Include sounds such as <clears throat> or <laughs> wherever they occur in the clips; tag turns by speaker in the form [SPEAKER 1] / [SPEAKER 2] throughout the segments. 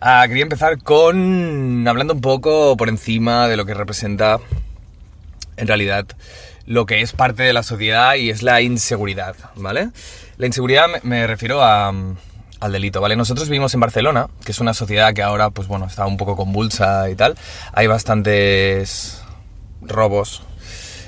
[SPEAKER 1] Ah, quería empezar con hablando un poco por encima de lo que representa en realidad lo que es parte de la sociedad y es la inseguridad, ¿vale? La inseguridad me, me refiero a, mm, al delito, ¿vale? Nosotros vivimos en Barcelona, que es una sociedad que ahora, pues bueno, está un poco convulsa y tal. Hay bastantes robos,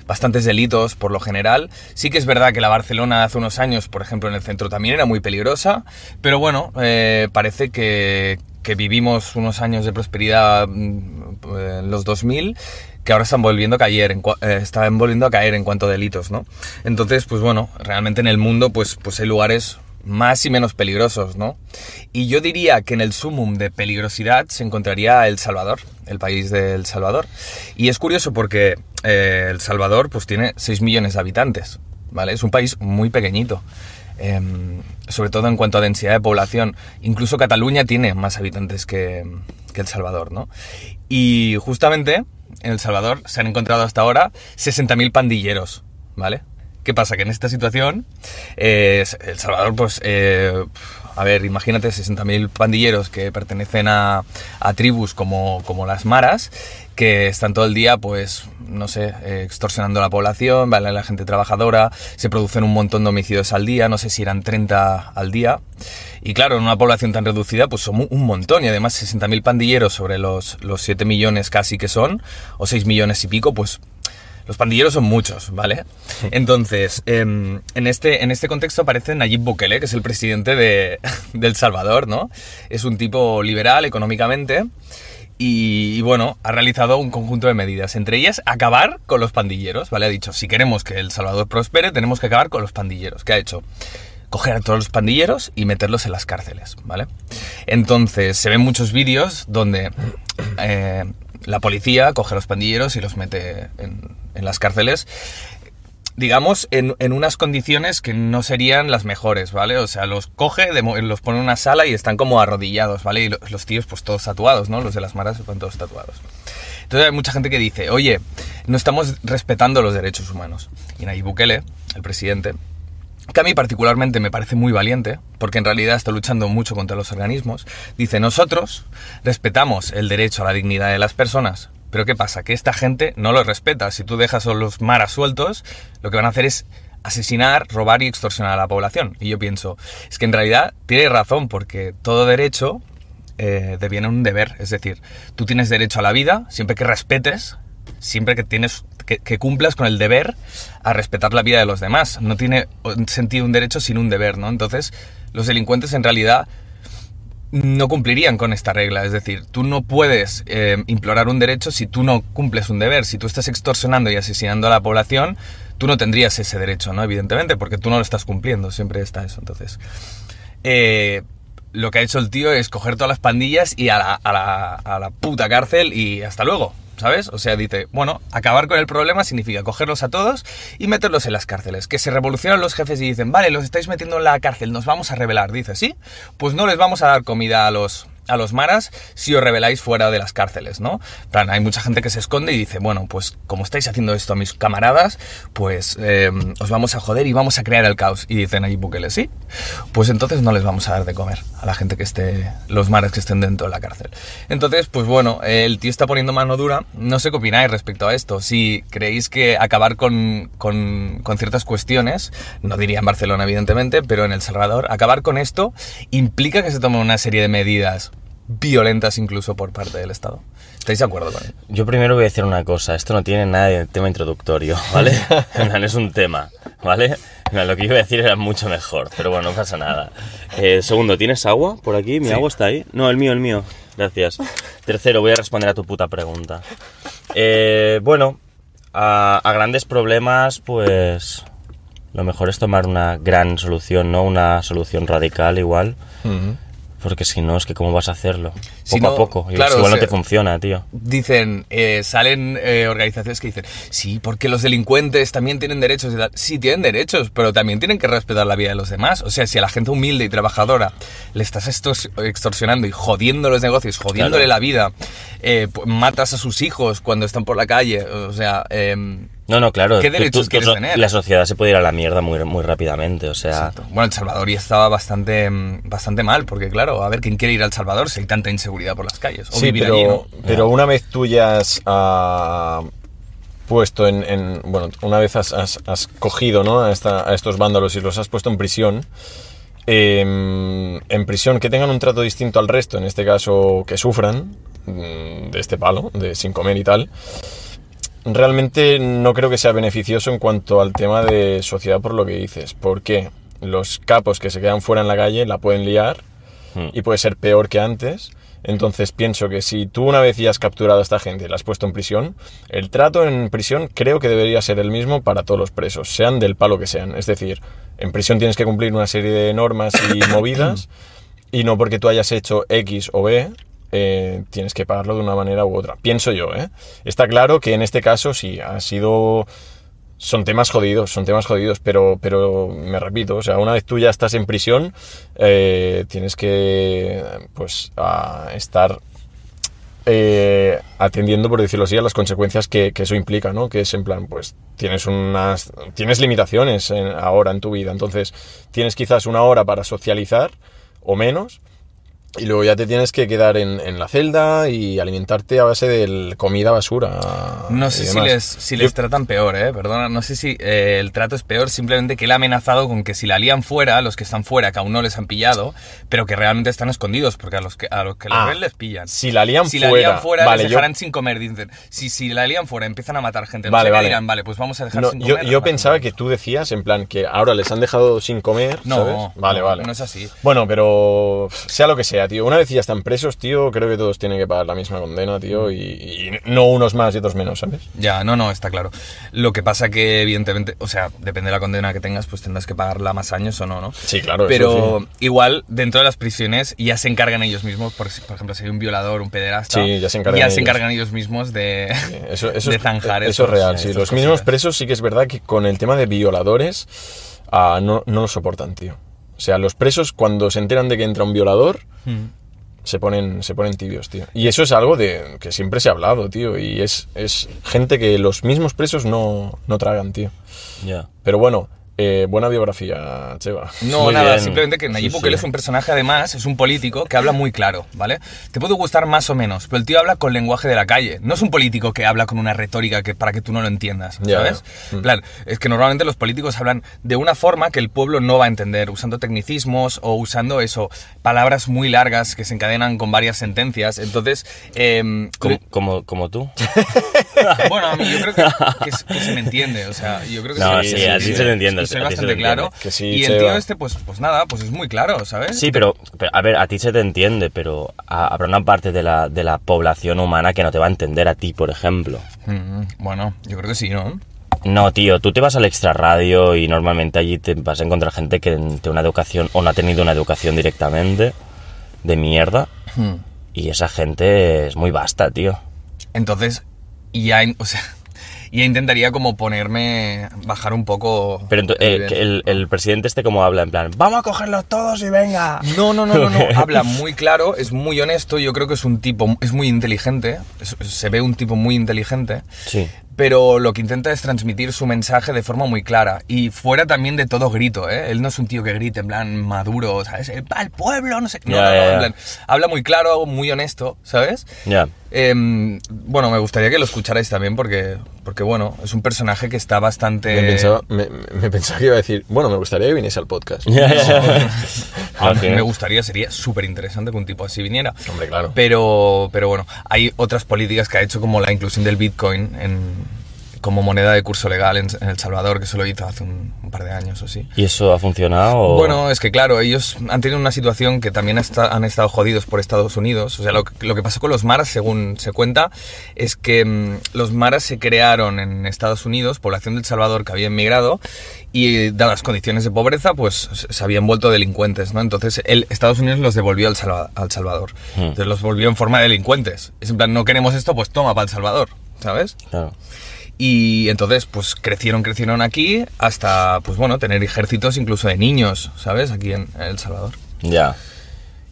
[SPEAKER 1] bastantes delitos por lo general. Sí que es verdad que la Barcelona hace unos años, por ejemplo, en el centro también era muy peligrosa, pero bueno, eh, parece que, que vivimos unos años de prosperidad mm, en los 2000 que ahora están volviendo a caer, en, cua- eh, están volviendo a caer en cuanto a delitos, ¿no? Entonces, pues bueno, realmente en el mundo pues, pues hay lugares más y menos peligrosos, ¿no? Y yo diría que en el sumum de peligrosidad se encontraría El Salvador, el país de El Salvador. Y es curioso porque eh, El Salvador pues tiene 6 millones de habitantes, ¿vale? Es un país muy pequeñito, em, sobre todo en cuanto a densidad de población. Incluso Cataluña tiene más habitantes que, que El Salvador, ¿no? Y justamente en El Salvador se han encontrado hasta ahora 60.000 pandilleros, ¿vale? ¿Qué pasa? Que en esta situación, eh, El Salvador, pues, eh, a ver, imagínate 60.000 pandilleros que pertenecen a, a tribus como, como las maras, que están todo el día, pues, no sé, eh, extorsionando a la población, ¿vale? a la gente trabajadora, se producen un montón de homicidios al día, no sé si eran 30 al día. Y claro, en una población tan reducida, pues son un montón. Y además 60.000 pandilleros sobre los, los 7 millones casi que son, o 6 millones y pico, pues los pandilleros son muchos, ¿vale? Entonces, em, en, este, en este contexto aparece Nayib Bukele, que es el presidente de, <laughs> de El Salvador, ¿no? Es un tipo liberal económicamente y, y, bueno, ha realizado un conjunto de medidas, entre ellas acabar con los pandilleros, ¿vale? Ha dicho, si queremos que El Salvador prospere, tenemos que acabar con los pandilleros. ¿Qué ha hecho? coger a todos los pandilleros y meterlos en las cárceles, ¿vale? Entonces, se ven muchos vídeos donde eh, la policía coge a los pandilleros y los mete en, en las cárceles, digamos, en, en unas condiciones que no serían las mejores, ¿vale? O sea, los coge, de mo- los pone en una sala y están como arrodillados, ¿vale? Y lo- los tíos, pues todos tatuados, ¿no? Los de las maras están todos tatuados. Entonces hay mucha gente que dice, oye, no estamos respetando los derechos humanos. Y Nayib Bukele, el presidente, que a mí particularmente me parece muy valiente, porque en realidad está luchando mucho contra los organismos, dice, nosotros respetamos el derecho a la dignidad de las personas, pero ¿qué pasa? Que esta gente no lo respeta. Si tú dejas a los maras sueltos, lo que van a hacer es asesinar, robar y extorsionar a la población. Y yo pienso, es que en realidad tiene razón, porque todo derecho eh, deviene un deber. Es decir, tú tienes derecho a la vida siempre que respetes, siempre que tienes que, que cumplas con el deber a respetar la vida de los demás. No tiene sentido un derecho sin un deber, ¿no? Entonces, los delincuentes en realidad no cumplirían con esta regla. Es decir, tú no puedes eh, implorar un derecho si tú no cumples un deber. Si tú estás extorsionando y asesinando a la población, tú no tendrías ese derecho, ¿no? Evidentemente, porque tú no lo estás cumpliendo. Siempre está eso. Entonces, eh, lo que ha hecho el tío es coger todas las pandillas y a la, a la- a la puta cárcel y hasta luego, ¿sabes? O sea, dice, bueno, acabar con el problema significa cogerlos a todos y meterlos en las cárceles. Que se revolucionan los jefes y dicen, vale, los estáis metiendo en la cárcel, nos vamos a rebelar. Dice, sí, pues no les vamos a dar comida a los a los maras si os rebeláis fuera de las cárceles, ¿no? En plan, hay mucha gente que se esconde y dice, bueno, pues como estáis haciendo esto a mis camaradas, pues eh, os vamos a joder y vamos a crear el caos. Y dicen allí Bukele, sí, pues entonces no les vamos a dar de comer a la gente que esté, los maras que estén dentro de la cárcel. Entonces, pues bueno, eh, el tío está poniendo mano dura. No sé qué opináis respecto a esto. Si creéis que acabar con, con, con ciertas cuestiones, no diría en Barcelona evidentemente, pero en El Salvador, acabar con esto implica que se tomen una serie de medidas violentas incluso por parte del Estado. ¿Estáis de acuerdo con él?
[SPEAKER 2] Yo primero voy a decir una cosa, esto no tiene nada de tema introductorio, ¿vale?
[SPEAKER 1] <laughs>
[SPEAKER 2] <laughs> En plan, es un tema, ¿vale? En plan, Lo que iba a decir era mucho mejor, pero bueno, no pasa nada. Eh, segundo, ¿tienes agua por aquí? ¿Mi agua está ahí? No, el mío, el mío. Gracias. Tercero, voy a responder a tu puta pregunta. Eh, bueno, a, a grandes problemas, pues lo mejor es tomar una gran solución, ¿no? Una solución radical igual, porque si no, es que ¿cómo vas a hacerlo? Poco
[SPEAKER 1] Si
[SPEAKER 2] a
[SPEAKER 1] no-
[SPEAKER 2] poco, Y
[SPEAKER 1] claro,
[SPEAKER 2] igual
[SPEAKER 1] o
[SPEAKER 2] no te
[SPEAKER 1] sea-
[SPEAKER 2] funciona, tío.
[SPEAKER 1] Dicen, eh, salen eh, organizaciones que dicen, sí, porque los delincuentes también tienen derechos y tal. Sí, tienen derechos, pero también tienen que respetar la vida de los demás. O sea, si a la gente humilde y trabajadora le estás extors- extorsionando y jodiendo los negocios, jodiéndole
[SPEAKER 2] Claro.
[SPEAKER 1] la vida, eh, p- matas a sus hijos cuando están por la calle, o sea, em,
[SPEAKER 2] No, no, claro.
[SPEAKER 1] ¿Qué
[SPEAKER 2] tú-
[SPEAKER 1] derechos
[SPEAKER 2] tú-
[SPEAKER 1] quieres
[SPEAKER 2] tú-
[SPEAKER 1] tener?
[SPEAKER 2] La sociedad se puede ir a la mierda muy, muy rápidamente, o sea...
[SPEAKER 1] Exacto. Bueno, El Salvador ya estaba bastante, mm, bastante mal, porque claro, a ver, ¿quién quiere ir al Salvador si hay tanta inseguridad por las calles? O
[SPEAKER 3] Sí,
[SPEAKER 1] vivir
[SPEAKER 3] pero,
[SPEAKER 1] allí, ¿no?
[SPEAKER 3] pero una vez tú ya has ah, puesto en, en- Bueno, una vez has, has- has cogido ¿no? a, esta- a estos vándalos y los has puesto en prisión. em, en prisión, que tengan un trato distinto al resto, en este caso que sufran mm, de este palo, de sin comer y tal. Realmente no creo que sea beneficioso en cuanto al tema de sociedad por lo que dices, porque los capos que se quedan fuera en la calle la pueden liar
[SPEAKER 2] mm.
[SPEAKER 3] y puede ser peor que antes. Entonces pienso que si tú una vez ya has capturado a esta gente y la has puesto en prisión, el trato en prisión creo que debería ser el mismo para todos los presos, sean del palo que sean. Es decir, en prisión tienes que cumplir una serie de normas y movidas y no porque tú hayas hecho X o B. eh, tienes que pagarlo de una manera u otra. Pienso yo, ¿eh? Está claro que en este caso sí, ha sido son temas jodidos, son temas jodidos, pero, pero me repito, o sea, una vez tú ya estás en prisión, eh, tienes que pues a estar eh, atendiendo, por decirlo así, a las consecuencias que, que eso implica, ¿no? Que es en plan, pues tienes unas. tienes limitaciones en- ahora en tu vida. Entonces, tienes quizás una hora para socializar o menos. Y luego ya te tienes que quedar en, en la celda y alimentarte a base de comida basura.
[SPEAKER 1] No
[SPEAKER 3] Ah, y
[SPEAKER 1] sé si
[SPEAKER 3] demás.
[SPEAKER 1] les, si
[SPEAKER 3] Yo-
[SPEAKER 1] les tratan peor, ¿eh? Perdona, no sé si eh, el trato es peor, simplemente que él ha amenazado con que si la lían fuera, los que están fuera, que aún no les han pillado, pero que realmente están escondidos, porque a los que, a los, que los
[SPEAKER 3] Ah,
[SPEAKER 1] ven les pillan.
[SPEAKER 3] si la lían
[SPEAKER 1] Si
[SPEAKER 3] fuera, vale,
[SPEAKER 1] les
[SPEAKER 3] yo-
[SPEAKER 1] dejarán sin comer, dicen. Si, si la lían fuera, empiezan a matar gente.
[SPEAKER 3] Vale,
[SPEAKER 1] Vale,
[SPEAKER 3] vale.
[SPEAKER 1] dirán, vale, pues vamos a dejar
[SPEAKER 3] No,
[SPEAKER 1] sin
[SPEAKER 3] yo,
[SPEAKER 1] comer.
[SPEAKER 3] yo pensaba que tú decías, en plan, que ahora les han dejado sin comer.
[SPEAKER 1] No,
[SPEAKER 3] ¿sabes? vale,
[SPEAKER 1] no,
[SPEAKER 3] vale.
[SPEAKER 1] no es así.
[SPEAKER 3] Bueno, pero pf, sea lo que sea, tío. Una vez ya están presos, tío, creo que todos tienen que pagar la misma condena, tío. Y, y no unos más y otros menos, ¿sabes?
[SPEAKER 1] Ya, no, no, está claro. Lo que pasa que, evidentemente, o sea, depende de la condena que tengas, pues tendrás que pagarla más años o no, ¿no?
[SPEAKER 3] Sí, claro, eso
[SPEAKER 1] Pero
[SPEAKER 3] sí.
[SPEAKER 1] igual, dentro de las prisiones, ya se encargan ellos mismos, por, si- por ejemplo, si hay un violador, un pederasta,
[SPEAKER 3] Sí, ya se encargan
[SPEAKER 1] ya se
[SPEAKER 3] ellos.
[SPEAKER 1] encargan ellos mismos de, <laughs>
[SPEAKER 3] Eh, Eso, eso
[SPEAKER 1] de
[SPEAKER 3] es-
[SPEAKER 1] zanjar
[SPEAKER 3] eso es
[SPEAKER 1] estos-
[SPEAKER 3] real, sí.
[SPEAKER 1] estas
[SPEAKER 3] Los mismos
[SPEAKER 1] cosillas.
[SPEAKER 3] presos sí que es verdad que con el tema de violadores ah, no, no lo soportan, tío. O sea, los presos cuando se enteran de que entra un violador,
[SPEAKER 1] Mm.
[SPEAKER 3] se ponen, se ponen tibios, tío. Y eso es algo de que siempre se ha hablado, tío. Y es, es gente que los mismos presos no, no tragan, tío.
[SPEAKER 2] Ya.
[SPEAKER 3] Pero bueno, eh, buena biografía, Cheva.
[SPEAKER 1] No,
[SPEAKER 2] Muy
[SPEAKER 1] nada,
[SPEAKER 2] bien.
[SPEAKER 1] simplemente que Nayib
[SPEAKER 2] Sí,
[SPEAKER 1] Bukele
[SPEAKER 2] sí.
[SPEAKER 1] es un personaje, además, es un político que habla muy claro, ¿vale? Te puede gustar más o menos, pero el tío habla con lenguaje de la calle. No es un político que habla con una retórica que, para que tú no lo entiendas,
[SPEAKER 3] Ya,
[SPEAKER 1] ¿sabes?
[SPEAKER 3] ya.
[SPEAKER 1] En plan, es que normalmente los políticos hablan de una forma que el pueblo no va a entender, usando tecnicismos o usando eso, palabras muy largas que se encadenan con varias sentencias. Entonces, em,
[SPEAKER 2] Como, como,
[SPEAKER 1] <laughs>
[SPEAKER 2] como tú.
[SPEAKER 1] bueno, a mí yo creo que, que s- que se me entiende, o sea, yo creo que
[SPEAKER 2] No,
[SPEAKER 1] se
[SPEAKER 3] sí,
[SPEAKER 1] me
[SPEAKER 3] a ti
[SPEAKER 1] entiende.
[SPEAKER 3] se te
[SPEAKER 2] entiende,
[SPEAKER 1] Y soy
[SPEAKER 2] a ti se te
[SPEAKER 1] bastante claro.
[SPEAKER 2] entiende.
[SPEAKER 3] Que sí,
[SPEAKER 1] y el
[SPEAKER 3] Cheva.
[SPEAKER 1] tío este, pues, pues nada, pues es muy claro, ¿sabes?
[SPEAKER 2] Sí, pero, pero, a ver, a ti se te entiende, pero a- habrá una parte de la, de la población humana que no te va a entender a ti, por ejemplo.
[SPEAKER 1] Mm, Bueno, yo creo que sí, ¿no?
[SPEAKER 2] No, tío, tú te vas al extrarradio y normalmente allí te vas a encontrar gente que tiene una educación o no ha tenido una educación directamente de mierda
[SPEAKER 1] Hmm.
[SPEAKER 2] y esa gente es muy vasta, tío.
[SPEAKER 1] Entonces, ya, in- o sea, <laughs> ya intentaría como ponerme, bajar un poco...
[SPEAKER 2] Pero ento-
[SPEAKER 1] el
[SPEAKER 2] eh,
[SPEAKER 1] nivel.
[SPEAKER 2] que el, el presidente este como habla en plan, vamos a cogerlos todos y venga.
[SPEAKER 1] No, no, no, no,
[SPEAKER 2] <laughs>
[SPEAKER 1] no. habla muy claro, es muy honesto, yo creo que es un tipo, es muy inteligente, es- se ve un tipo muy inteligente.
[SPEAKER 2] Sí.
[SPEAKER 1] pero lo que intenta es transmitir su mensaje de forma muy clara y fuera también de todo grito, ¿eh? Él no es un tío que grite en plan maduro, ¿sabes? Eh, ¡Va al pueblo! No sé. No,
[SPEAKER 2] Ya,
[SPEAKER 1] no, no,
[SPEAKER 2] ya,
[SPEAKER 1] en
[SPEAKER 2] ya.
[SPEAKER 1] plan, habla muy claro, muy honesto, ¿sabes?
[SPEAKER 2] Ya.
[SPEAKER 1] Em, bueno, me gustaría que lo escucharais también porque, porque bueno, es un personaje que está bastante...
[SPEAKER 3] Me, pensaba, me, me pensaba que iba a decir, bueno, me gustaría que viniese al podcast.
[SPEAKER 2] <laughs> Ya, ya.
[SPEAKER 1] Ah,
[SPEAKER 2] Al final.
[SPEAKER 1] me gustaría, sería súper interesante que un tipo así viniera.
[SPEAKER 3] Hombre, claro.
[SPEAKER 1] Pero, pero bueno, hay otras políticas que ha hecho como la inclusión del Bitcoin en- como moneda de curso legal en, en El Salvador, que eso lo hizo hace un, un par de años o así.
[SPEAKER 2] ¿Y eso ha funcionado? o-
[SPEAKER 1] Bueno, es que claro, ellos han tenido una situación que también hasta- han estado jodidos por Estados Unidos. O sea, lo, que- lo que pasó con los maras, según se cuenta, es que mm, los maras se crearon en Estados Unidos, población del Salvador que había emigrado, y eh, dadas las condiciones de pobreza, pues se- se habían vuelto delincuentes, ¿no? Entonces el, Estados Unidos los devolvió al, Salva- al Salvador.
[SPEAKER 2] Hmm.
[SPEAKER 1] Entonces los volvió en forma de delincuentes. Es en plan, no queremos esto, pues toma para El Salvador, ¿sabes?
[SPEAKER 2] Claro.
[SPEAKER 1] Y entonces, pues crecieron, crecieron aquí
[SPEAKER 2] Mm.
[SPEAKER 1] hasta, pues bueno, tener ejércitos incluso de niños, ¿sabes? Aquí en El Salvador.
[SPEAKER 2] Ya.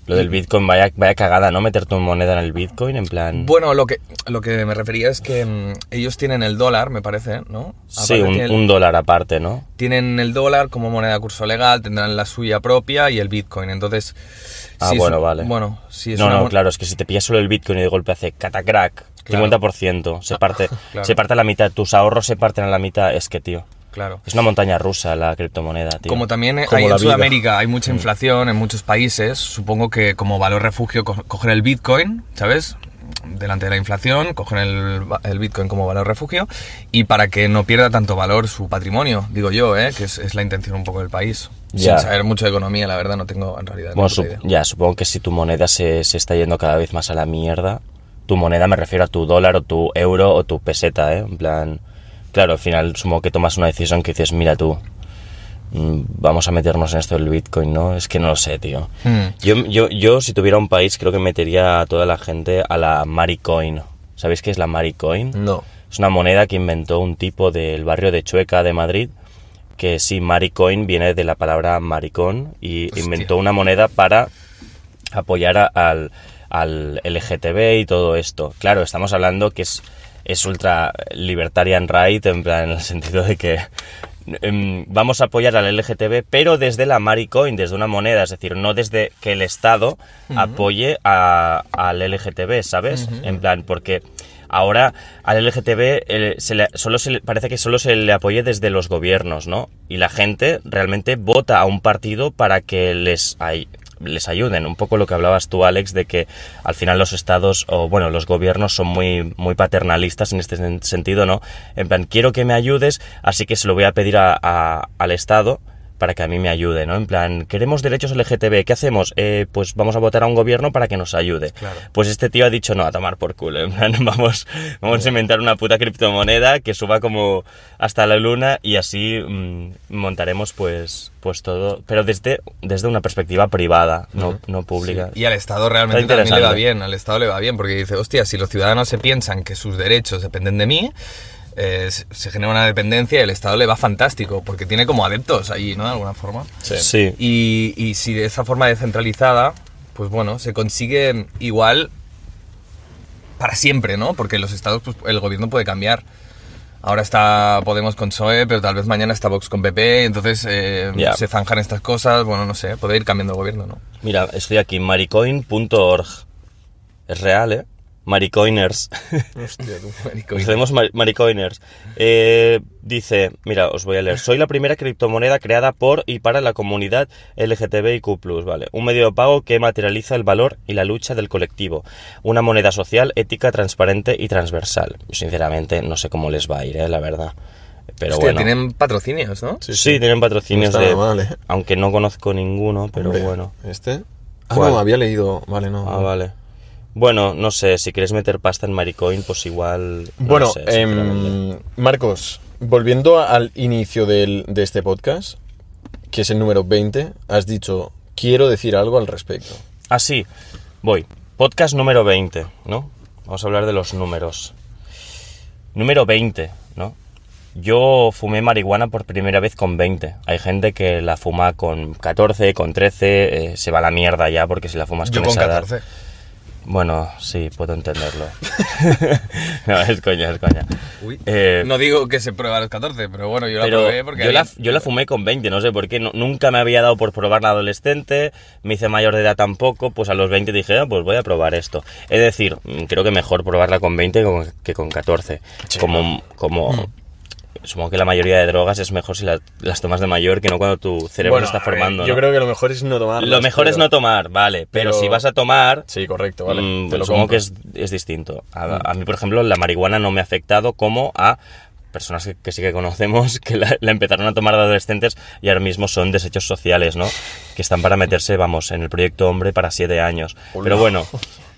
[SPEAKER 2] Lo del Bitcoin, vaya, vaya cagada, ¿no? Meter tu moneda en el Bitcoin, en plan...
[SPEAKER 1] Bueno, lo que, lo que me refería es que mm, ellos tienen el dólar, me parece, ¿no?
[SPEAKER 2] sí,
[SPEAKER 1] Aparte
[SPEAKER 2] un,
[SPEAKER 1] tienen-
[SPEAKER 2] un dólar aparte, ¿no?
[SPEAKER 1] tienen el dólar como moneda de curso legal, tendrán la suya propia y el Bitcoin. Entonces,
[SPEAKER 2] Ah,
[SPEAKER 1] si es-
[SPEAKER 2] bueno, vale.
[SPEAKER 1] Bueno, si es
[SPEAKER 2] no,
[SPEAKER 1] una
[SPEAKER 2] no,
[SPEAKER 1] mon-
[SPEAKER 2] claro, es que si te pillas solo el Bitcoin y de golpe hace catacrack,
[SPEAKER 1] Claro.
[SPEAKER 2] 50%, se parte,
[SPEAKER 1] <laughs> claro.
[SPEAKER 2] se parte a la mitad, tus ahorros se parten a la mitad, es que, tío,
[SPEAKER 1] claro.
[SPEAKER 2] es una montaña rusa la criptomoneda, tío.
[SPEAKER 1] Como también
[SPEAKER 3] Como
[SPEAKER 1] hay en
[SPEAKER 3] la vida.
[SPEAKER 1] Sudamérica, hay mucha inflación en muchos países, supongo que como valor refugio co- coger el Bitcoin, ¿sabes? Delante de la inflación, coger el, va- el Bitcoin como valor refugio y para que no pierda tanto valor su patrimonio, digo yo, ¿eh? que es, es la intención un poco del país.
[SPEAKER 2] Ya.
[SPEAKER 1] Sin saber mucho de economía, la verdad, no tengo en realidad. ni
[SPEAKER 2] Bueno,
[SPEAKER 1] puta
[SPEAKER 2] sup-
[SPEAKER 1] idea.
[SPEAKER 2] ya, supongo que si tu moneda se, se está yendo cada vez más a la mierda, tu moneda me refiero a tu dólar o tu euro o tu peseta, ¿eh? En plan, claro, al final supongo que tomas una decisión que dices, mira tú, mm, vamos a meternos en esto del Bitcoin, ¿no? Es que no lo sé, tío.
[SPEAKER 1] Hmm.
[SPEAKER 2] Yo, yo, yo, si tuviera un país, creo que metería a toda la gente a la Maricoin. ¿Sabéis qué es la Maricoin?
[SPEAKER 3] No.
[SPEAKER 2] Es una moneda que inventó un tipo del barrio de Chueca de Madrid, que sí, Maricoin viene de la palabra maricón y
[SPEAKER 1] Hostia.
[SPEAKER 2] inventó una moneda para apoyar a- al, al LGTB y todo esto. Claro, estamos hablando que es, es ultra libertarian right, en plan, en el sentido de que em, vamos a apoyar al LGTB, pero desde la Maricoin, desde una moneda, es decir, no desde que el Estado apoye a- al LGTB, ¿sabes? En plan, porque ahora al LGTB eh, se le- solo se le- parece que solo se le apoye desde los gobiernos, ¿no? Y la gente realmente vota a un partido para que les, ay- les ayuden. Un poco lo que hablabas tú, Alex, de que al final los estados o, bueno, los gobiernos son muy, muy paternalistas en este sen- sentido, ¿no? En plan, quiero que me ayudes, así que se lo voy a pedir a- a- al estado para que a mí me ayude, ¿no? En plan, queremos derechos LGTB, ¿qué hacemos? Eh, pues vamos a votar a un gobierno para que nos ayude.
[SPEAKER 1] Claro.
[SPEAKER 2] Pues este tío ha dicho, no, a tomar por culo, en plan, <laughs> vamos, vamos a inventar una puta criptomoneda que suba como hasta la luna y así mm, montaremos pues, pues todo, pero desde, desde una perspectiva privada, no, no pública.
[SPEAKER 1] Y al Estado realmente
[SPEAKER 2] Está
[SPEAKER 1] también le va
[SPEAKER 2] interesante.
[SPEAKER 1] bien, al Estado le va bien, porque dice, hostia, si los ciudadanos se piensan que sus derechos dependen de mí, eh, se- se genera una dependencia y el Estado le va fantástico, porque tiene como adeptos allí, ¿no? De alguna forma.
[SPEAKER 3] Sí.
[SPEAKER 2] Sí.
[SPEAKER 1] Y, y si de esa forma descentralizada, pues bueno, se consigue igual para siempre, ¿no? Porque los estados, pues el gobierno puede cambiar. Ahora está Podemos con PSOE, pero tal vez mañana está Vox con PP, entonces eh,
[SPEAKER 2] Ya.
[SPEAKER 1] se zanjan estas cosas, bueno, no sé, puede ir cambiando el gobierno, ¿no? <laughs>
[SPEAKER 2] Mira, estoy aquí, maricoin.org. Es real, ¿eh? Maricoiners. <laughs>
[SPEAKER 3] Hostia, tú.
[SPEAKER 1] Marico,
[SPEAKER 2] Nos Pues hacemos mar- maricoiners. Eh, dice, mira, os voy a leer. Soy la primera criptomoneda creada por y para la comunidad LGTBIQ+, ¿vale? Un medio de pago que materializa el valor y la lucha del colectivo. Una moneda social, ética, transparente y transversal. Yo, sinceramente, no sé cómo les va a ir, ¿eh? La verdad. Pero
[SPEAKER 1] Hostia,
[SPEAKER 2] bueno.
[SPEAKER 1] tienen patrocinios, ¿no?
[SPEAKER 2] Sí, tienen patrocinios
[SPEAKER 3] No está
[SPEAKER 2] de...
[SPEAKER 3] mal, ¿eh?
[SPEAKER 2] Aunque no conozco ninguno, pero
[SPEAKER 3] Hombre,
[SPEAKER 2] bueno.
[SPEAKER 3] ¿Este? Ah,
[SPEAKER 2] ¿Cuál?
[SPEAKER 3] no, había leído. Vale, no.
[SPEAKER 2] Ah, vale. Bueno, no sé, si quieres meter pasta en Maricoin, pues igual... no
[SPEAKER 3] Bueno,
[SPEAKER 2] sé, sinceramente.
[SPEAKER 3] em, Marcos, volviendo al inicio del- de este podcast, que es el número 20, has dicho, quiero decir algo al respecto.
[SPEAKER 2] Ah, sí, voy. Podcast número 20, ¿no? Vamos a hablar de los números. Número 20, ¿no? Yo fumé marihuana por primera vez con 20. Hay gente que la fuma con 14, con 13, eh, se va a la mierda ya porque si la fumas
[SPEAKER 1] Yo
[SPEAKER 2] con
[SPEAKER 1] con
[SPEAKER 2] esa edad-
[SPEAKER 1] 14.
[SPEAKER 2] Bueno, sí,
[SPEAKER 1] <laughs>
[SPEAKER 2] puedo entenderlo. <laughs> no, es coña, es coña.
[SPEAKER 1] Uy.
[SPEAKER 2] Eh,
[SPEAKER 1] no digo que se prueba a los 14, pero bueno, yo la
[SPEAKER 2] pero
[SPEAKER 1] probé porque...
[SPEAKER 2] yo, la,
[SPEAKER 1] había-
[SPEAKER 2] yo la fumé con 20, no sé por qué. no- nunca me había dado por probar la adolescente, me hice mayor de edad tampoco, pues a los 20 dije, "Ah, pues voy a probar esto. Es decir, mm, creo que mejor probarla con 20 que con, que con 14. Como, como
[SPEAKER 3] Mm.
[SPEAKER 2] supongo que la mayoría de drogas es mejor si la- las tomas de mayor que no cuando tu cerebro
[SPEAKER 3] Bueno,
[SPEAKER 2] se está
[SPEAKER 3] a ver,
[SPEAKER 2] formando.
[SPEAKER 3] Yo
[SPEAKER 2] ¿no?
[SPEAKER 3] creo que lo mejor es no tomar.
[SPEAKER 2] Lo mejor es no tomar, vale, pero,
[SPEAKER 3] pero-
[SPEAKER 2] si vas a tomar...
[SPEAKER 3] Sí, correcto, vale.
[SPEAKER 2] Mm,
[SPEAKER 3] te lo
[SPEAKER 2] supongo
[SPEAKER 3] compro.
[SPEAKER 2] que es, es distinto. A, a mí, por ejemplo, la marihuana no me ha afectado como a personas que, que sí que conocemos que la, la empezaron a tomar de adolescentes y ahora mismo son desechos sociales, ¿no? Que están para meterse, vamos, en el proyecto hombre para siete años.
[SPEAKER 3] Oh,
[SPEAKER 2] Pero
[SPEAKER 3] <laughs>
[SPEAKER 2] bueno,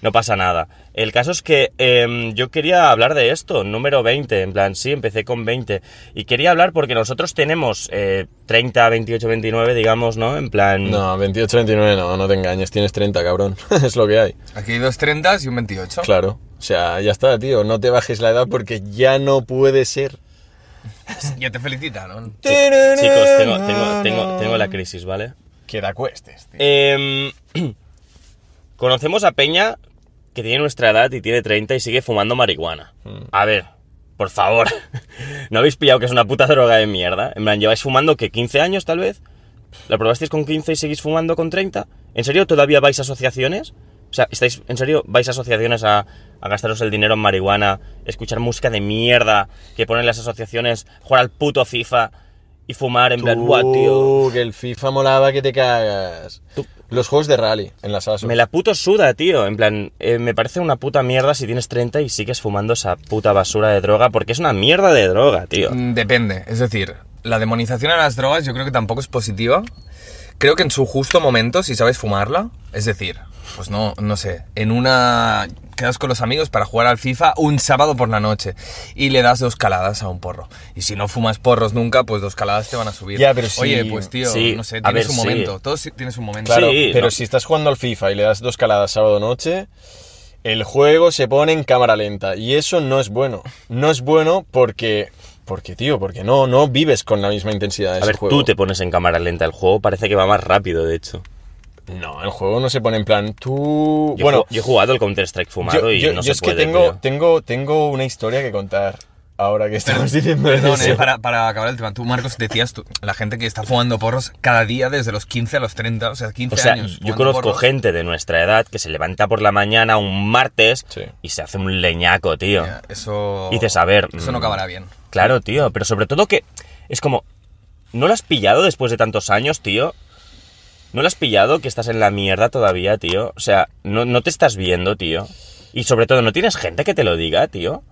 [SPEAKER 2] no pasa nada. El caso es que em, yo quería hablar de esto, número 20, en plan, sí, empecé con 20. Y quería hablar porque nosotros tenemos eh, 30, 28, 29, digamos, ¿no? En plan...
[SPEAKER 3] No, 28, 29, no, no te engañes, tienes 30, cabrón. <laughs> es lo que hay.
[SPEAKER 1] Aquí hay dos 30 y un 28.
[SPEAKER 3] Claro. O sea, ya está, tío, no te bajes la edad porque ya no puede ser.
[SPEAKER 1] <laughs> Ya te felicitaron.
[SPEAKER 2] Chi- Chicos, tengo, tengo, tengo, tengo la crisis, ¿vale?
[SPEAKER 3] Que te acuestes, tío.
[SPEAKER 2] Em, <clears throat> Conocemos a Peña que tiene nuestra edad y tiene 30 y sigue fumando marihuana. A ver, por favor, <laughs> ¿no habéis pillado que es una puta droga de mierda? En plan, lleváis fumando que 15 años tal vez. ¿La probasteis con 15 y seguís fumando con 30? ¿En serio todavía vais a asociaciones? O sea, ¿estáis, ¿en serio vais a asociaciones a, a gastaros el dinero en marihuana, escuchar música de mierda que ponen las asociaciones, jugar al puto FIFA y fumar en plan, "Buah, tío,
[SPEAKER 3] que el FIFA molaba que te cagas.
[SPEAKER 2] Tú-
[SPEAKER 3] Los juegos de rally en las ASO.
[SPEAKER 2] Me la puto suda, tío. En plan, eh, me parece una puta mierda si tienes 30 y sigues fumando esa puta basura de droga, porque es una mierda de droga, tío.
[SPEAKER 1] Mm, Depende, es decir, la demonización a las drogas yo creo que tampoco es positiva. Creo que en su justo momento, si sabes fumarla, es decir, pues no, no sé, en una... Quedas con los amigos para jugar al FIFA un sábado por la noche y le das dos caladas a un porro. Y si no fumas porros nunca, pues dos caladas te van a subir.
[SPEAKER 3] Ya, pero sí-
[SPEAKER 1] Oye, pues tío,
[SPEAKER 2] sí,
[SPEAKER 1] no sé,
[SPEAKER 2] a
[SPEAKER 1] tienes
[SPEAKER 2] ver,
[SPEAKER 1] un
[SPEAKER 2] sí.
[SPEAKER 1] momento. Todos tienes un momento.
[SPEAKER 3] Claro,
[SPEAKER 2] Sí,
[SPEAKER 3] pero
[SPEAKER 2] no.
[SPEAKER 3] si estás jugando al FIFA y le das dos caladas sábado noche, el juego se pone en cámara lenta. Y eso no es bueno. No es bueno porque. Porque, tío, porque no, no vives con la misma intensidad de
[SPEAKER 2] A
[SPEAKER 3] ese
[SPEAKER 2] ver,
[SPEAKER 3] juego.
[SPEAKER 2] tú te pones en cámara lenta. El juego parece que va más rápido, de hecho.
[SPEAKER 3] No, el juego no se pone en plan. Tú.
[SPEAKER 2] Yo,
[SPEAKER 3] bueno,
[SPEAKER 2] ju- yo he jugado el Counter-Strike fumado y no se
[SPEAKER 3] es
[SPEAKER 2] puede,
[SPEAKER 3] que tengo,
[SPEAKER 2] tío.
[SPEAKER 3] tengo, tengo una historia que contar ahora que estamos diciendo
[SPEAKER 1] Perdón, eh,
[SPEAKER 3] eso.
[SPEAKER 1] para, para acabar el tema. Tú, Marcos, decías tú, la gente que está fumando porros cada día desde los 15 a los 30, o sea, 15
[SPEAKER 2] O sea,
[SPEAKER 1] años.
[SPEAKER 2] yo
[SPEAKER 1] fumando
[SPEAKER 2] conozco
[SPEAKER 1] porros.
[SPEAKER 2] gente de nuestra edad que se levanta por la mañana un martes
[SPEAKER 3] Sí.
[SPEAKER 2] y se hace un leñaco, tío.
[SPEAKER 1] Ya, Eso.
[SPEAKER 2] Dices, a ver,
[SPEAKER 1] Eso
[SPEAKER 2] mm,
[SPEAKER 1] no acabará bien.
[SPEAKER 2] Claro, tío, pero sobre todo que es como, ¿no lo has pillado después de tantos años, tío? ¿No lo has pillado que estás en la mierda todavía, tío? O sea, no, no te estás viendo, tío. Y sobre todo, no tienes gente que te lo diga, tío.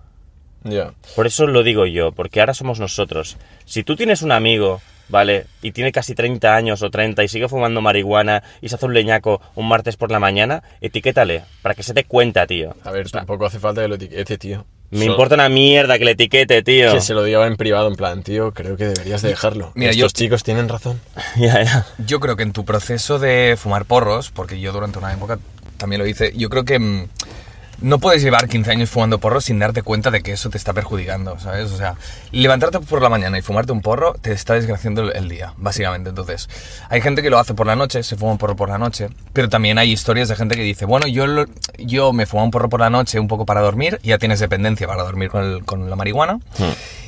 [SPEAKER 3] Ya.
[SPEAKER 2] Por eso lo digo yo, porque ahora somos nosotros. Si tú tienes un amigo, ¿vale? Y tiene casi 30 años o 30 y sigue fumando marihuana y se hace un leñaco un martes por la mañana, etiquétale, para que se te cuenta, tío.
[SPEAKER 3] A ver, tampoco hace falta que lo etiquete, tío.
[SPEAKER 2] Me
[SPEAKER 3] Solo-
[SPEAKER 2] importa una mierda que le etiquete, tío.
[SPEAKER 3] Que se lo diga en privado, en plan, tío, creo que deberías de dejarlo.
[SPEAKER 1] Mira,
[SPEAKER 3] Estos
[SPEAKER 1] yo-
[SPEAKER 3] chicos tienen razón.
[SPEAKER 2] <laughs> Ya, ya.
[SPEAKER 1] Yo creo que en tu proceso de fumar porros, porque yo durante una época también lo hice, yo creo que mm, no puedes llevar 15 años fumando porros sin darte cuenta de que eso te está perjudicando, ¿sabes? O sea, levantarte por la mañana y fumarte un porro te está desgraciando el, el día, básicamente. Entonces, hay gente que lo hace por la noche, se fuma un porro por la noche, pero también hay historias de gente que dice, bueno, yo, lo- yo me fumo un porro por la noche un poco para dormir, ya tienes dependencia para dormir con, el- con la marihuana.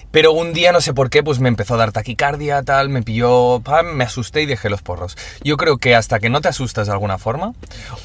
[SPEAKER 1] Pero un día, no sé por qué, pues me empezó a dar taquicardia, tal, me pilló, pam, me asusté y dejé los porros. Yo creo que hasta que no te asustas de alguna forma,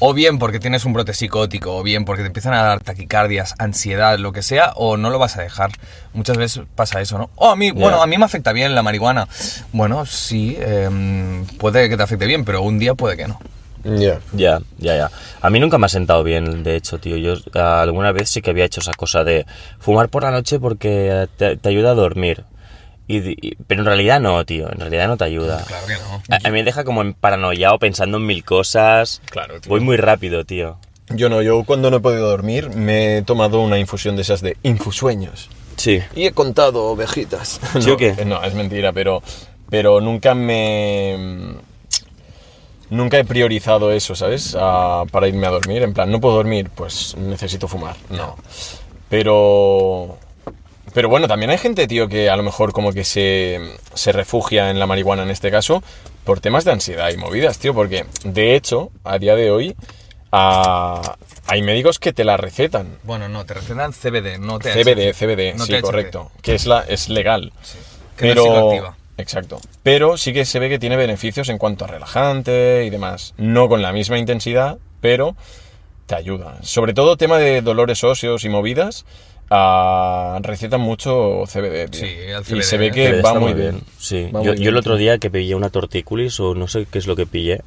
[SPEAKER 1] o bien porque tienes un brote psicótico, o bien porque te empiezan a dar taquicardias, ansiedad, lo que sea, o no lo vas a dejar. Muchas veces pasa eso, ¿no? Oh, a mí, bueno, a mí me afecta bien la marihuana. Bueno, sí, em, puede que te afecte bien, pero un día puede que no.
[SPEAKER 3] Ya.
[SPEAKER 2] Ya, ya, ya. A mí nunca me ha sentado bien, de hecho, tío. Yo eh, alguna vez sí que había hecho esa cosa de fumar por la noche porque te, te ayuda a dormir. Y, di- y- pero en realidad no, tío. En realidad no te ayuda.
[SPEAKER 1] Claro que no.
[SPEAKER 2] A, a mí me deja como en paranoiao pensando en mil cosas.
[SPEAKER 3] Claro, tío.
[SPEAKER 2] Voy muy rápido, tío.
[SPEAKER 3] Yo no, yo cuando no he podido dormir me he tomado una infusión de esas de infusueños.
[SPEAKER 2] Sí.
[SPEAKER 3] Y he contado ovejitas.
[SPEAKER 2] ¿Sí
[SPEAKER 3] no, eh,
[SPEAKER 2] o qué?
[SPEAKER 3] No, es mentira, pero, pero nunca me... Nunca he priorizado eso, ¿sabes? A- para irme a dormir. En plan, no puedo dormir, pues necesito fumar. No. Pero... Pero bueno, también hay gente, tío, que a lo mejor como que se, se refugia en la marihuana en este caso por temas de ansiedad y movidas, tío, porque de hecho, a día de hoy, a- hay médicos que te la recetan.
[SPEAKER 1] Bueno, no, te recetan CBD, no te
[SPEAKER 3] CBD, CBD,
[SPEAKER 1] No
[SPEAKER 3] sí,
[SPEAKER 1] THC.
[SPEAKER 3] correcto. Que es, la, es legal.
[SPEAKER 1] que no es psicoactiva.
[SPEAKER 3] Exacto. Pero sí que se ve que tiene beneficios en cuanto a relajante y demás. No con la misma intensidad, pero te ayuda. Sobre todo tema de dolores óseos y movidas, ah, recetan mucho CBD. tío.
[SPEAKER 1] Sí, el
[SPEAKER 3] Y
[SPEAKER 1] CBD,
[SPEAKER 3] se ve
[SPEAKER 1] ¿eh?
[SPEAKER 3] que
[SPEAKER 2] Pero
[SPEAKER 3] va
[SPEAKER 2] está
[SPEAKER 3] muy bien.
[SPEAKER 2] Sí.
[SPEAKER 3] Va
[SPEAKER 2] yo,
[SPEAKER 3] muy
[SPEAKER 2] yo
[SPEAKER 3] bien,
[SPEAKER 2] el otro
[SPEAKER 3] tío.
[SPEAKER 2] día que pillé una tortícolis o no sé qué es lo que pillé,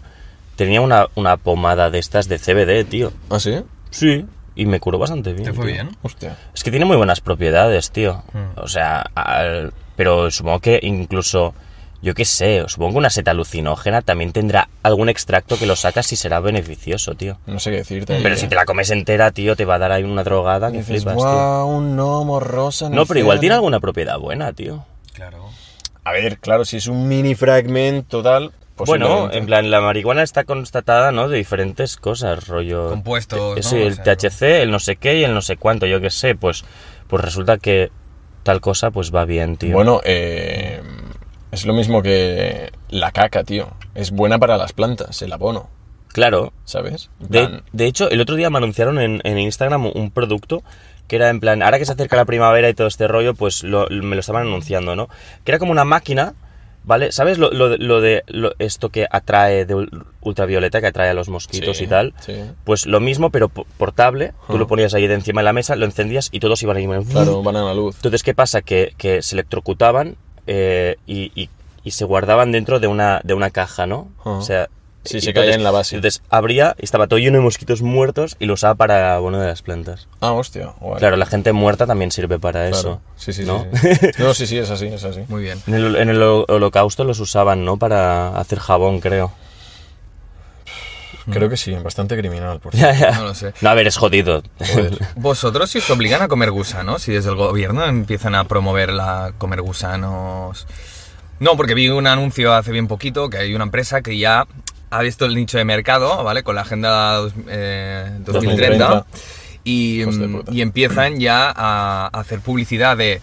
[SPEAKER 2] tenía una, una pomada de estas de CBD, tío.
[SPEAKER 3] ¿Ah, sí?
[SPEAKER 2] Sí. Y me curó bastante bien.
[SPEAKER 1] ¿Te fue
[SPEAKER 2] tío.
[SPEAKER 1] bien?
[SPEAKER 3] Hostia.
[SPEAKER 2] Es que tiene muy buenas propiedades, tío. O sea, al- pero supongo que incluso, yo qué sé, supongo que una seta alucinógena también tendrá algún extracto que lo sacas y será beneficioso, tío.
[SPEAKER 3] No sé qué decirte.
[SPEAKER 2] Pero si te la comes entera, tío, te va a dar ahí una drogada que
[SPEAKER 3] Dices,
[SPEAKER 2] flipas, tío.
[SPEAKER 3] wow, un gnomo rosa. en
[SPEAKER 2] No,
[SPEAKER 3] el
[SPEAKER 2] pero igual
[SPEAKER 3] cielo".
[SPEAKER 2] tiene alguna propiedad buena, tío.
[SPEAKER 1] Claro.
[SPEAKER 3] A ver, claro, si es un mini fragmento tal.
[SPEAKER 2] Bueno,
[SPEAKER 3] posiblemente.
[SPEAKER 2] en plan, la marihuana está constatada, ¿no? De diferentes cosas, rollo...
[SPEAKER 1] Compuestos,
[SPEAKER 2] Eh,
[SPEAKER 1] ¿no?
[SPEAKER 2] Sí,
[SPEAKER 1] O
[SPEAKER 2] el
[SPEAKER 1] sea,
[SPEAKER 2] THC, el no sé qué y el no sé cuánto, yo qué sé. Pues, pues resulta que tal cosa pues va bien, tío.
[SPEAKER 3] Bueno, eh, es lo mismo que la caca, tío. Es buena para las plantas, el abono.
[SPEAKER 2] Claro.
[SPEAKER 3] ¿sabes? En
[SPEAKER 2] De,
[SPEAKER 3] plan,
[SPEAKER 2] de hecho, el otro día me anunciaron en, en Instagram un producto que era en plan, ahora que se acerca la primavera y todo este rollo, pues lo- me lo estaban anunciando, ¿no? Que era como una máquina, ¿vale? ¿Sabes lo, lo de- lo de lo- esto que atrae de ul- ultravioleta, que atrae a los mosquitos
[SPEAKER 3] Sí,
[SPEAKER 2] y tal?
[SPEAKER 3] sí.
[SPEAKER 2] Pues lo mismo, pero po- portable. Tú
[SPEAKER 3] Ujú.
[SPEAKER 2] lo ponías ahí de encima de la mesa, lo encendías y todos iban ahí.
[SPEAKER 3] Claro, van a la luz.
[SPEAKER 2] Entonces, ¿qué pasa? Que, que se electrocutaban eh, y, y- y se guardaban dentro de una, de una caja, ¿no?
[SPEAKER 3] Ajá.
[SPEAKER 2] O sea...
[SPEAKER 3] Sí,
[SPEAKER 2] y
[SPEAKER 3] se caía en la base.
[SPEAKER 2] Entonces abría y estaba todo lleno de mosquitos muertos y lo usaba para abono de las plantas.
[SPEAKER 3] Ah, hostia. guay.
[SPEAKER 2] Claro, la gente muerta también sirve para
[SPEAKER 3] Claro.
[SPEAKER 2] eso.
[SPEAKER 3] Sí, sí, sí,
[SPEAKER 2] ¿no?
[SPEAKER 3] sí. No, sí, sí, es así, es así.
[SPEAKER 1] Muy
[SPEAKER 3] <laughs>
[SPEAKER 1] bien.
[SPEAKER 2] <laughs> En el, en el holocausto los usaban, ¿no? Para hacer jabón, creo.
[SPEAKER 3] Creo que sí, bastante criminal,
[SPEAKER 2] <laughs>
[SPEAKER 3] por
[SPEAKER 2] Ya,
[SPEAKER 3] cierto.
[SPEAKER 2] ya.
[SPEAKER 1] No lo sé.
[SPEAKER 2] No, a ver, es jodido. <laughs>
[SPEAKER 3] Joder.
[SPEAKER 1] Vosotros si os obligan a comer gusanos, si desde el gobierno empiezan a promover la comer gusanos... No, porque vi un anuncio hace bien poquito que hay una empresa que ya ha visto el nicho de mercado, ¿vale? Con la agenda dos- eh, 2030.
[SPEAKER 3] 2030.
[SPEAKER 1] Y,
[SPEAKER 3] Hijos de
[SPEAKER 1] mm,
[SPEAKER 3] puta.
[SPEAKER 1] y empiezan ya a a hacer publicidad de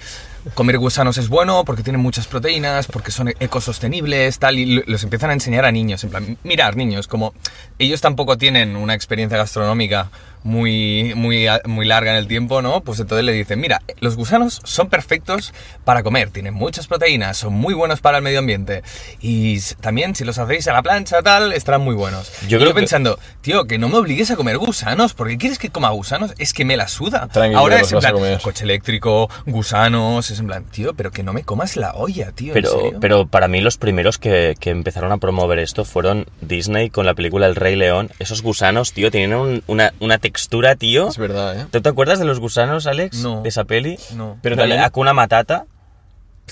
[SPEAKER 1] comer gusanos es bueno porque tienen muchas proteínas, porque son e- ecosostenibles, tal, y lo- los empiezan a enseñar a niños. En plan, mirar, niños, como ellos tampoco tienen una experiencia gastronómica muy, muy, a- muy larga en el tiempo, ¿no? Pues entonces le dicen, mira, los gusanos son perfectos para comer, tienen muchas proteínas, son muy buenos para el medio ambiente. Y s- también si los hacéis a la plancha, tal, estarán muy buenos.
[SPEAKER 2] Yo
[SPEAKER 1] Y Yo
[SPEAKER 2] creo
[SPEAKER 1] creo
[SPEAKER 2] que-
[SPEAKER 1] pensando, tío, que no me obligues a comer gusanos, porque quieres que coma gusanos, es que me la suda.
[SPEAKER 3] Tranqui,
[SPEAKER 1] Ahora
[SPEAKER 3] los
[SPEAKER 1] es en
[SPEAKER 3] vas a
[SPEAKER 1] plan,
[SPEAKER 3] comer.
[SPEAKER 1] coche eléctrico, gusanos, es en plan, tío, pero que no me comas la olla, tío. ¿en
[SPEAKER 2] Pero,
[SPEAKER 1] serio?
[SPEAKER 2] pero para mí los primeros que, que empezaron a promover esto fueron Disney con la película El Rey León. Esos gusanos, tío, tenían un- una, una textura, tío.
[SPEAKER 3] Es verdad, ¿eh?
[SPEAKER 2] ¿Tú te acuerdas de los gusanos, Alex?
[SPEAKER 1] No.
[SPEAKER 2] De esa peli.
[SPEAKER 1] No.
[SPEAKER 2] Pero
[SPEAKER 3] Pero también-
[SPEAKER 2] también... Hakuna Matata.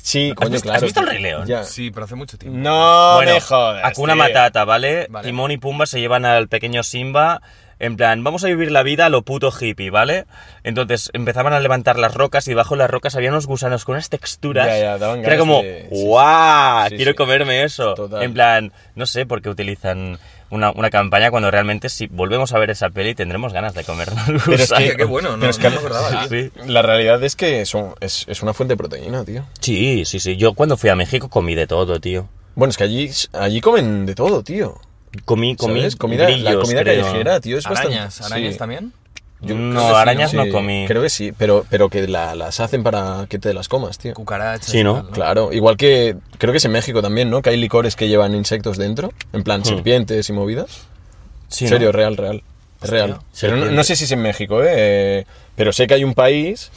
[SPEAKER 3] Sí,
[SPEAKER 2] coño, visto- has claro. visto El Rey León?
[SPEAKER 3] Ya.
[SPEAKER 1] Sí, pero hace mucho tiempo.
[SPEAKER 2] Mm,
[SPEAKER 3] No me jodas.
[SPEAKER 2] Hakuna
[SPEAKER 3] tío.
[SPEAKER 2] Matata, ¿vale?
[SPEAKER 1] Vale.
[SPEAKER 2] Timón y Pumba se llevan al pequeño Simba. En plan, vamos a vivir la vida a lo puto hippie, ¿vale? Entonces empezaban a levantar las rocas y debajo de las rocas había unos gusanos con unas texturas.
[SPEAKER 3] Ya, ya, daban
[SPEAKER 2] que era
[SPEAKER 3] ganas
[SPEAKER 2] como,
[SPEAKER 3] de- sí, sí.
[SPEAKER 2] ¡guau!
[SPEAKER 3] Sí,
[SPEAKER 2] quiero
[SPEAKER 3] sí.
[SPEAKER 2] comerme eso.
[SPEAKER 3] Total.
[SPEAKER 2] En plan, no sé por qué utilizan una, una campaña cuando realmente si volvemos a ver esa peli tendremos ganas de comernos <laughs> los
[SPEAKER 3] Pero es
[SPEAKER 2] gusanos.
[SPEAKER 1] Hostia, qué bueno, no,
[SPEAKER 3] Pero es
[SPEAKER 1] no
[SPEAKER 3] que-
[SPEAKER 1] me acordaba. tío.
[SPEAKER 2] Sí.
[SPEAKER 3] La realidad es que son- es, es una fuente de proteína, tío.
[SPEAKER 2] Sí, sí, sí. Yo cuando fui a México comí de todo, tío.
[SPEAKER 3] Bueno, es que allí, allí comen de todo, tío.
[SPEAKER 2] Comí, comí
[SPEAKER 3] ¿Sabes? Comida, la
[SPEAKER 2] grillos,
[SPEAKER 3] comida
[SPEAKER 2] creo.
[SPEAKER 3] callejera, tío, es
[SPEAKER 1] arañas,
[SPEAKER 3] bastante...
[SPEAKER 1] arañas
[SPEAKER 3] sí.
[SPEAKER 1] también.
[SPEAKER 3] Yo
[SPEAKER 2] No,
[SPEAKER 3] creo que sí,
[SPEAKER 2] arañas no
[SPEAKER 3] Sí,
[SPEAKER 2] comí.
[SPEAKER 3] Creo que sí, pero, pero que la- las hacen para que te las comas, tío.
[SPEAKER 1] Cucarachas.
[SPEAKER 2] Sí,
[SPEAKER 1] y
[SPEAKER 2] ¿no?
[SPEAKER 1] tal,
[SPEAKER 3] Claro, igual que creo que es en México también, ¿no? Que hay licores que llevan insectos dentro, en
[SPEAKER 2] Hmm.
[SPEAKER 3] plan serpientes y movidas.
[SPEAKER 2] Sí,
[SPEAKER 3] en
[SPEAKER 2] ¿no?
[SPEAKER 3] serio, real, real. Es real. Pero no,
[SPEAKER 2] serpientes.
[SPEAKER 3] no sé si es en México, ¿eh? Eh, Pero sé que hay un país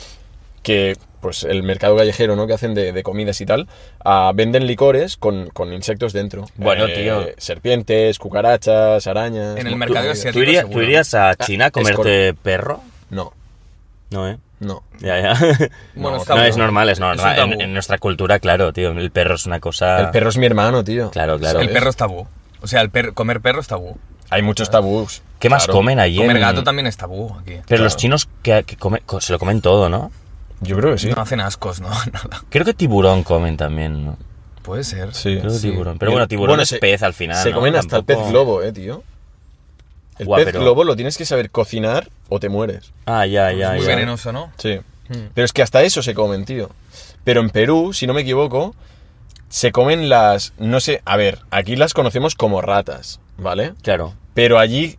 [SPEAKER 3] que, pues, el mercado callejero, ¿no? Que hacen de, de comidas y tal, ah, venden licores con, con insectos dentro. Eh,
[SPEAKER 2] Bueno, tío.
[SPEAKER 3] Serpientes, cucarachas, arañas.
[SPEAKER 1] En el
[SPEAKER 3] mo-
[SPEAKER 1] mercado
[SPEAKER 3] movidas.
[SPEAKER 1] asiático.
[SPEAKER 2] ¿Tú, iría-
[SPEAKER 1] seguro.
[SPEAKER 2] tú irías a China a
[SPEAKER 3] Ah, es
[SPEAKER 2] comerte perro?
[SPEAKER 3] No,
[SPEAKER 2] No, ¿eh?
[SPEAKER 3] no.
[SPEAKER 2] Ya, ya.
[SPEAKER 1] Bueno,
[SPEAKER 3] No,
[SPEAKER 1] está
[SPEAKER 2] <laughs> no,
[SPEAKER 1] bueno.
[SPEAKER 2] es normal, es normal.
[SPEAKER 1] un
[SPEAKER 2] En,
[SPEAKER 1] tabú.
[SPEAKER 2] en nuestra cultura, claro, tío, el perro es una cosa...
[SPEAKER 3] El perro es mi hermano, tío.
[SPEAKER 2] Ah. Claro, claro.
[SPEAKER 3] ¿sabes?
[SPEAKER 1] El perro es tabú. O sea, el per- comer perro es tabú.
[SPEAKER 3] Hay muchos tabús.
[SPEAKER 2] ¿Qué más
[SPEAKER 3] claro.
[SPEAKER 2] comen allí?
[SPEAKER 1] Comer
[SPEAKER 2] en-
[SPEAKER 1] gato también es tabú aquí.
[SPEAKER 2] Pero los chinos que, que come- co- se lo comen todo, ¿no?
[SPEAKER 3] Yo creo que sí.
[SPEAKER 1] No hacen ascos, ¿no? <laughs> Nada.
[SPEAKER 2] Creo que tiburón comen también, ¿no?
[SPEAKER 1] Puede ser.
[SPEAKER 3] Sí.
[SPEAKER 2] Creo que
[SPEAKER 1] Sí.
[SPEAKER 2] tiburón. Pero bueno, tiburón es
[SPEAKER 3] se-
[SPEAKER 2] pez al final,
[SPEAKER 3] Se
[SPEAKER 2] ¿no?
[SPEAKER 3] comen hasta el
[SPEAKER 2] Tampoco-
[SPEAKER 3] pez globo, eh, tío. El
[SPEAKER 2] Guau,
[SPEAKER 3] pez
[SPEAKER 2] pero-
[SPEAKER 3] globo lo tienes que saber cocinar o te mueres.
[SPEAKER 2] Ah, ya, ya,
[SPEAKER 1] Muy
[SPEAKER 2] ya.
[SPEAKER 1] venenoso, ¿no?
[SPEAKER 3] Sí.
[SPEAKER 2] Hmm.
[SPEAKER 3] Pero es que hasta eso se comen, tío. Pero en Perú, si no me equivoco, se comen las. No sé, a ver, aquí las conocemos como ratas, ¿vale?
[SPEAKER 2] Claro.
[SPEAKER 3] Pero allí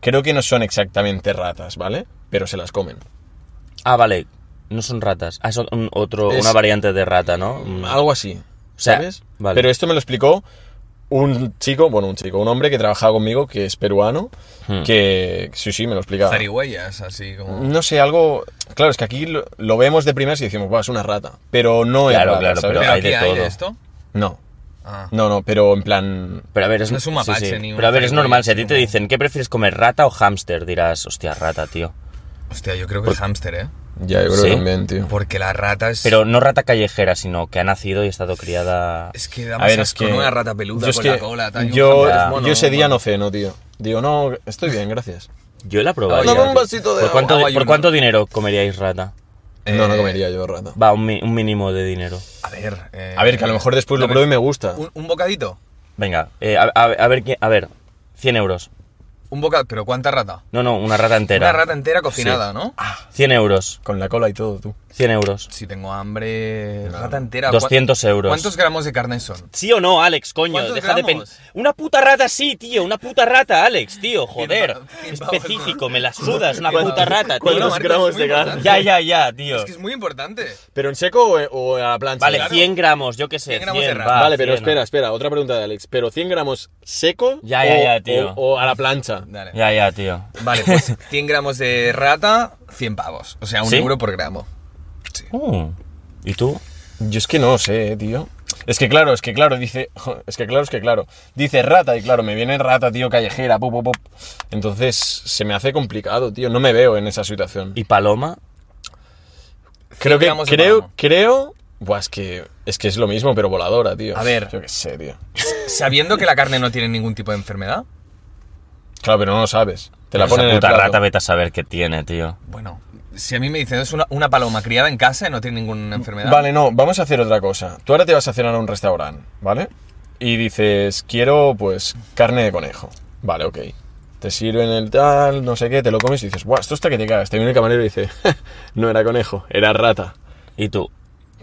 [SPEAKER 3] creo que no son exactamente ratas, ¿vale? Pero se las comen.
[SPEAKER 2] Ah, vale. No son ratas. Ah, es un- otro,
[SPEAKER 3] Es-
[SPEAKER 2] una variante de rata, ¿no?
[SPEAKER 3] Algo así.
[SPEAKER 2] sea,
[SPEAKER 3] ¿Sabes?
[SPEAKER 2] vale.
[SPEAKER 3] Pero esto me lo explicó un chico, bueno, un chico, un hombre que trabajaba conmigo, que es peruano,
[SPEAKER 2] Hmm.
[SPEAKER 3] que sí, sí, me lo explicaba.
[SPEAKER 1] Zarigüeyas, así como...
[SPEAKER 2] Mm.
[SPEAKER 3] No sé, algo. Claro, es que aquí lo, lo vemos de primeras y decimos, "Buah, es una rata. Pero no es
[SPEAKER 2] Claro,
[SPEAKER 3] rata,
[SPEAKER 2] claro,
[SPEAKER 3] ¿sabes?
[SPEAKER 2] pero-
[SPEAKER 1] Pero
[SPEAKER 2] hay
[SPEAKER 1] aquí
[SPEAKER 2] de
[SPEAKER 1] hay
[SPEAKER 2] todo.
[SPEAKER 1] de esto.
[SPEAKER 3] No,
[SPEAKER 1] Ah.
[SPEAKER 3] no, no, pero en plan.
[SPEAKER 2] Pero a ver, es,
[SPEAKER 1] No es un mapache ni un
[SPEAKER 2] Pero a ver, es
[SPEAKER 1] zarigüeya,
[SPEAKER 2] normal. Si a
[SPEAKER 1] es
[SPEAKER 2] ti te
[SPEAKER 1] como-
[SPEAKER 2] dicen, ¿qué prefieres comer, rata o hámster? Dirás, hostia, rata, tío.
[SPEAKER 1] Hostia, yo creo que es hámster, ¿eh?
[SPEAKER 3] Ya, yo creo
[SPEAKER 2] ¿Sí?
[SPEAKER 3] que también, tío.
[SPEAKER 1] Porque la rata es...
[SPEAKER 2] Pero no rata callejera, sino que ha nacido y ha estado criada.
[SPEAKER 1] Es que da
[SPEAKER 3] A
[SPEAKER 1] más
[SPEAKER 3] ver, es
[SPEAKER 1] asco,
[SPEAKER 3] que.
[SPEAKER 1] ¿no? Una rata peluda
[SPEAKER 3] yo es
[SPEAKER 1] con
[SPEAKER 3] que
[SPEAKER 1] la cola, tal, y un
[SPEAKER 3] Yo,
[SPEAKER 1] hámster es
[SPEAKER 2] Ya.
[SPEAKER 1] mono,
[SPEAKER 3] yo ese día
[SPEAKER 1] mono.
[SPEAKER 3] no ceno, tío. Digo, no, estoy bien, gracias.
[SPEAKER 2] Yo la probaría.
[SPEAKER 1] Dame un
[SPEAKER 2] tío.
[SPEAKER 3] vasito de
[SPEAKER 2] ¿Por cuánto,
[SPEAKER 1] agua y
[SPEAKER 2] ¿por
[SPEAKER 1] un-
[SPEAKER 2] cuánto dinero comeríais rata?
[SPEAKER 3] No, no
[SPEAKER 1] Eh,
[SPEAKER 3] comería yo rata.
[SPEAKER 2] Va, un, mi- un mínimo de dinero.
[SPEAKER 1] A ver... eh,
[SPEAKER 3] A ver, que a lo mejor después lo
[SPEAKER 1] dame-
[SPEAKER 3] pruebo y me gusta.
[SPEAKER 1] ¿Un, un bocadito?
[SPEAKER 2] Venga, eh, a, a- a ver, qué- a ver, 100 euros.
[SPEAKER 1] Un bocado, pero ¿cuánta rata?
[SPEAKER 2] No, no, una rata entera.
[SPEAKER 1] Una rata entera cocinada,
[SPEAKER 2] Sí.
[SPEAKER 1] ¿no?
[SPEAKER 3] Ah.
[SPEAKER 1] Ah,
[SPEAKER 2] 100 euros.
[SPEAKER 3] Con la cola y todo, tú.
[SPEAKER 2] 100 euros.
[SPEAKER 1] Si tengo hambre, rata entera. ¿cuá-
[SPEAKER 2] 200 euros.
[SPEAKER 1] ¿Cuántos gramos de carne son?
[SPEAKER 2] ¿Sí o no, Alex, coño?
[SPEAKER 1] ¿Cuántos
[SPEAKER 2] Deja de pen-
[SPEAKER 1] gramos?
[SPEAKER 2] Una puta rata sí, tío. Una puta rata, Alex, tío. Joder.
[SPEAKER 1] Cien pa- cien pavos.
[SPEAKER 2] Específico, me la sudas, una
[SPEAKER 1] ¿Cuántos-
[SPEAKER 2] puta rata,
[SPEAKER 1] cuántos
[SPEAKER 2] tío.
[SPEAKER 1] Marcos, gramos de muy carne? importante.
[SPEAKER 2] Ya, ya, ya, tío.
[SPEAKER 1] Es que es muy importante.
[SPEAKER 3] este ¿Pero en seco o, o a la plancha?
[SPEAKER 2] Vale,
[SPEAKER 1] claro.
[SPEAKER 2] 100 gramos, yo qué sé.
[SPEAKER 1] 100 gramos de
[SPEAKER 2] 100,
[SPEAKER 1] rata.
[SPEAKER 2] va,
[SPEAKER 3] vale, pero
[SPEAKER 2] 100.
[SPEAKER 3] espera, espera. Otra pregunta de Alex. ¿Pero 100 gramos seco
[SPEAKER 2] Ya, ya,
[SPEAKER 3] o,
[SPEAKER 2] ya, tío.
[SPEAKER 3] o- o a la plancha?
[SPEAKER 1] Dale.
[SPEAKER 2] Ya, ya, tío.
[SPEAKER 1] Vale,
[SPEAKER 3] <laughs>
[SPEAKER 1] pues 100 gramos de rata, 100 pavos. O sea, un
[SPEAKER 2] ¿Sí?
[SPEAKER 1] euro por gramo.
[SPEAKER 2] Uh, ¿Y tú?
[SPEAKER 3] Yo es que no sé, eh, tío. Es que claro, es que claro, dice. jo, Es que claro, es que claro. Dice rata y claro, me viene rata, tío, callejera, pop, pop, pop. Entonces se me hace complicado, tío. No me veo en esa situación.
[SPEAKER 2] ¿Y paloma?
[SPEAKER 3] creo que.
[SPEAKER 1] gramos de
[SPEAKER 3] Creo,
[SPEAKER 1] palmo.
[SPEAKER 3] creo. Buah, es que, es que es lo mismo, pero voladora, tío.
[SPEAKER 1] A ver.
[SPEAKER 3] Yo qué sé, tío.
[SPEAKER 1] Sabiendo que la carne no tiene ningún tipo de enfermedad.
[SPEAKER 3] Claro, pero no lo sabes. Te la
[SPEAKER 2] Esa
[SPEAKER 3] ponen en el
[SPEAKER 2] puta
[SPEAKER 3] plato.
[SPEAKER 2] rata, vete a saber qué tiene, tío.
[SPEAKER 1] Bueno, si a mí me dicen es una, una paloma criada en casa y no tiene ninguna enfermedad.
[SPEAKER 3] Mm, Vale, no, vamos a hacer otra cosa. Tú ahora te vas a cenar a un restaurante, ¿vale? Y dices, quiero pues carne de conejo. Vale, ok. Te sirven el tal, no sé qué, te lo comes y dices, guau, esto está que te cagas. Te viene el camarero y dice, <laughs> no era conejo, era rata.
[SPEAKER 2] ¿Y tú?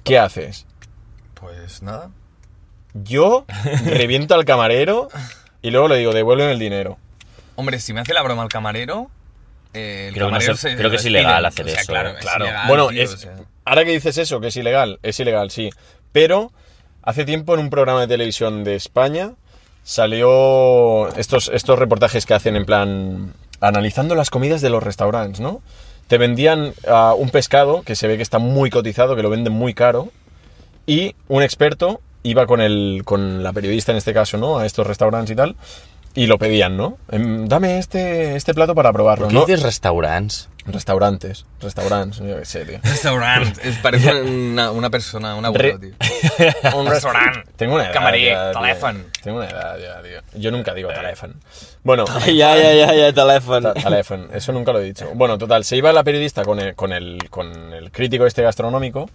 [SPEAKER 3] ¿Qué haces?
[SPEAKER 1] Pues nada.
[SPEAKER 3] Yo reviento al camarero y luego le digo, devuélveme el dinero.
[SPEAKER 1] Hombre, si me hace la broma el camarero. eh, el
[SPEAKER 2] Creo que no
[SPEAKER 1] camarero
[SPEAKER 2] se-
[SPEAKER 1] se-
[SPEAKER 2] creo que es
[SPEAKER 1] despiden.
[SPEAKER 2] ilegal hacer
[SPEAKER 1] O sea,
[SPEAKER 2] eso,
[SPEAKER 1] Claro,
[SPEAKER 2] eh,
[SPEAKER 1] es
[SPEAKER 2] claro.
[SPEAKER 1] ilegal,
[SPEAKER 3] bueno,
[SPEAKER 1] tío,
[SPEAKER 3] es-
[SPEAKER 1] o sea. <laughs>
[SPEAKER 3] ahora que dices eso, que es ilegal, es ilegal, sí. Pero hace tiempo en un programa de televisión de España salió estos, estos reportajes que hacen en plan analizando las comidas de los restaurantes, ¿no? Te vendían ah, un pescado que se ve que está muy cotizado, que lo venden muy caro, y un experto iba con, el, con la periodista en este caso, ¿no? A estos restaurantes y tal, y lo pedían, ¿no? Em, dame este, este plato para probarlo,
[SPEAKER 2] ¿Por qué
[SPEAKER 3] ¿no?
[SPEAKER 2] dices restaurantes?
[SPEAKER 3] Restaurantes, restaurantes, yo qué sé, tío.
[SPEAKER 1] Restaurant. Es, parece una, una persona, un abuelo,
[SPEAKER 3] Re-
[SPEAKER 1] tío.
[SPEAKER 3] <laughs> un
[SPEAKER 1] restaurant.
[SPEAKER 3] Tengo una edad.
[SPEAKER 1] Camarer,
[SPEAKER 3] ya, tío.
[SPEAKER 1] teléfono. Eh.
[SPEAKER 3] Tengo una edad ya, tío. Yo nunca digo teléfono. Bueno, <laughs> ya,
[SPEAKER 2] ya, ya, ya, teléfono.
[SPEAKER 3] teléfono, eso nunca lo he dicho. Bueno, total, se iba la periodista con el, con el, con el crítico este gastronómico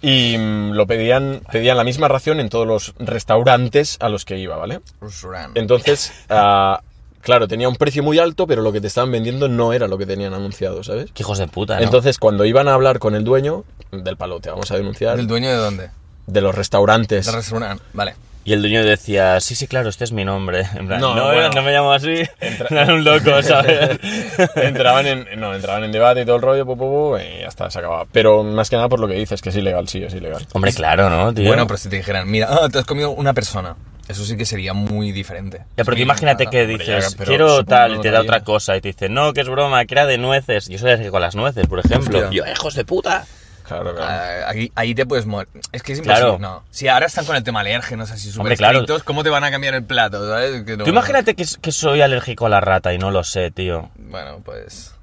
[SPEAKER 3] y mm, lo pedían, pedían la misma ración en todos los restaurantes a los que iba, ¿vale?
[SPEAKER 1] Restaurant.
[SPEAKER 3] Entonces, ah, claro, tenía un precio muy alto, pero lo que te estaban vendiendo no era lo que tenían anunciado, ¿sabes?
[SPEAKER 2] Qué hijos de
[SPEAKER 3] <laughs>
[SPEAKER 2] puta, ¿no?
[SPEAKER 3] Entonces, cuando iban a hablar con el dueño, del palote, vamos a denunciar,
[SPEAKER 1] ¿Del dueño de dónde?
[SPEAKER 3] de los restaurantes.
[SPEAKER 1] Del restaurante. Vale.
[SPEAKER 2] Y el dueño decía, sí, sí, claro, este es mi nombre. <laughs> En plan, no,
[SPEAKER 3] No,
[SPEAKER 2] no,
[SPEAKER 3] bueno.
[SPEAKER 2] no me llamo así. No <laughs> era un loco, ¿sabes? <laughs>
[SPEAKER 3] entraban en no entraban en debate y todo el rollo pu, pu, pu, y ya está se acababa pero más que nada por lo que dices que es ilegal sí es ilegal
[SPEAKER 2] Hombre, claro, ¿no, tío?
[SPEAKER 1] Bueno, pero si te dijeran, mira, ah, te has comido una persona. Eso sí que sería muy diferente.
[SPEAKER 2] Ya, pero tú
[SPEAKER 1] Sí,
[SPEAKER 2] imagínate
[SPEAKER 1] nada.
[SPEAKER 2] que
[SPEAKER 3] Hombre, ya,
[SPEAKER 2] dices,
[SPEAKER 3] pero
[SPEAKER 2] quiero
[SPEAKER 3] supongo
[SPEAKER 2] tal,
[SPEAKER 3] que
[SPEAKER 2] y
[SPEAKER 3] no
[SPEAKER 2] te da
[SPEAKER 3] daría.
[SPEAKER 2] otra cosa, y te dice, no, que es broma, que era de nueces. Yo soy que con las nueces, por ejemplo.
[SPEAKER 1] Hostia.
[SPEAKER 2] Yo, hijos de puta.
[SPEAKER 3] claro claro
[SPEAKER 1] Ah, aquí- ahí te puedes morir. Es que es imposible.
[SPEAKER 2] Claro.
[SPEAKER 1] No. Si ahora están con el tema alérgenos así súper
[SPEAKER 2] Hombre, claro.
[SPEAKER 1] estrictos, ¿cómo te van a cambiar el plato? ¿sabes? Que no-
[SPEAKER 2] Tú imagínate que, que soy alérgico a la rata y no lo sé, tío. <laughs>
[SPEAKER 1] Bueno, pues.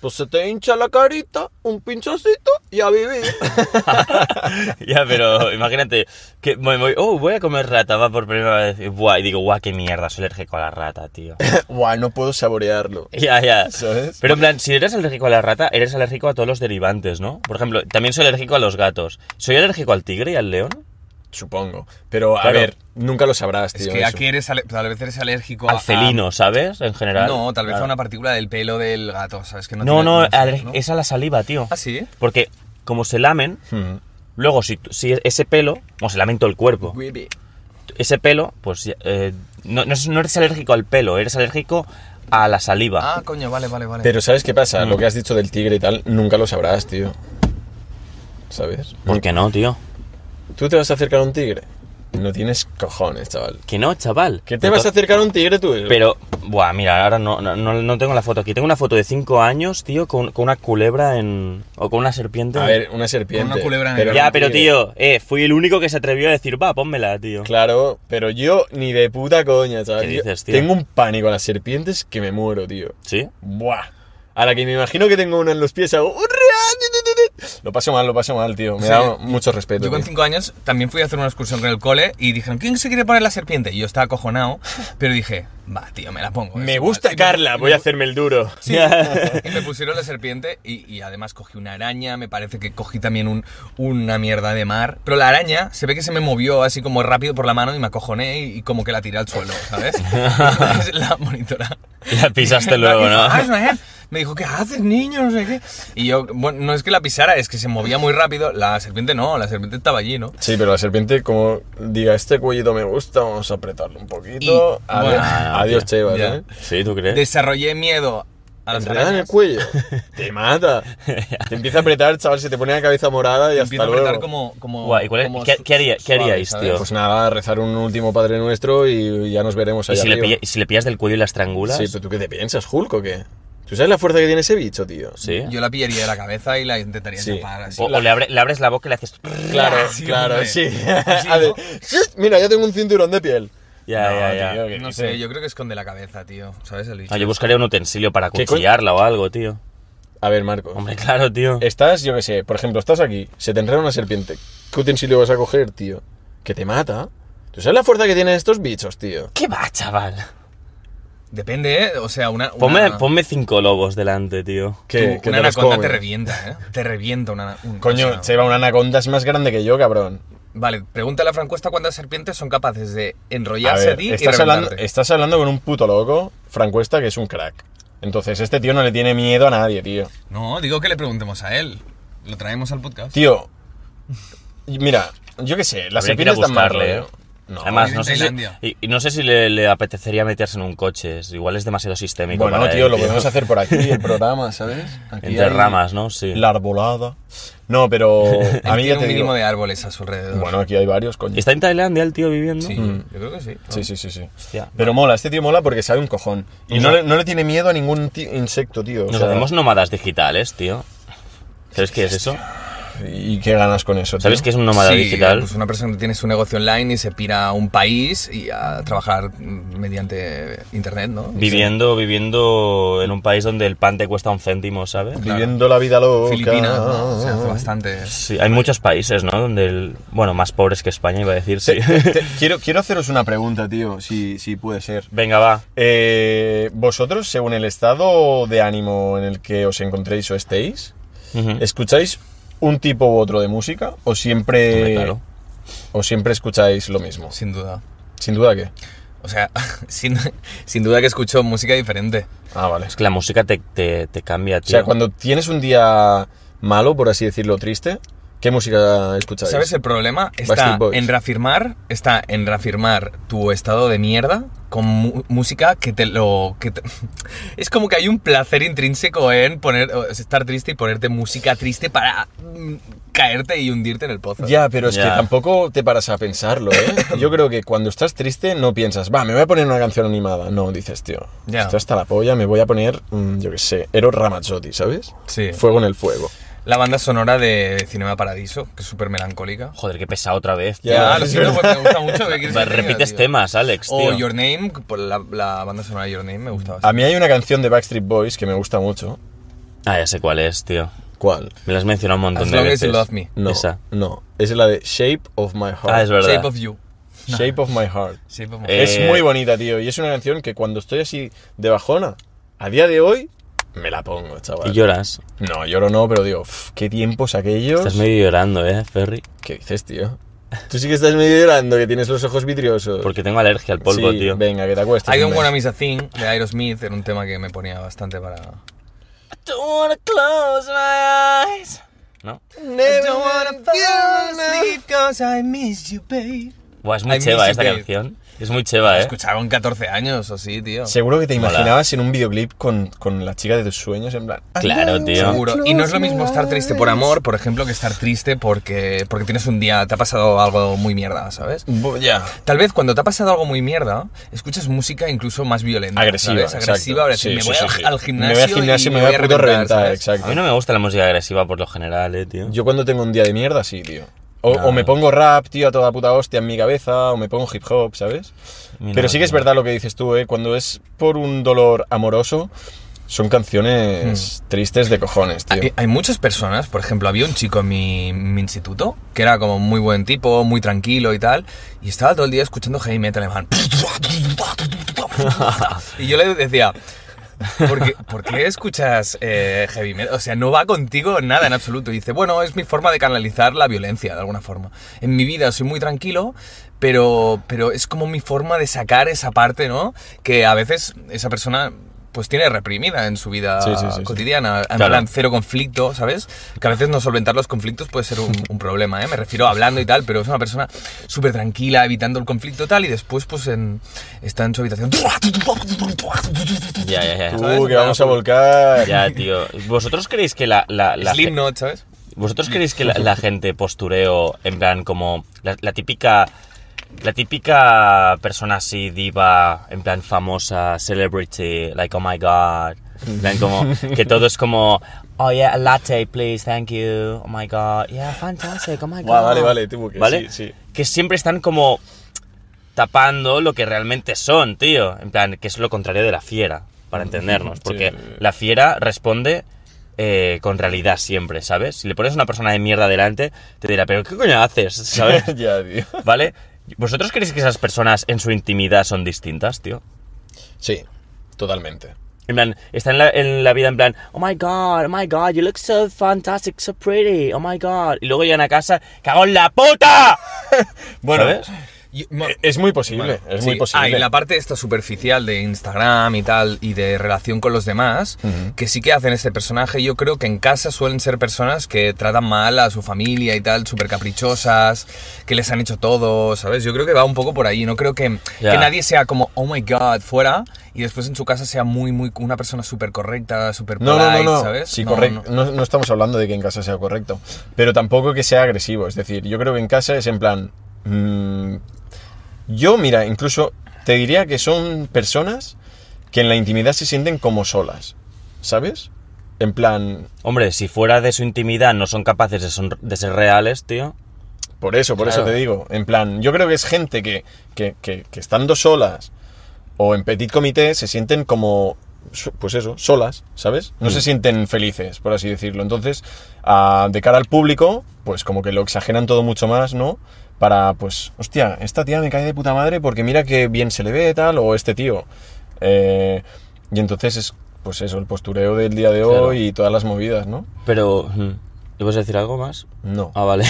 [SPEAKER 3] pues se te hincha la carita un pinchocito y a <laughs> vivir
[SPEAKER 2] ya, pero imagínate que voy, voy, oh, voy a comer rata, va por primera vez. Y, buah, y digo, guau, qué mierda, soy alérgico a la rata, tío.
[SPEAKER 3] guau no puedo saborearlo
[SPEAKER 2] <laughs> Ya, ya.
[SPEAKER 3] ¿Sabes?
[SPEAKER 2] Pero en plan, si eres alérgico a la rata, eres alérgico a todos los derivantes, ¿no? Por ejemplo, también soy alérgico a los gatos. ¿Soy alérgico al tigre y al león?
[SPEAKER 3] supongo pero a
[SPEAKER 2] Claro.
[SPEAKER 3] ver nunca lo sabrás tío
[SPEAKER 1] Es que
[SPEAKER 3] eso.
[SPEAKER 1] aquí eres ale- tal vez eres alérgico a-
[SPEAKER 2] Al felino, ¿sabes? En general.
[SPEAKER 1] ah, No, tal vez a
[SPEAKER 2] Claro.
[SPEAKER 1] una partícula del pelo del gato, ¿sabes? Que no,
[SPEAKER 2] No,
[SPEAKER 1] tiene-
[SPEAKER 2] no,
[SPEAKER 1] sé,
[SPEAKER 2] aler-
[SPEAKER 1] ¿no?
[SPEAKER 2] es a la saliva, tío.
[SPEAKER 1] ¿Ah, sí?
[SPEAKER 2] Porque como se lamen,
[SPEAKER 3] Hmm.
[SPEAKER 2] luego si, tú- si ese pelo, o se lamen todo el cuerpo, ese pelo, pues eh, no, no es- no eres alérgico al pelo, eres alérgico a la saliva.
[SPEAKER 1] Ah, coño, vale, vale, vale.
[SPEAKER 3] pero sabes qué pasa lo que has dicho del tigre y tal nunca lo sabrás tío sabes
[SPEAKER 2] ¿Por qué no, tío?
[SPEAKER 3] tú te vas a acercar a un tigre no tienes cojones chaval
[SPEAKER 2] Que no, chaval.
[SPEAKER 3] ¿Qué te vas a acercar a un tigre tú?
[SPEAKER 2] Pero, buah, mira, ahora no, no, no- no tengo la foto aquí. Tengo una foto de 5 años, tío, con, con una culebra en... o con una serpiente.
[SPEAKER 3] a
[SPEAKER 2] en-
[SPEAKER 3] ver, una serpiente.
[SPEAKER 1] Con una culebra en el-
[SPEAKER 2] ya,
[SPEAKER 3] un
[SPEAKER 2] pero
[SPEAKER 3] tigre.
[SPEAKER 2] tío, eh, fui el único que se atrevió a decir, va, pónmela, tío.
[SPEAKER 3] Claro, pero yo ni de puta coña, chaval.
[SPEAKER 2] ¿Qué
[SPEAKER 3] Yo
[SPEAKER 2] dices, tío?
[SPEAKER 3] Tengo un pánico a las serpientes que me muero, tío.
[SPEAKER 2] ¿Sí?
[SPEAKER 3] Buah. A la que me imagino que tengo una en los pies hago... "Urra, ti, ti, ti, ti". Lo pasé mal, lo pasé mal, tío. Me
[SPEAKER 1] Sí.
[SPEAKER 3] da mucho respeto.
[SPEAKER 1] Yo con
[SPEAKER 3] tío.
[SPEAKER 1] cinco años también fui a hacer una excursión con el cole y dijeron, ¿quién se quiere poner la serpiente? Y yo estaba acojonado, pero dije, va, tío, me la pongo. es
[SPEAKER 2] Me
[SPEAKER 1] igual".
[SPEAKER 2] gusta
[SPEAKER 1] Y
[SPEAKER 2] Carla,
[SPEAKER 1] y
[SPEAKER 2] voy a hacerme el duro.
[SPEAKER 1] Sí.
[SPEAKER 2] <laughs>
[SPEAKER 1] y me pusieron la serpiente y, y además cogí una araña, me parece que cogí también un- una mierda de mar. Pero la araña se ve que se me movió así como rápido por la mano y me acojoné y, y como que la tiré al suelo, ¿sabes?
[SPEAKER 2] <laughs>
[SPEAKER 1] <laughs> Entonces, la monitora.
[SPEAKER 2] La pisaste
[SPEAKER 1] La
[SPEAKER 2] luego,
[SPEAKER 1] hizo,
[SPEAKER 2] ¿no?
[SPEAKER 1] "Ah, es una ep". Me dijo, ¿qué haces, niño? No sé qué. Y yo, bueno, no es que la pisara, es que se movía muy rápido. La serpiente no, la serpiente estaba allí, ¿no?
[SPEAKER 3] Sí, pero la serpiente, como diga, este cuellito me gusta, vamos a apretarlo un
[SPEAKER 1] Y-
[SPEAKER 3] poquito. Adiós,
[SPEAKER 1] bueno,
[SPEAKER 3] adiós,
[SPEAKER 2] ya,
[SPEAKER 3] Chevas,
[SPEAKER 1] ya.
[SPEAKER 3] ¿eh?
[SPEAKER 2] <laughs> Sí, ¿tú crees?
[SPEAKER 1] Desarrollé miedo a las
[SPEAKER 3] Enredada en el
[SPEAKER 1] arañas. <laughs>
[SPEAKER 3] cuello. Te mata. Te empieza a apretar, chaval, se te pone la cabeza morada y
[SPEAKER 1] Empiezo a
[SPEAKER 3] hasta
[SPEAKER 1] apretar
[SPEAKER 3] luego.
[SPEAKER 1] como... como,
[SPEAKER 2] Guay, ¿y cuál es-
[SPEAKER 1] como
[SPEAKER 2] qué- qué haría- qué haríais,
[SPEAKER 1] suave,
[SPEAKER 2] tío?
[SPEAKER 1] ¿sabes?
[SPEAKER 3] Pues nada, rezar un último Padre Nuestro y ya nos veremos
[SPEAKER 2] ¿Y
[SPEAKER 3] allá
[SPEAKER 2] si, le
[SPEAKER 3] arriba.
[SPEAKER 2] pilla- y si le pillas del cuello y la estrangulas?
[SPEAKER 3] Sí, pero ¿tú qué te piensas, Hulk o qué? ¿Tú sabes la fuerza que tiene ese bicho, tío?
[SPEAKER 2] Sí.
[SPEAKER 1] Yo la pillaría de la cabeza y la intentaría
[SPEAKER 3] Sí.
[SPEAKER 1] enchapar así.
[SPEAKER 2] O, o le, abre- le abres la boca y le haces... <laughs>
[SPEAKER 3] Claro,
[SPEAKER 1] Sí,
[SPEAKER 3] claro,
[SPEAKER 1] hombre.
[SPEAKER 3] sí. <laughs>
[SPEAKER 1] Sí,
[SPEAKER 3] A ver,
[SPEAKER 1] ¿no?
[SPEAKER 3] ¡shh! mira, ya tengo un cinturón de piel.
[SPEAKER 2] Ya,
[SPEAKER 3] No,
[SPEAKER 2] ya, ya.
[SPEAKER 3] tío, ¿qué
[SPEAKER 1] No
[SPEAKER 3] dices?
[SPEAKER 1] sé, yo creo que esconde la cabeza, tío. ¿Sabes el bicho?
[SPEAKER 3] Ah,
[SPEAKER 2] No, yo buscaría un utensilio para
[SPEAKER 3] ¿Qué coño?
[SPEAKER 2] cuchillarla o algo, tío.
[SPEAKER 3] A ver, Marco.
[SPEAKER 2] Hombre, claro, tío.
[SPEAKER 3] Estás, yo qué sé, por ejemplo, estás aquí, se te enreda una serpiente. ¿Qué utensilio vas a coger, tío? Que te mata. ¿Tú sabes la fuerza que tienen estos bichos, tío?
[SPEAKER 2] ¿Qué va, chaval?
[SPEAKER 1] Depende, ¿eh? O sea, una.
[SPEAKER 2] Ponme,
[SPEAKER 1] una-
[SPEAKER 2] ponme cinco lobos delante, tío.
[SPEAKER 1] tú,
[SPEAKER 3] Que, que
[SPEAKER 1] una
[SPEAKER 3] te los
[SPEAKER 1] anaconda
[SPEAKER 3] come.
[SPEAKER 1] te revienta, ¿eh? Te revienta una. ana- un- o
[SPEAKER 3] Coño,
[SPEAKER 1] sea,
[SPEAKER 3] Cheva, una anaconda es más grande que yo, cabrón.
[SPEAKER 1] Vale, pregúntale a Franco esta cuántas serpientes son capaces de
[SPEAKER 3] A
[SPEAKER 1] enrollarse a,
[SPEAKER 3] ver,
[SPEAKER 1] ti
[SPEAKER 3] estás,
[SPEAKER 1] y
[SPEAKER 3] hablando,
[SPEAKER 1] reventarte.
[SPEAKER 3] estás hablando con un puto loco, Francuesta, que es un crack. Entonces, este tío no le tiene miedo a nadie, tío.
[SPEAKER 1] No, digo que le preguntemos a él. Lo traemos al podcast.
[SPEAKER 3] Tío, y mira, yo qué sé, las
[SPEAKER 2] Habría que ir a
[SPEAKER 3] serpientes están mal
[SPEAKER 2] buscarle,
[SPEAKER 3] rollo.
[SPEAKER 2] ¿eh?
[SPEAKER 3] No.
[SPEAKER 2] Además,
[SPEAKER 1] vive
[SPEAKER 2] no
[SPEAKER 1] en
[SPEAKER 2] sé, si,
[SPEAKER 1] Tailandia.
[SPEAKER 2] y, y no sé si le, le apetecería meterse en un coche. es- Igual es demasiado sistémico.
[SPEAKER 3] bueno,
[SPEAKER 2] para
[SPEAKER 3] tío,
[SPEAKER 2] él,
[SPEAKER 3] lo podemos hacer por aquí, el programa,
[SPEAKER 2] <laughs>
[SPEAKER 3] ¿sabes? Aquí
[SPEAKER 2] Entre
[SPEAKER 3] hay
[SPEAKER 2] ramas, ¿no? Sí.
[SPEAKER 3] La arbolada.
[SPEAKER 2] <laughs>
[SPEAKER 3] No, pero
[SPEAKER 1] Él
[SPEAKER 3] a mí
[SPEAKER 1] tiene
[SPEAKER 3] ya
[SPEAKER 1] un
[SPEAKER 3] te
[SPEAKER 1] mínimo
[SPEAKER 3] digo...
[SPEAKER 1] de árboles a su alrededor.
[SPEAKER 3] Bueno, aquí hay varios, coño.
[SPEAKER 2] ¿Está en Tailandia el tío viviendo?
[SPEAKER 1] sí,
[SPEAKER 3] Mm.
[SPEAKER 1] yo creo que sí. ¿no?
[SPEAKER 3] Sí, sí, sí, sí.
[SPEAKER 2] Hostia.
[SPEAKER 3] Pero mola, este tío mola porque sabe un cojón. Y
[SPEAKER 2] Nos
[SPEAKER 3] no
[SPEAKER 2] ha-
[SPEAKER 3] le, no le tiene miedo a ningún ti- insecto, tío. o
[SPEAKER 2] Nos
[SPEAKER 3] sea,
[SPEAKER 2] hacemos nómadas digitales, tío. ¿Sabes qué es eso?
[SPEAKER 3] ¿Y qué ganas con eso, tío?
[SPEAKER 2] ¿Sabes qué es un nómada
[SPEAKER 1] Sí,
[SPEAKER 2] digital?
[SPEAKER 1] Pues una persona que tiene su negocio online y se pira a un país y a trabajar mm, mediante internet, ¿no?
[SPEAKER 2] Viviendo, viviendo en un país donde el pan te cuesta un céntimo, ¿sabes?
[SPEAKER 3] Viviendo la vida loca.
[SPEAKER 1] Filipinas, ¿no? se hace bastante.
[SPEAKER 2] Sí, hay muchos países, ¿no? Donde el, bueno, más pobres que España iba a decir, sí.
[SPEAKER 3] Te- <laughs> te- te- quiero, quiero haceros una pregunta, tío, si, si puede ser.
[SPEAKER 2] <laughs> Venga, va.
[SPEAKER 3] Eh, vosotros, según el estado de ánimo en el que os encontréis o estéis,
[SPEAKER 2] Ujú.
[SPEAKER 3] ¿escucháis un tipo u otro de música o siempre,
[SPEAKER 2] Hombre, claro.
[SPEAKER 3] o siempre escucháis lo mismo?
[SPEAKER 1] Sin duda.
[SPEAKER 3] Sin duda que.
[SPEAKER 1] O sea, <laughs> sin, sin duda que escucho música diferente.
[SPEAKER 3] Ah, vale.
[SPEAKER 2] Es que la música te, te- te cambia,
[SPEAKER 3] O
[SPEAKER 2] tío.
[SPEAKER 3] sea, cuando tienes un día malo, por así decirlo, triste, ¿qué música escucháis?
[SPEAKER 1] ¿Sabes? El problema está
[SPEAKER 3] Backstreet Boys.
[SPEAKER 1] en reafirmar, está en reafirmar tu estado de mierda con mu- música que te lo... que te- <laughs> Es como que hay un placer intrínseco en poner, o sea, estar triste y ponerte música triste para mm, caerte y hundirte en el pozo.
[SPEAKER 3] Ya, pero es que
[SPEAKER 2] Ya.
[SPEAKER 3] tampoco te paras a
[SPEAKER 2] <coughs>
[SPEAKER 3] pensarlo, ¿eh? Yo creo que cuando estás triste no piensas, va, me voy a poner una canción animada. No, dices, tío,
[SPEAKER 1] Ya.
[SPEAKER 3] esto hasta la polla, me voy a poner, mm, yo qué sé, Eros Ramazzotti, ¿sabes?
[SPEAKER 1] Sí.
[SPEAKER 3] Fuego en el fuego.
[SPEAKER 1] La banda sonora de Cinema Paradiso, que es súper melancólica.
[SPEAKER 2] Joder, qué pesado otra vez, tío.
[SPEAKER 1] Ya,
[SPEAKER 3] Ya,
[SPEAKER 1] lo
[SPEAKER 3] es
[SPEAKER 1] siento, porque
[SPEAKER 3] verdad.
[SPEAKER 1] me gusta mucho. ¿qué quieres que
[SPEAKER 2] Va,
[SPEAKER 1] te diga,
[SPEAKER 2] Repites
[SPEAKER 1] tío?
[SPEAKER 2] temas, Alex, tío.
[SPEAKER 1] O Your Name, por la, la banda sonora de Your Name me gustaba.
[SPEAKER 3] A mí hay una canción de Backstreet Boys que me gusta mucho.
[SPEAKER 2] Ah, ya sé cuál es, tío.
[SPEAKER 3] ¿Cuál?
[SPEAKER 2] Me las has mencionado un montón
[SPEAKER 1] As
[SPEAKER 2] de
[SPEAKER 1] long as
[SPEAKER 2] veces.
[SPEAKER 1] you love me.
[SPEAKER 3] No,
[SPEAKER 2] Esa.
[SPEAKER 3] no. Es la de Shape of My Heart.
[SPEAKER 2] Ah, es verdad.
[SPEAKER 1] Shape of You.
[SPEAKER 3] Shape of My Heart.
[SPEAKER 1] Shape of
[SPEAKER 2] Eh,
[SPEAKER 3] Es muy bonita, tío, y es una canción que cuando estoy así de bajona, a día de hoy, me la pongo, chaval.
[SPEAKER 2] Y lloras.
[SPEAKER 3] No, lloro no, pero digo, "Uf, qué tiempos aquellos.
[SPEAKER 2] Estás medio llorando, ¿eh, Ferry?
[SPEAKER 3] ¿Qué dices, tío? Tú sí que estás medio llorando, que tienes los ojos vidriosos.
[SPEAKER 2] Porque tengo alergia al polvo,
[SPEAKER 3] Sí,
[SPEAKER 2] tío.
[SPEAKER 3] Venga, que te acuestes.
[SPEAKER 1] I Don't
[SPEAKER 3] hombre.
[SPEAKER 1] Wanna Miss a Thing de Aerosmith era un tema que me ponía bastante para.
[SPEAKER 2] Don't wanna close my eyes. ¿No?
[SPEAKER 3] ¿Eh?
[SPEAKER 2] Buah, es
[SPEAKER 1] I
[SPEAKER 2] muy
[SPEAKER 1] miss
[SPEAKER 2] cheva
[SPEAKER 1] you,
[SPEAKER 2] esta
[SPEAKER 1] babe.
[SPEAKER 2] canción. Es muy cheva, ¿eh?
[SPEAKER 1] Escuchaba con 14 años o así, tío.
[SPEAKER 3] Seguro que te
[SPEAKER 2] Mola.
[SPEAKER 3] imaginabas en un videoclip con, con la chica de tus sueños, en plan. "I
[SPEAKER 2] Claro,
[SPEAKER 3] don't
[SPEAKER 2] tío.
[SPEAKER 1] Seguro. Y no es lo mismo estar triste por amor, por ejemplo, que estar triste porque, porque tienes un día, te ha pasado algo muy mierda, ¿sabes?
[SPEAKER 3] bo- Ya.
[SPEAKER 1] Tal vez cuando te ha pasado algo muy mierda, escuchas música incluso más violenta.
[SPEAKER 3] Agresiva.
[SPEAKER 1] ¿sabes? Mm, Agresiva,
[SPEAKER 3] exacto.
[SPEAKER 1] agresiva.
[SPEAKER 3] Sí,
[SPEAKER 1] me
[SPEAKER 3] sí,
[SPEAKER 1] voy
[SPEAKER 3] sí,
[SPEAKER 1] al-
[SPEAKER 3] sí.
[SPEAKER 1] al gimnasio.
[SPEAKER 3] Me voy al gimnasio
[SPEAKER 1] y
[SPEAKER 3] me voy a puto reventar,
[SPEAKER 1] ¿sabes?
[SPEAKER 2] A
[SPEAKER 3] exacto.
[SPEAKER 2] mí no me gusta la música agresiva por lo general, ¿eh, tío?
[SPEAKER 3] Yo cuando tengo un día de mierda, sí, tío. O,
[SPEAKER 2] Nah.
[SPEAKER 3] o me pongo rap, tío, a toda puta hostia en mi cabeza, o me pongo hip hop, ¿sabes?
[SPEAKER 2] Mira,
[SPEAKER 3] Pero sí que es
[SPEAKER 2] tío.
[SPEAKER 3] verdad lo que dices tú, ¿eh? Cuando es por un dolor amoroso, Son canciones tristes de cojones, tío.
[SPEAKER 1] Hay, hay muchas personas, por ejemplo, había un chico en mi, mi instituto que era como muy buen tipo, muy tranquilo y tal, y estaba todo el día escuchando heavy metal alemán. <laughs> Y yo le decía, ¿por qué, por qué escuchas eh, heavy metal? O sea, no va contigo nada en absoluto. Y dice, bueno, es mi forma de canalizar la violencia de alguna forma. En mi vida soy muy tranquilo, pero, pero es como mi forma de sacar esa parte, ¿no? Que a veces esa persona pues tiene reprimida en su vida
[SPEAKER 3] Sí, sí, sí, sí.
[SPEAKER 1] cotidiana, en
[SPEAKER 2] Claro.
[SPEAKER 1] plan cero conflicto, ¿sabes? Que a veces no solventar los conflictos puede ser un, un problema, ¿eh? Me refiero a hablando y tal, pero es una persona súper tranquila, evitando el conflicto tal, y después pues en, está en su habitación.
[SPEAKER 2] Ya, eh, ya, ya.
[SPEAKER 3] Uh, que vamos a volcar.
[SPEAKER 2] Ya, tío. ¿Vosotros creéis que la, la, la
[SPEAKER 1] Slim
[SPEAKER 2] ge-
[SPEAKER 1] Note, ¿sabes?
[SPEAKER 2] ¿Vosotros creéis que la, la gente postureo, en plan, como la, la típica. La típica persona así, diva, en plan famosa, celebrity, like, oh my god. En plan, como. Que todo es como. Oh yeah, a latte, please, thank you. Oh my god. Yeah, fantastic, oh my god.
[SPEAKER 3] Guau, vale, vale, tipo que
[SPEAKER 2] ¿Vale?
[SPEAKER 3] sí, sí.
[SPEAKER 2] Que siempre están como. tapando lo que realmente son, tío. En plan, que es lo contrario de la fiera, para entendernos. Porque
[SPEAKER 3] Mm, Sí.
[SPEAKER 2] la fiera responde eh, con realidad siempre, ¿sabes? Si le pones a una persona de mierda delante, te dirá, pero ¿qué coño haces? ¿Sabes?
[SPEAKER 3] <laughs> ya, tío.
[SPEAKER 2] ¿Vale? ¿Vosotros creéis que esas personas en su intimidad son distintas, tío?
[SPEAKER 3] Sí, totalmente.
[SPEAKER 2] En plan, está en la, en la vida en plan, oh my god, oh my god, you look so fantastic, so pretty, oh my god. Y luego llegan a casa, ¡cago en la puta! <laughs>
[SPEAKER 3] Bueno,
[SPEAKER 2] ¿Sabes?
[SPEAKER 1] Yo- no,
[SPEAKER 3] E, es muy posible,
[SPEAKER 1] Bueno,
[SPEAKER 3] es
[SPEAKER 1] sí.
[SPEAKER 3] muy posible.
[SPEAKER 1] Ah, y la parte esta superficial de Instagram y tal, y de relación con los demás, que sí que hacen este personaje. Yo creo que en casa suelen ser personas que tratan mal a su familia y tal, súper caprichosas, que les han hecho todo, ¿sabes? Yo creo que va un poco por ahí. No creo que,
[SPEAKER 2] Ya.
[SPEAKER 1] que nadie sea como, oh my god, fuera, y después en su casa sea muy, muy, una persona súper correcta, súper
[SPEAKER 3] No, no, no,
[SPEAKER 1] polite,
[SPEAKER 3] no.
[SPEAKER 1] ¿sabes?
[SPEAKER 3] Sí,
[SPEAKER 1] No,
[SPEAKER 3] correcto.
[SPEAKER 1] no.
[SPEAKER 3] No, no estamos hablando de que en casa sea correcto, pero tampoco que sea agresivo. Es decir, yo creo que en casa es en plan. mm, yo, mira, incluso te diría que son personas que en la intimidad se sienten como solas, ¿sabes? En plan,
[SPEAKER 2] Hombre, si fuera de su intimidad no son capaces de, son- de ser reales, tío.
[SPEAKER 3] Por eso, por eso
[SPEAKER 1] Claro.
[SPEAKER 3] te digo. En plan, yo creo que es gente que, que, que- que estando solas o en petit comité se sienten como, so- pues eso, solas, ¿sabes? No
[SPEAKER 2] Mm.
[SPEAKER 3] se sienten felices, por así decirlo. Entonces, ah, de cara al público, pues como que lo exageran todo mucho más, ¿no? Para, pues, hostia, esta tía me cae de puta madre porque mira que bien se le ve tal, o este tío. Eh, y entonces es, pues eso, el postureo del día de hoy
[SPEAKER 2] Claro.
[SPEAKER 3] y todas las movidas, ¿no?
[SPEAKER 2] Pero... mm, ¿Ibas a decir algo más?
[SPEAKER 3] No.
[SPEAKER 2] Ah,
[SPEAKER 3] <laughs>
[SPEAKER 2] vale.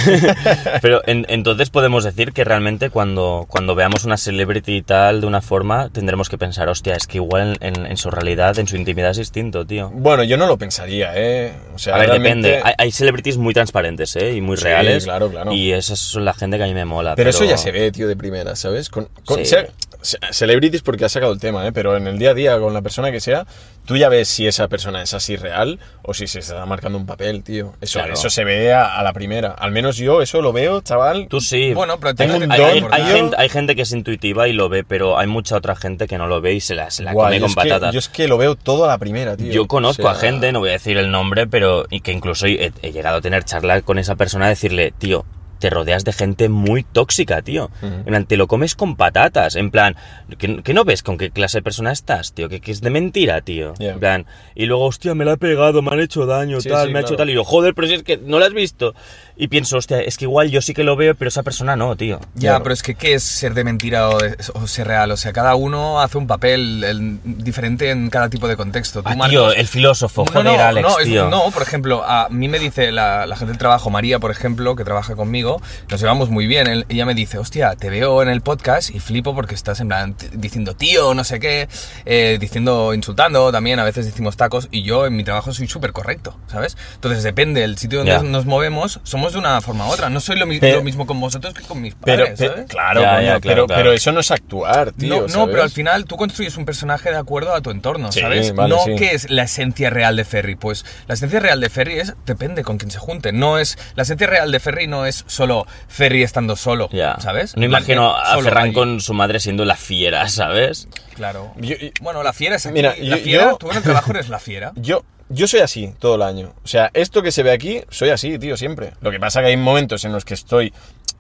[SPEAKER 2] Pero en- entonces podemos decir que realmente cuando, cuando veamos una celebrity y tal de una forma, tendremos que pensar, hostia, es que igual en, en- en su realidad, en su intimidad es distinto, tío.
[SPEAKER 3] Bueno, yo no lo pensaría, ¿eh? O sea,
[SPEAKER 2] A ver,
[SPEAKER 3] realmente-
[SPEAKER 2] depende. Hay, hay celebrities muy transparentes, ¿eh? Y muy
[SPEAKER 3] Sí,
[SPEAKER 2] reales.
[SPEAKER 3] claro, claro.
[SPEAKER 2] Y esas son la gente que a mí me mola.
[SPEAKER 3] Pero, eso ya se ve, tío, de primera, ¿sabes? Con, con-
[SPEAKER 2] Ah, Sí.
[SPEAKER 3] sea- se- celebrities porque has sacado el tema, ¿eh? Pero en el día a día, con la persona que sea, tú ya ves si esa persona es así real o si se está marcando un papel, tío. Eso,
[SPEAKER 2] Claro.
[SPEAKER 3] eso se ve a, a la primera. Al menos yo eso lo veo, chaval.
[SPEAKER 2] Tú sí.
[SPEAKER 1] Bueno, pero
[SPEAKER 3] Tengo
[SPEAKER 1] hay-
[SPEAKER 3] un
[SPEAKER 1] hay-
[SPEAKER 3] don,
[SPEAKER 2] Hay, hay
[SPEAKER 1] hay-
[SPEAKER 3] tío.
[SPEAKER 2] gente, hay gente que es intuitiva y lo ve, pero hay mucha otra gente que no lo ve y se la, se la
[SPEAKER 3] Guau,
[SPEAKER 2] come
[SPEAKER 3] yo
[SPEAKER 2] con
[SPEAKER 3] es que-
[SPEAKER 2] patatas.
[SPEAKER 3] yo es que lo veo todo a la primera, tío.
[SPEAKER 2] Yo conozco
[SPEAKER 3] O sea,
[SPEAKER 2] a gente, no voy a decir el nombre, pero y que incluso he, he llegado a tener charlas con esa persona, decirle, tío, te rodeas de gente muy tóxica, tío. En plan, te lo comes con patatas. En plan, ¿qué, qué no ves con qué clase de persona estás, tío? Que, que es de mentira, tío.
[SPEAKER 3] Ya.
[SPEAKER 2] En plan, y luego, hostia, me la he pegado, me han hecho daño,
[SPEAKER 3] Sí,
[SPEAKER 2] tal,
[SPEAKER 3] sí,
[SPEAKER 2] me ha hecho
[SPEAKER 3] claro.
[SPEAKER 2] tal. Y yo, joder, pero si es que no la has visto. Y pienso, hostia, es que igual yo sí que lo veo, pero esa persona no, tío.
[SPEAKER 1] Ya,
[SPEAKER 3] Claro.
[SPEAKER 1] pero es que ¿qué es ser de mentira o, de- o ser real? O sea, cada uno hace un papel el- diferente en cada tipo de contexto. Tú,
[SPEAKER 2] Ah, tío,
[SPEAKER 1] Marcos,
[SPEAKER 2] el filósofo, joder, Alex,
[SPEAKER 1] no, es-
[SPEAKER 2] tío.
[SPEAKER 1] no, por ejemplo, a mí me dice la, la gente del trabajo, María, por ejemplo, que trabaja conmigo, nos llevamos muy bien. él- ella me dice, hostia, te veo en el podcast y flipo porque estás en plan t- diciendo tío, no sé qué, eh, diciendo, insultando también, a veces decimos tacos y yo en mi trabajo soy súper correcto, ¿sabes? Entonces depende del sitio donde
[SPEAKER 2] Ya.
[SPEAKER 1] nos movemos, somos de una forma u otra. No soy lo, mi-
[SPEAKER 3] Pero-
[SPEAKER 1] lo mismo con vosotros que con mis
[SPEAKER 3] Pero,
[SPEAKER 1] padres,
[SPEAKER 3] pe-
[SPEAKER 1] ¿sabes?
[SPEAKER 3] claro,
[SPEAKER 2] Ya,
[SPEAKER 3] coño,
[SPEAKER 2] ya, claro,
[SPEAKER 3] pero,
[SPEAKER 2] claro.
[SPEAKER 3] pero eso no es actuar, tío.
[SPEAKER 1] No, no,
[SPEAKER 3] ¿sabes?
[SPEAKER 1] pero al final tú construyes un personaje de acuerdo a tu entorno,
[SPEAKER 3] Sí,
[SPEAKER 1] ¿sabes?
[SPEAKER 3] vale,
[SPEAKER 1] no
[SPEAKER 3] sí.
[SPEAKER 1] que es la esencia real de Ferry. Pues la esencia real de Ferry es depende con quién se junte. No es la esencia real de Ferry no es solo Ferry estando solo,
[SPEAKER 2] Ya.
[SPEAKER 1] ¿sabes?
[SPEAKER 2] No imagino
[SPEAKER 1] Blanque-
[SPEAKER 2] a
[SPEAKER 1] solo
[SPEAKER 2] Ferran
[SPEAKER 1] allí.
[SPEAKER 2] con su madre siendo la fiera, ¿sabes?
[SPEAKER 1] claro.
[SPEAKER 3] Yo- yo-
[SPEAKER 1] bueno, la fiera es aquí.
[SPEAKER 3] Mira,
[SPEAKER 1] la
[SPEAKER 3] yo-
[SPEAKER 1] fiera,
[SPEAKER 3] yo-
[SPEAKER 1] tú en el trabajo eres la
[SPEAKER 2] <laughs>
[SPEAKER 1] fiera.
[SPEAKER 3] Yo, yo soy así todo el año. O sea, esto que se ve aquí, soy así, tío, siempre. Lo que pasa que hay momentos en los que estoy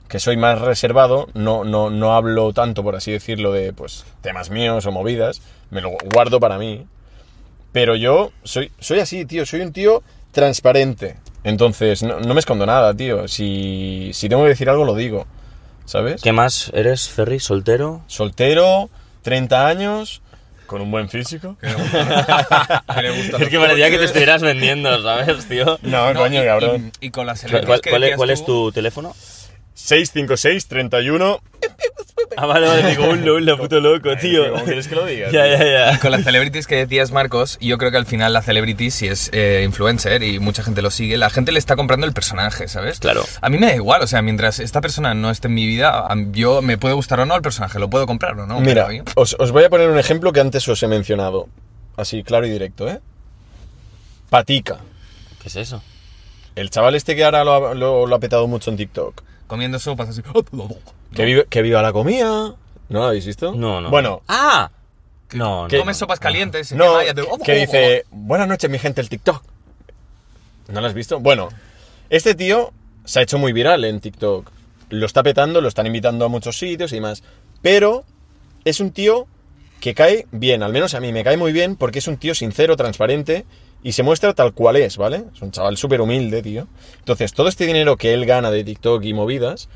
[SPEAKER 3] que soy más reservado, no, no, no hablo tanto, por así decirlo, de pues temas míos o movidas, me lo guardo para mí. Pero yo soy, soy así, tío. Soy un tío transparente. Entonces, no, no me escondo nada, tío. Si, si tengo que decir algo, lo digo. ¿Sabes?
[SPEAKER 2] ¿Qué más eres, Ferry? ¿Soltero?
[SPEAKER 3] Soltero, 30 años, con un buen físico.
[SPEAKER 1] Que le gustan- que le gustan
[SPEAKER 2] Es que
[SPEAKER 1] los
[SPEAKER 2] parecía que te
[SPEAKER 1] coches.
[SPEAKER 2] estuvieras vendiendo, ¿sabes, tío?
[SPEAKER 3] <laughs> No,
[SPEAKER 1] No,
[SPEAKER 3] coño,
[SPEAKER 1] y-
[SPEAKER 3] cabrón.
[SPEAKER 1] Y, y con las
[SPEAKER 2] ¿Cuál,
[SPEAKER 1] celebridades
[SPEAKER 2] cuál-
[SPEAKER 1] que
[SPEAKER 2] cuál es-
[SPEAKER 1] decías
[SPEAKER 2] cuál es
[SPEAKER 1] tú,
[SPEAKER 2] tu teléfono?
[SPEAKER 3] 656 31.
[SPEAKER 2] Ah, vale, vale, digo, un lo puto loco, tío.
[SPEAKER 3] ¿Cómo quieres que lo diga?
[SPEAKER 2] <laughs> Ya,
[SPEAKER 3] tío?
[SPEAKER 2] ya, ya.
[SPEAKER 1] Con las celebrities que decías, Marcos, yo creo que al final la celebrity, si es eh, influencer y mucha gente lo sigue, la gente le está comprando el personaje, ¿sabes?
[SPEAKER 2] Claro.
[SPEAKER 1] A mí me da igual, o sea, mientras esta persona no esté en mi vida, a- yo me puede gustar o no el personaje, lo puedo comprar o no. pero
[SPEAKER 3] Mira,
[SPEAKER 1] a mí-
[SPEAKER 3] os, os voy a poner un ejemplo que antes os he mencionado. Así, claro y directo, ¿eh? Patica.
[SPEAKER 2] ¿Qué es eso?
[SPEAKER 3] El chaval este que ahora lo ha, lo- lo ha petado mucho en TikTok.
[SPEAKER 1] comiendo sopas así. ¡oh!
[SPEAKER 3] Que, vive- que viva la comida. ¿No lo habéis visto?
[SPEAKER 2] No, no.
[SPEAKER 3] Bueno,
[SPEAKER 2] ¡Ah! No, no.
[SPEAKER 3] ¿Qué?
[SPEAKER 1] Come sopas calientes. se
[SPEAKER 3] Eh, no,
[SPEAKER 1] quema y hace- ¡oh!
[SPEAKER 3] que dice, buenas noches mi gente, el TikTok. ¿No lo has visto? Bueno, este tío se ha hecho muy viral en TikTok. Lo está petando, lo están invitando a muchos sitios y demás. Pero es un tío que cae bien, al menos a mí me cae muy bien porque es un tío sincero, transparente y se muestra tal cual es, ¿vale? Es un chaval súper humilde, tío. Entonces, todo este dinero que él gana de TikTok y movidas,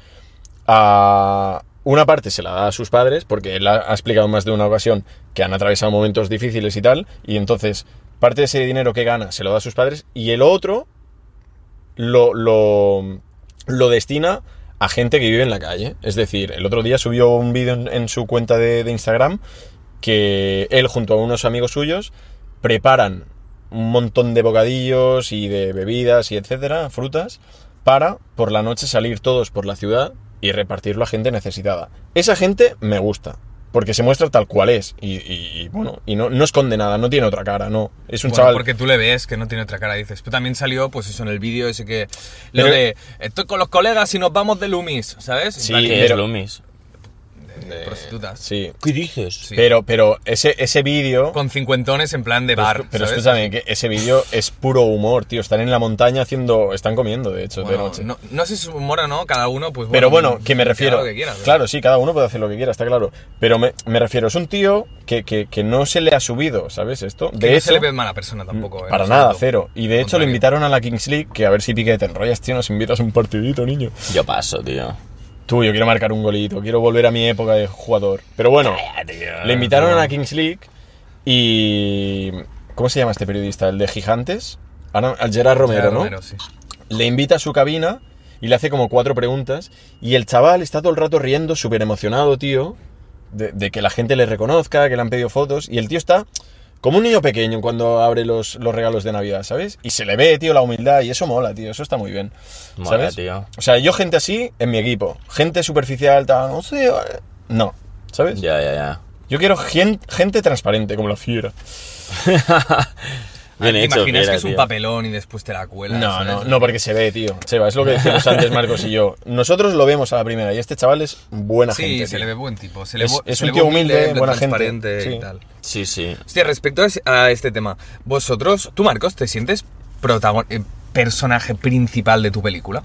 [SPEAKER 3] a una parte se la da a sus padres, porque él ha ha explicado en más de una ocasión que han atravesado momentos difíciles y tal, y entonces parte de ese dinero que gana se lo da a sus padres, y el otro lo, lo, lo destina a gente que vive en la calle. Es decir, el otro día subió un vídeo en, en su cuenta de, de Instagram que él junto a unos amigos suyos preparan un montón de bocadillos y de bebidas y etcétera, frutas, para por la noche salir todos por la ciudad y repartirlo a gente necesitada. Esa gente me gusta, porque se muestra tal cual es y, y- y, bueno, y no, no esconde nada, no tiene otra cara, no. Es un
[SPEAKER 1] Bueno,
[SPEAKER 3] chaval...
[SPEAKER 1] porque tú le ves que no tiene otra cara, dices. Pero también salió, pues eso, en el vídeo ese que... Lo
[SPEAKER 3] Pero-
[SPEAKER 1] de, estoy con los colegas y nos vamos de Lumis, ¿sabes? En
[SPEAKER 3] Sí, Eh,
[SPEAKER 1] plan,
[SPEAKER 2] ¿Qué es
[SPEAKER 3] pero-
[SPEAKER 2] Loomis?
[SPEAKER 1] de prostitutas.
[SPEAKER 3] Sí.
[SPEAKER 2] ¿Qué dices?
[SPEAKER 1] Sí.
[SPEAKER 3] Pero, pero ese, ese vídeo...
[SPEAKER 1] Con cincuentones en plan de
[SPEAKER 3] Pero,
[SPEAKER 1] bar,
[SPEAKER 3] escu- pero
[SPEAKER 1] ¿sabes?
[SPEAKER 3] escúchame, que ese vídeo es puro humor, tío. Están en la montaña haciendo. Están comiendo, de hecho, de
[SPEAKER 1] Bueno,
[SPEAKER 3] noche.
[SPEAKER 1] no, no sé si es humor o no, cada uno, pues
[SPEAKER 3] pero bueno, que me
[SPEAKER 1] cada
[SPEAKER 3] refiero.
[SPEAKER 1] lo que quiera, pero-
[SPEAKER 3] claro, sí, cada uno puede hacer lo que quiera, está claro. Pero me, me refiero, es un tío que, que- que no se le ha subido, ¿sabes? Esto.
[SPEAKER 1] Que
[SPEAKER 3] De
[SPEAKER 1] no
[SPEAKER 3] hecho, mm,
[SPEAKER 1] se le ve mala persona tampoco. ¿eh?
[SPEAKER 3] para
[SPEAKER 1] O sea,
[SPEAKER 3] nada,
[SPEAKER 1] tú-
[SPEAKER 3] cero. Y de hecho lo
[SPEAKER 1] contrario.
[SPEAKER 3] invitaron a la Kings League, que a ver si pique te enrollas, tío, nos invitas a un partidito, niño.
[SPEAKER 2] Yo paso, tío.
[SPEAKER 3] Tú, yo quiero marcar un golito, quiero volver a mi época de jugador. Pero bueno.
[SPEAKER 1] Ah,
[SPEAKER 3] Le invitaron a la Kings League y. ¿Cómo se llama este periodista? ¿El de Gigantes? Ahora, al Gerard Romero,
[SPEAKER 1] Gerard
[SPEAKER 3] ¿no?
[SPEAKER 1] Romero, sí.
[SPEAKER 3] Le invita a su cabina y le hace como cuatro preguntas. Y el chaval está todo el rato riendo, súper emocionado, tío, de, de que la gente le reconozca, que le han pedido fotos. Y el tío está como un niño pequeño cuando abre los, los regalos de Navidad, ¿sabes? Y se le ve, tío, la humildad y eso mola, tío, eso está muy bien.
[SPEAKER 2] Mola,
[SPEAKER 3] ¿Sabes?
[SPEAKER 2] tío.
[SPEAKER 3] O sea, yo gente así en mi equipo. Gente superficial, tal, no sé, eh, No, ¿sabes?
[SPEAKER 2] Ya, ya, ya.
[SPEAKER 3] Yo quiero gen- gente transparente, como la fiera.
[SPEAKER 2] Bien
[SPEAKER 1] ¿Te
[SPEAKER 2] hecho,
[SPEAKER 1] imaginas
[SPEAKER 2] fiera,
[SPEAKER 1] que es un
[SPEAKER 2] tío.
[SPEAKER 1] papelón y después te la cuela?
[SPEAKER 3] No, no, no, porque se ve, tío. Seba, es lo que
[SPEAKER 1] <laughs>
[SPEAKER 3] decimos antes Marcos y yo. Nosotros lo vemos a la primera y este chaval es buena
[SPEAKER 1] Sí,
[SPEAKER 3] gente.
[SPEAKER 1] se
[SPEAKER 3] tío.
[SPEAKER 1] le ve buen tipo. Se le
[SPEAKER 3] Es-
[SPEAKER 1] ve-
[SPEAKER 3] es
[SPEAKER 1] se
[SPEAKER 3] un
[SPEAKER 1] le ve
[SPEAKER 3] tío humilde,
[SPEAKER 1] en plan
[SPEAKER 3] buena gente,
[SPEAKER 1] transparente
[SPEAKER 3] sí.
[SPEAKER 1] y tal.
[SPEAKER 2] Sí, sí.
[SPEAKER 1] Hostia, respecto a ese- a este tema, vosotros, tú Marcos, ¿te sientes protagon- eh, personaje principal de tu película?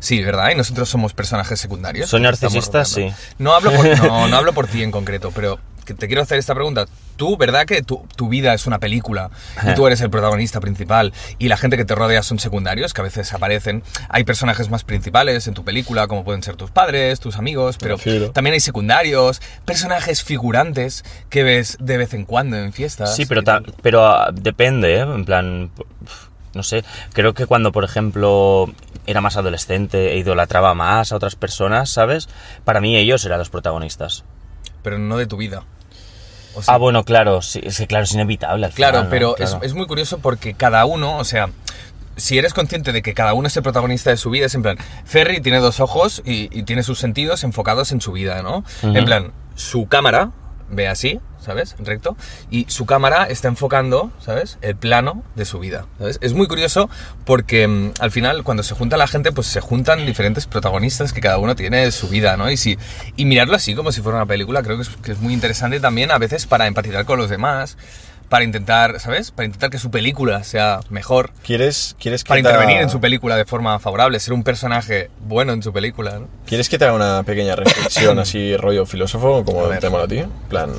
[SPEAKER 1] Sí, ¿verdad? Y nosotros somos personajes secundarios.
[SPEAKER 2] Soy
[SPEAKER 1] que te estamos
[SPEAKER 2] narcisista,
[SPEAKER 1] rodeando.
[SPEAKER 2] sí.
[SPEAKER 1] No hablo, por,
[SPEAKER 2] <laughs>
[SPEAKER 1] no, no hablo por ti en concreto, pero que te quiero hacer esta pregunta. Tú, ¿verdad que tu, tu vida es una película y tú eres el protagonista principal y la gente que te rodea son secundarios, que a veces aparecen? Hay personajes más principales en tu película, como pueden ser tus padres, tus amigos, pero
[SPEAKER 3] Prefiero.
[SPEAKER 1] también hay secundarios, personajes figurantes que ves de vez en cuando en fiestas.
[SPEAKER 2] Sí, pero,
[SPEAKER 1] y
[SPEAKER 2] ta-
[SPEAKER 1] tal.
[SPEAKER 2] pero ah, depende, ¿eh? En plan, p- no sé, creo que cuando, por ejemplo, era más adolescente e idolatraba más a otras personas, ¿sabes? Para mí ellos eran los protagonistas.
[SPEAKER 1] Pero no de tu vida. O sea,
[SPEAKER 2] Ah, bueno, claro, sí, es que claro, es inevitable. al
[SPEAKER 1] Claro,
[SPEAKER 2] final, ¿no?
[SPEAKER 1] pero es-
[SPEAKER 2] Claro.
[SPEAKER 1] Es, muy curioso porque cada uno, o sea, si eres consciente de que cada uno es el protagonista de su vida, es en plan, Ferry tiene dos ojos y, y tiene sus sentidos enfocados en su vida, ¿no? En plan, su cámara ve así, ¿sabes? Recto. Y su cámara está enfocando, ¿sabes? El plano de su vida, ¿sabes? Es muy curioso porque mm, al final cuando se junta la gente, pues se juntan diferentes protagonistas que cada uno tiene su vida, ¿no? Y, si, y mirarlo así como si fuera una película, creo que es, que es muy interesante también a veces para empatizar con los demás para intentar, ¿sabes? Para intentar que su película sea mejor,
[SPEAKER 3] ¿Quieres, quieres que
[SPEAKER 1] para
[SPEAKER 3] te
[SPEAKER 1] intervenir
[SPEAKER 3] haga-
[SPEAKER 1] en su película de forma favorable, ser un personaje bueno en su película, ¿no?
[SPEAKER 3] ¿Quieres que te haga una pequeña
[SPEAKER 1] <coughs>
[SPEAKER 3] reflexión así, rollo filósofo, como
[SPEAKER 1] A ver.
[SPEAKER 3] te mola a ti? En plan.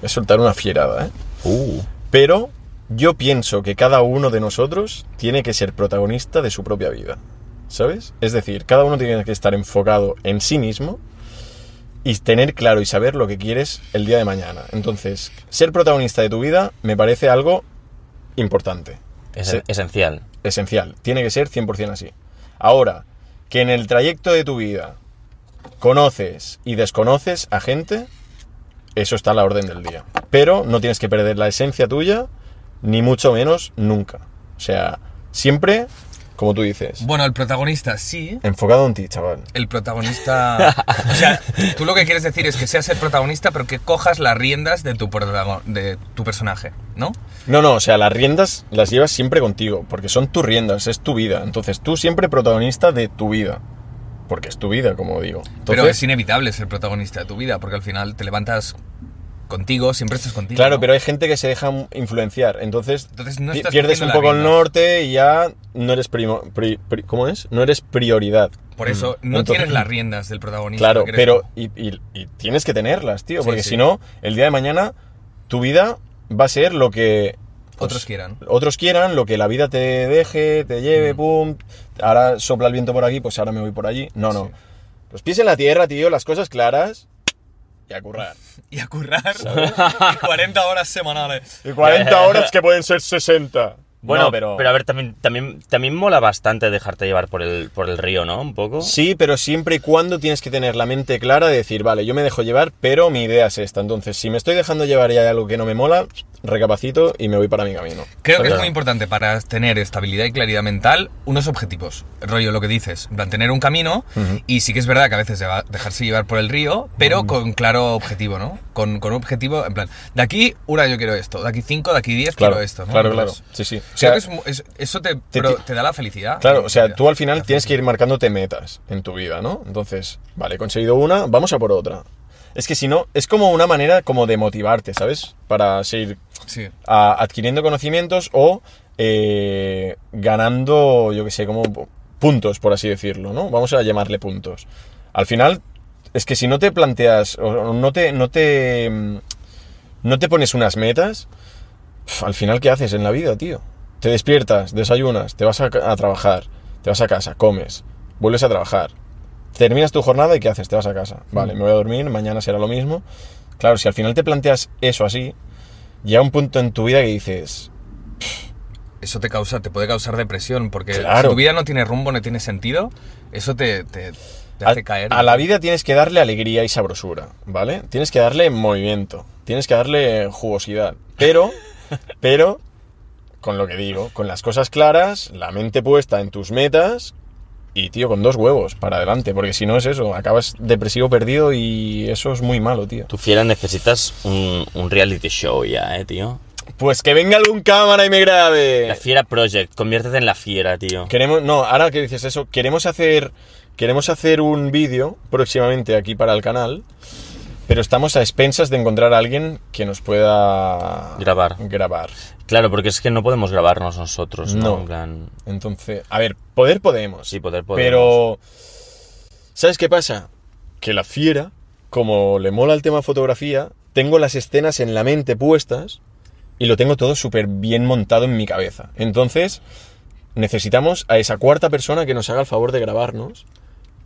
[SPEAKER 3] Es soltar una fierada, ¿eh?
[SPEAKER 2] Uh,
[SPEAKER 3] Pero Yo pienso que cada uno de nosotros tiene que ser protagonista de su propia vida. ¿Sabes? Es decir, cada uno tiene que estar enfocado en sí mismo y tener claro y saber lo que quieres el día de mañana. Entonces, ser protagonista de tu vida me parece algo importante.
[SPEAKER 2] Es
[SPEAKER 3] Sí.
[SPEAKER 2] esencial.
[SPEAKER 3] Esencial. Tiene que ser 100% así. Ahora, que en el trayecto de tu vida conoces y desconoces a gente, eso está a la orden del día. Pero no tienes que perder la esencia tuya, ni mucho menos nunca. O sea, siempre, como tú dices,
[SPEAKER 1] Bueno, el protagonista sí.
[SPEAKER 3] enfocado en ti, chaval.
[SPEAKER 1] El
[SPEAKER 3] <laughs>
[SPEAKER 1] protagonista. O sea, tú lo que quieres decir es que seas el protagonista, pero que cojas las riendas de tu, protago- de tu personaje, ¿no?
[SPEAKER 3] No, no, o sea, las riendas las llevas siempre contigo, porque son tus riendas, es tu vida. Entonces tú siempre protagonista de tu vida, porque es tu vida, como digo.
[SPEAKER 1] Pero es
[SPEAKER 3] Entonces,
[SPEAKER 1] inevitable ser protagonista de tu vida, porque al final te levantas contigo, siempre estás contigo.
[SPEAKER 3] claro,
[SPEAKER 1] ¿no?
[SPEAKER 3] pero hay gente que se deja influenciar, entonces,
[SPEAKER 1] Entonces no
[SPEAKER 3] pi-
[SPEAKER 1] estás
[SPEAKER 3] pierdes
[SPEAKER 1] cogiendo
[SPEAKER 3] un
[SPEAKER 1] las
[SPEAKER 3] poco el
[SPEAKER 1] riendas.
[SPEAKER 3] norte y ya no eres primo, pri- pri- ¿cómo es? No eres prioridad.
[SPEAKER 1] Por eso
[SPEAKER 3] Mm.
[SPEAKER 1] no
[SPEAKER 3] Entonces-
[SPEAKER 1] tienes
[SPEAKER 3] <laughs>
[SPEAKER 1] las riendas del protagonista.
[SPEAKER 3] Claro,
[SPEAKER 1] que eres
[SPEAKER 3] pero
[SPEAKER 1] tú.
[SPEAKER 3] y, y- y tienes que tenerlas, tío,
[SPEAKER 1] Sí,
[SPEAKER 3] porque
[SPEAKER 1] sí.
[SPEAKER 3] si no, el día de mañana tu vida va a ser lo que pues,
[SPEAKER 1] Otros quieran. Mm.
[SPEAKER 3] Otros quieran, lo que la vida te deje, te lleve, pum. Ahora sopla el viento por aquí, pues ahora me voy por allí. No, no.
[SPEAKER 1] Sí.
[SPEAKER 3] Los pies en la tierra, tío, las cosas claras y
[SPEAKER 2] <laughs>
[SPEAKER 3] a currar.
[SPEAKER 1] <laughs> Y a
[SPEAKER 3] <laughs>
[SPEAKER 1] currar <laughs> 40 horas semanales.
[SPEAKER 3] Y 40 horas que pueden ser 60.
[SPEAKER 2] Bueno,
[SPEAKER 3] No,
[SPEAKER 2] pero... a ver, también, también, también mola bastante dejarte llevar por el, por el río, ¿no? Un poco.
[SPEAKER 3] Sí, pero siempre y cuando tienes que tener la mente clara de decir, vale, yo me dejo llevar, pero mi idea es esta. Entonces, si me estoy dejando llevar y hay algo que no me mola, recapacito y me voy para mi camino.
[SPEAKER 1] Creo que
[SPEAKER 2] Claro.
[SPEAKER 1] es muy importante para tener estabilidad y claridad mental unos objetivos. Rollo lo que dices, en plan, tener un camino y sí que es verdad que a veces se va- dejarse llevar por el río,
[SPEAKER 3] Mm.
[SPEAKER 1] pero con claro objetivo, ¿no? Con, con un objetivo, en plan, de aquí una yo quiero esto, de aquí cinco, de aquí diez
[SPEAKER 3] Claro,
[SPEAKER 1] quiero esto, ¿no?
[SPEAKER 3] claro, claro.
[SPEAKER 1] Entonces,
[SPEAKER 3] Sí, sí. O
[SPEAKER 1] creo
[SPEAKER 3] sea,
[SPEAKER 1] que es mu- es- eso te, pero te da la felicidad.
[SPEAKER 3] Claro, o sea,
[SPEAKER 1] Felicidad.
[SPEAKER 3] tú al final tienes que ir marcándote metas en tu vida, ¿no? Entonces, vale, he conseguido una, vamos a por otra. Es que si no, es como una manera como de motivarte, ¿sabes? Para seguir
[SPEAKER 1] Sí.
[SPEAKER 3] a- adquiriendo conocimientos o eh, ganando, yo qué sé, como pu- puntos, por así decirlo, ¿no? Vamos a llamarle puntos. Al final, es que si no te planteas, o- o no te, no te, mm, no te pones unas metas, pf, al final, ¿qué haces en la vida, tío? Te despiertas, desayunas, te vas a, ca- a trabajar, te vas a casa, comes, vuelves a trabajar, terminas tu jornada y ¿qué haces? Te vas a casa. Vale, me voy a dormir, mañana será lo mismo. Claro, si al final te planteas eso así, llega un punto en tu vida que dices,
[SPEAKER 1] Eso te causa, te puede causar depresión, porque
[SPEAKER 3] Claro.
[SPEAKER 1] si tu vida no tiene rumbo, no tiene sentido, eso te, te- te hace
[SPEAKER 3] a,
[SPEAKER 1] caer.
[SPEAKER 3] a la vida tienes que darle alegría y sabrosura, ¿vale? Tienes que darle movimiento, tienes que darle jugosidad, pero, <laughs> pero, con lo que digo, con las cosas claras, la mente puesta en tus metas y, tío, con dos huevos para adelante, porque si no es eso, acabas depresivo perdido y eso es muy malo, tío.
[SPEAKER 2] Tú, Fiera, necesitas un, un reality show ya, ¿eh, tío?
[SPEAKER 3] Pues que venga algún cámara y me
[SPEAKER 1] Eh.
[SPEAKER 3] grabe.
[SPEAKER 2] La Fiera Project, conviértete en la Fiera, tío.
[SPEAKER 3] Queremos, no, ahora que dices eso, queremos hacer, queremos hacer un vídeo próximamente aquí para el canal, pero estamos a expensas de encontrar a alguien que nos pueda
[SPEAKER 2] Grabar.
[SPEAKER 3] grabar.
[SPEAKER 2] Claro, porque es que no podemos grabarnos nosotros, ¿no?
[SPEAKER 3] No.
[SPEAKER 2] En plan,
[SPEAKER 3] Entonces, a ver, poder podemos,
[SPEAKER 2] sí, poder podemos.
[SPEAKER 3] pero ¿sabes qué pasa? Que la fiera, como le mola el tema fotografía, tengo las escenas en la mente puestas y lo tengo todo súper bien montado en mi cabeza. Entonces, necesitamos a esa cuarta persona que nos haga el favor de grabarnos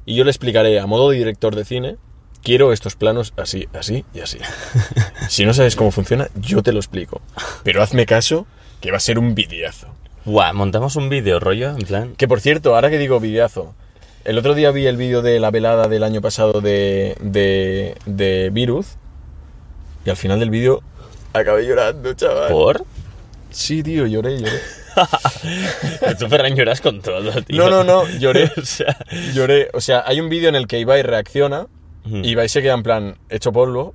[SPEAKER 3] y yo le explicaré a modo de director de cine, quiero estos planos así, así y así. <laughs> Si no sabes cómo funciona, yo te lo explico. Pero hazme caso, que va a ser un videazo.
[SPEAKER 2] Buah, montamos un vídeo, rollo, en plan...
[SPEAKER 3] Que por cierto, ahora que digo videazo, el otro día vi el vídeo de la velada del año pasado de, de, de Virus y al final del vídeo acabé llorando, chaval. <laughs>
[SPEAKER 2] ¿Por?
[SPEAKER 3] Sí, tío, lloré, lloré. <laughs>
[SPEAKER 2] Tú, Ferran, lloras con todo, tío.
[SPEAKER 3] No, no, no, lloré.
[SPEAKER 2] <laughs> o sea...
[SPEAKER 3] Lloré. O sea, hay un vídeo en el que Ibai reacciona
[SPEAKER 2] Ujú.
[SPEAKER 3] y Ibai se queda en plan hecho polvo.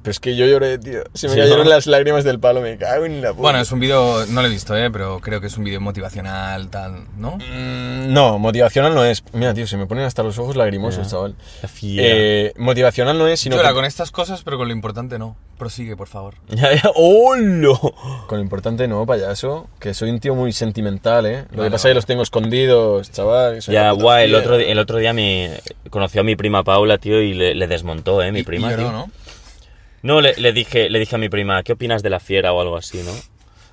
[SPEAKER 3] Pero es que yo lloré, tío. Se me
[SPEAKER 2] Sí,
[SPEAKER 3] cayeron
[SPEAKER 2] ¿no?
[SPEAKER 3] las lágrimas del palo, me cago en la puta.
[SPEAKER 1] Bueno, es un vídeo, no lo he visto, ¿eh? pero creo que es un vídeo motivacional, tal, ¿no?
[SPEAKER 3] Mm, No, motivacional no es. Mira, tío, se me ponen hasta los ojos lagrimosos,
[SPEAKER 2] Ya.
[SPEAKER 3] chaval.
[SPEAKER 2] La Fiera.
[SPEAKER 3] Eh, motivacional no es, sino
[SPEAKER 1] Llora
[SPEAKER 3] que-
[SPEAKER 1] con estas cosas, pero con lo importante no. Prosigue, por favor.
[SPEAKER 2] Ya, ya. ¡Holo!
[SPEAKER 3] Con lo importante no, payaso, que soy un tío muy sentimental, ¿eh?
[SPEAKER 1] Vale,
[SPEAKER 3] Lo que pasa es
[SPEAKER 1] vale.
[SPEAKER 3] que los tengo escondidos, chaval. que soy
[SPEAKER 2] Ya,
[SPEAKER 3] una puta
[SPEAKER 2] guay, el
[SPEAKER 3] fiera.
[SPEAKER 2] otro, di- el otro día me conoció a mi prima Paula, tío, y le, le desmontó, ¿eh? Mi
[SPEAKER 1] Y-
[SPEAKER 2] prima,
[SPEAKER 1] y lloró,
[SPEAKER 2] tío.
[SPEAKER 1] ¿no?
[SPEAKER 2] No, le, le dije, le dije a mi prima, ¿qué opinas de la fiera o algo así, no?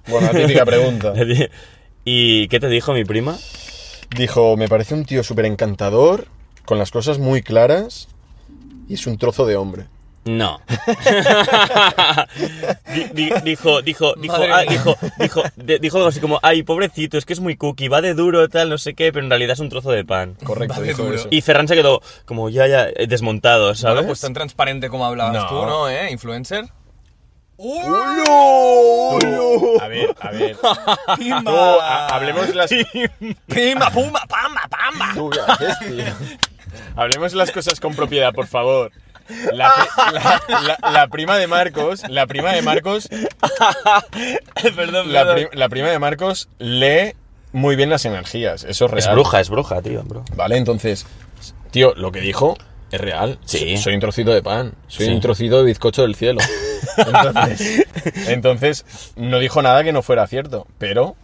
[SPEAKER 3] Bueno, la <laughs> típica pregunta.
[SPEAKER 2] <laughs> ¿Y qué te dijo mi prima?
[SPEAKER 3] Dijo, me parece un tío súper encantador, con las cosas muy claras, y es un trozo de hombre.
[SPEAKER 1] <laughs>
[SPEAKER 2] No. Di- di- dijo, dijo, dijo,
[SPEAKER 1] Madre
[SPEAKER 2] ah,
[SPEAKER 1] mía.
[SPEAKER 2] dijo, dijo, de- dijo algo así como, ay, pobrecito, es que es muy cookie, va de duro, tal, no sé qué, pero en realidad es un trozo de pan.
[SPEAKER 3] Correcto,
[SPEAKER 1] Vale,
[SPEAKER 3] dijo
[SPEAKER 1] duro.
[SPEAKER 3] eso.
[SPEAKER 2] Y Ferran se quedó como ya, ya, eh, desmontado, ¿sabes?
[SPEAKER 1] Bueno, pues tan transparente como hablabas
[SPEAKER 3] No.
[SPEAKER 1] tú, ¿no? ¿Eh? Influencer. ¡Uh!
[SPEAKER 3] A ver, a ver.
[SPEAKER 1] <laughs> ¡Pimba!
[SPEAKER 3] Tú, ha- hablemos las...
[SPEAKER 1] ¡Pimba, pumba, pamba, pamba!
[SPEAKER 3] Tú, ¿qué haces, tío? Hablemos las cosas con propiedad, por favor. La, pri- la- la- la prima de Marcos, la prima de Marcos,
[SPEAKER 2] <laughs> perdón,
[SPEAKER 3] la,
[SPEAKER 2] perdón.
[SPEAKER 3] pri- la prima de Marcos lee muy bien las energías, eso es real.
[SPEAKER 1] Ah.
[SPEAKER 2] Es bruja, es bruja, tío, bro.
[SPEAKER 3] Vale, entonces, tío, lo que dijo es real.
[SPEAKER 2] Sí.
[SPEAKER 3] So- Soy un trocito de pan, soy
[SPEAKER 2] Sí.
[SPEAKER 3] un trocito de bizcocho del cielo. <laughs> Entonces, entonces, no dijo nada que no fuera cierto, pero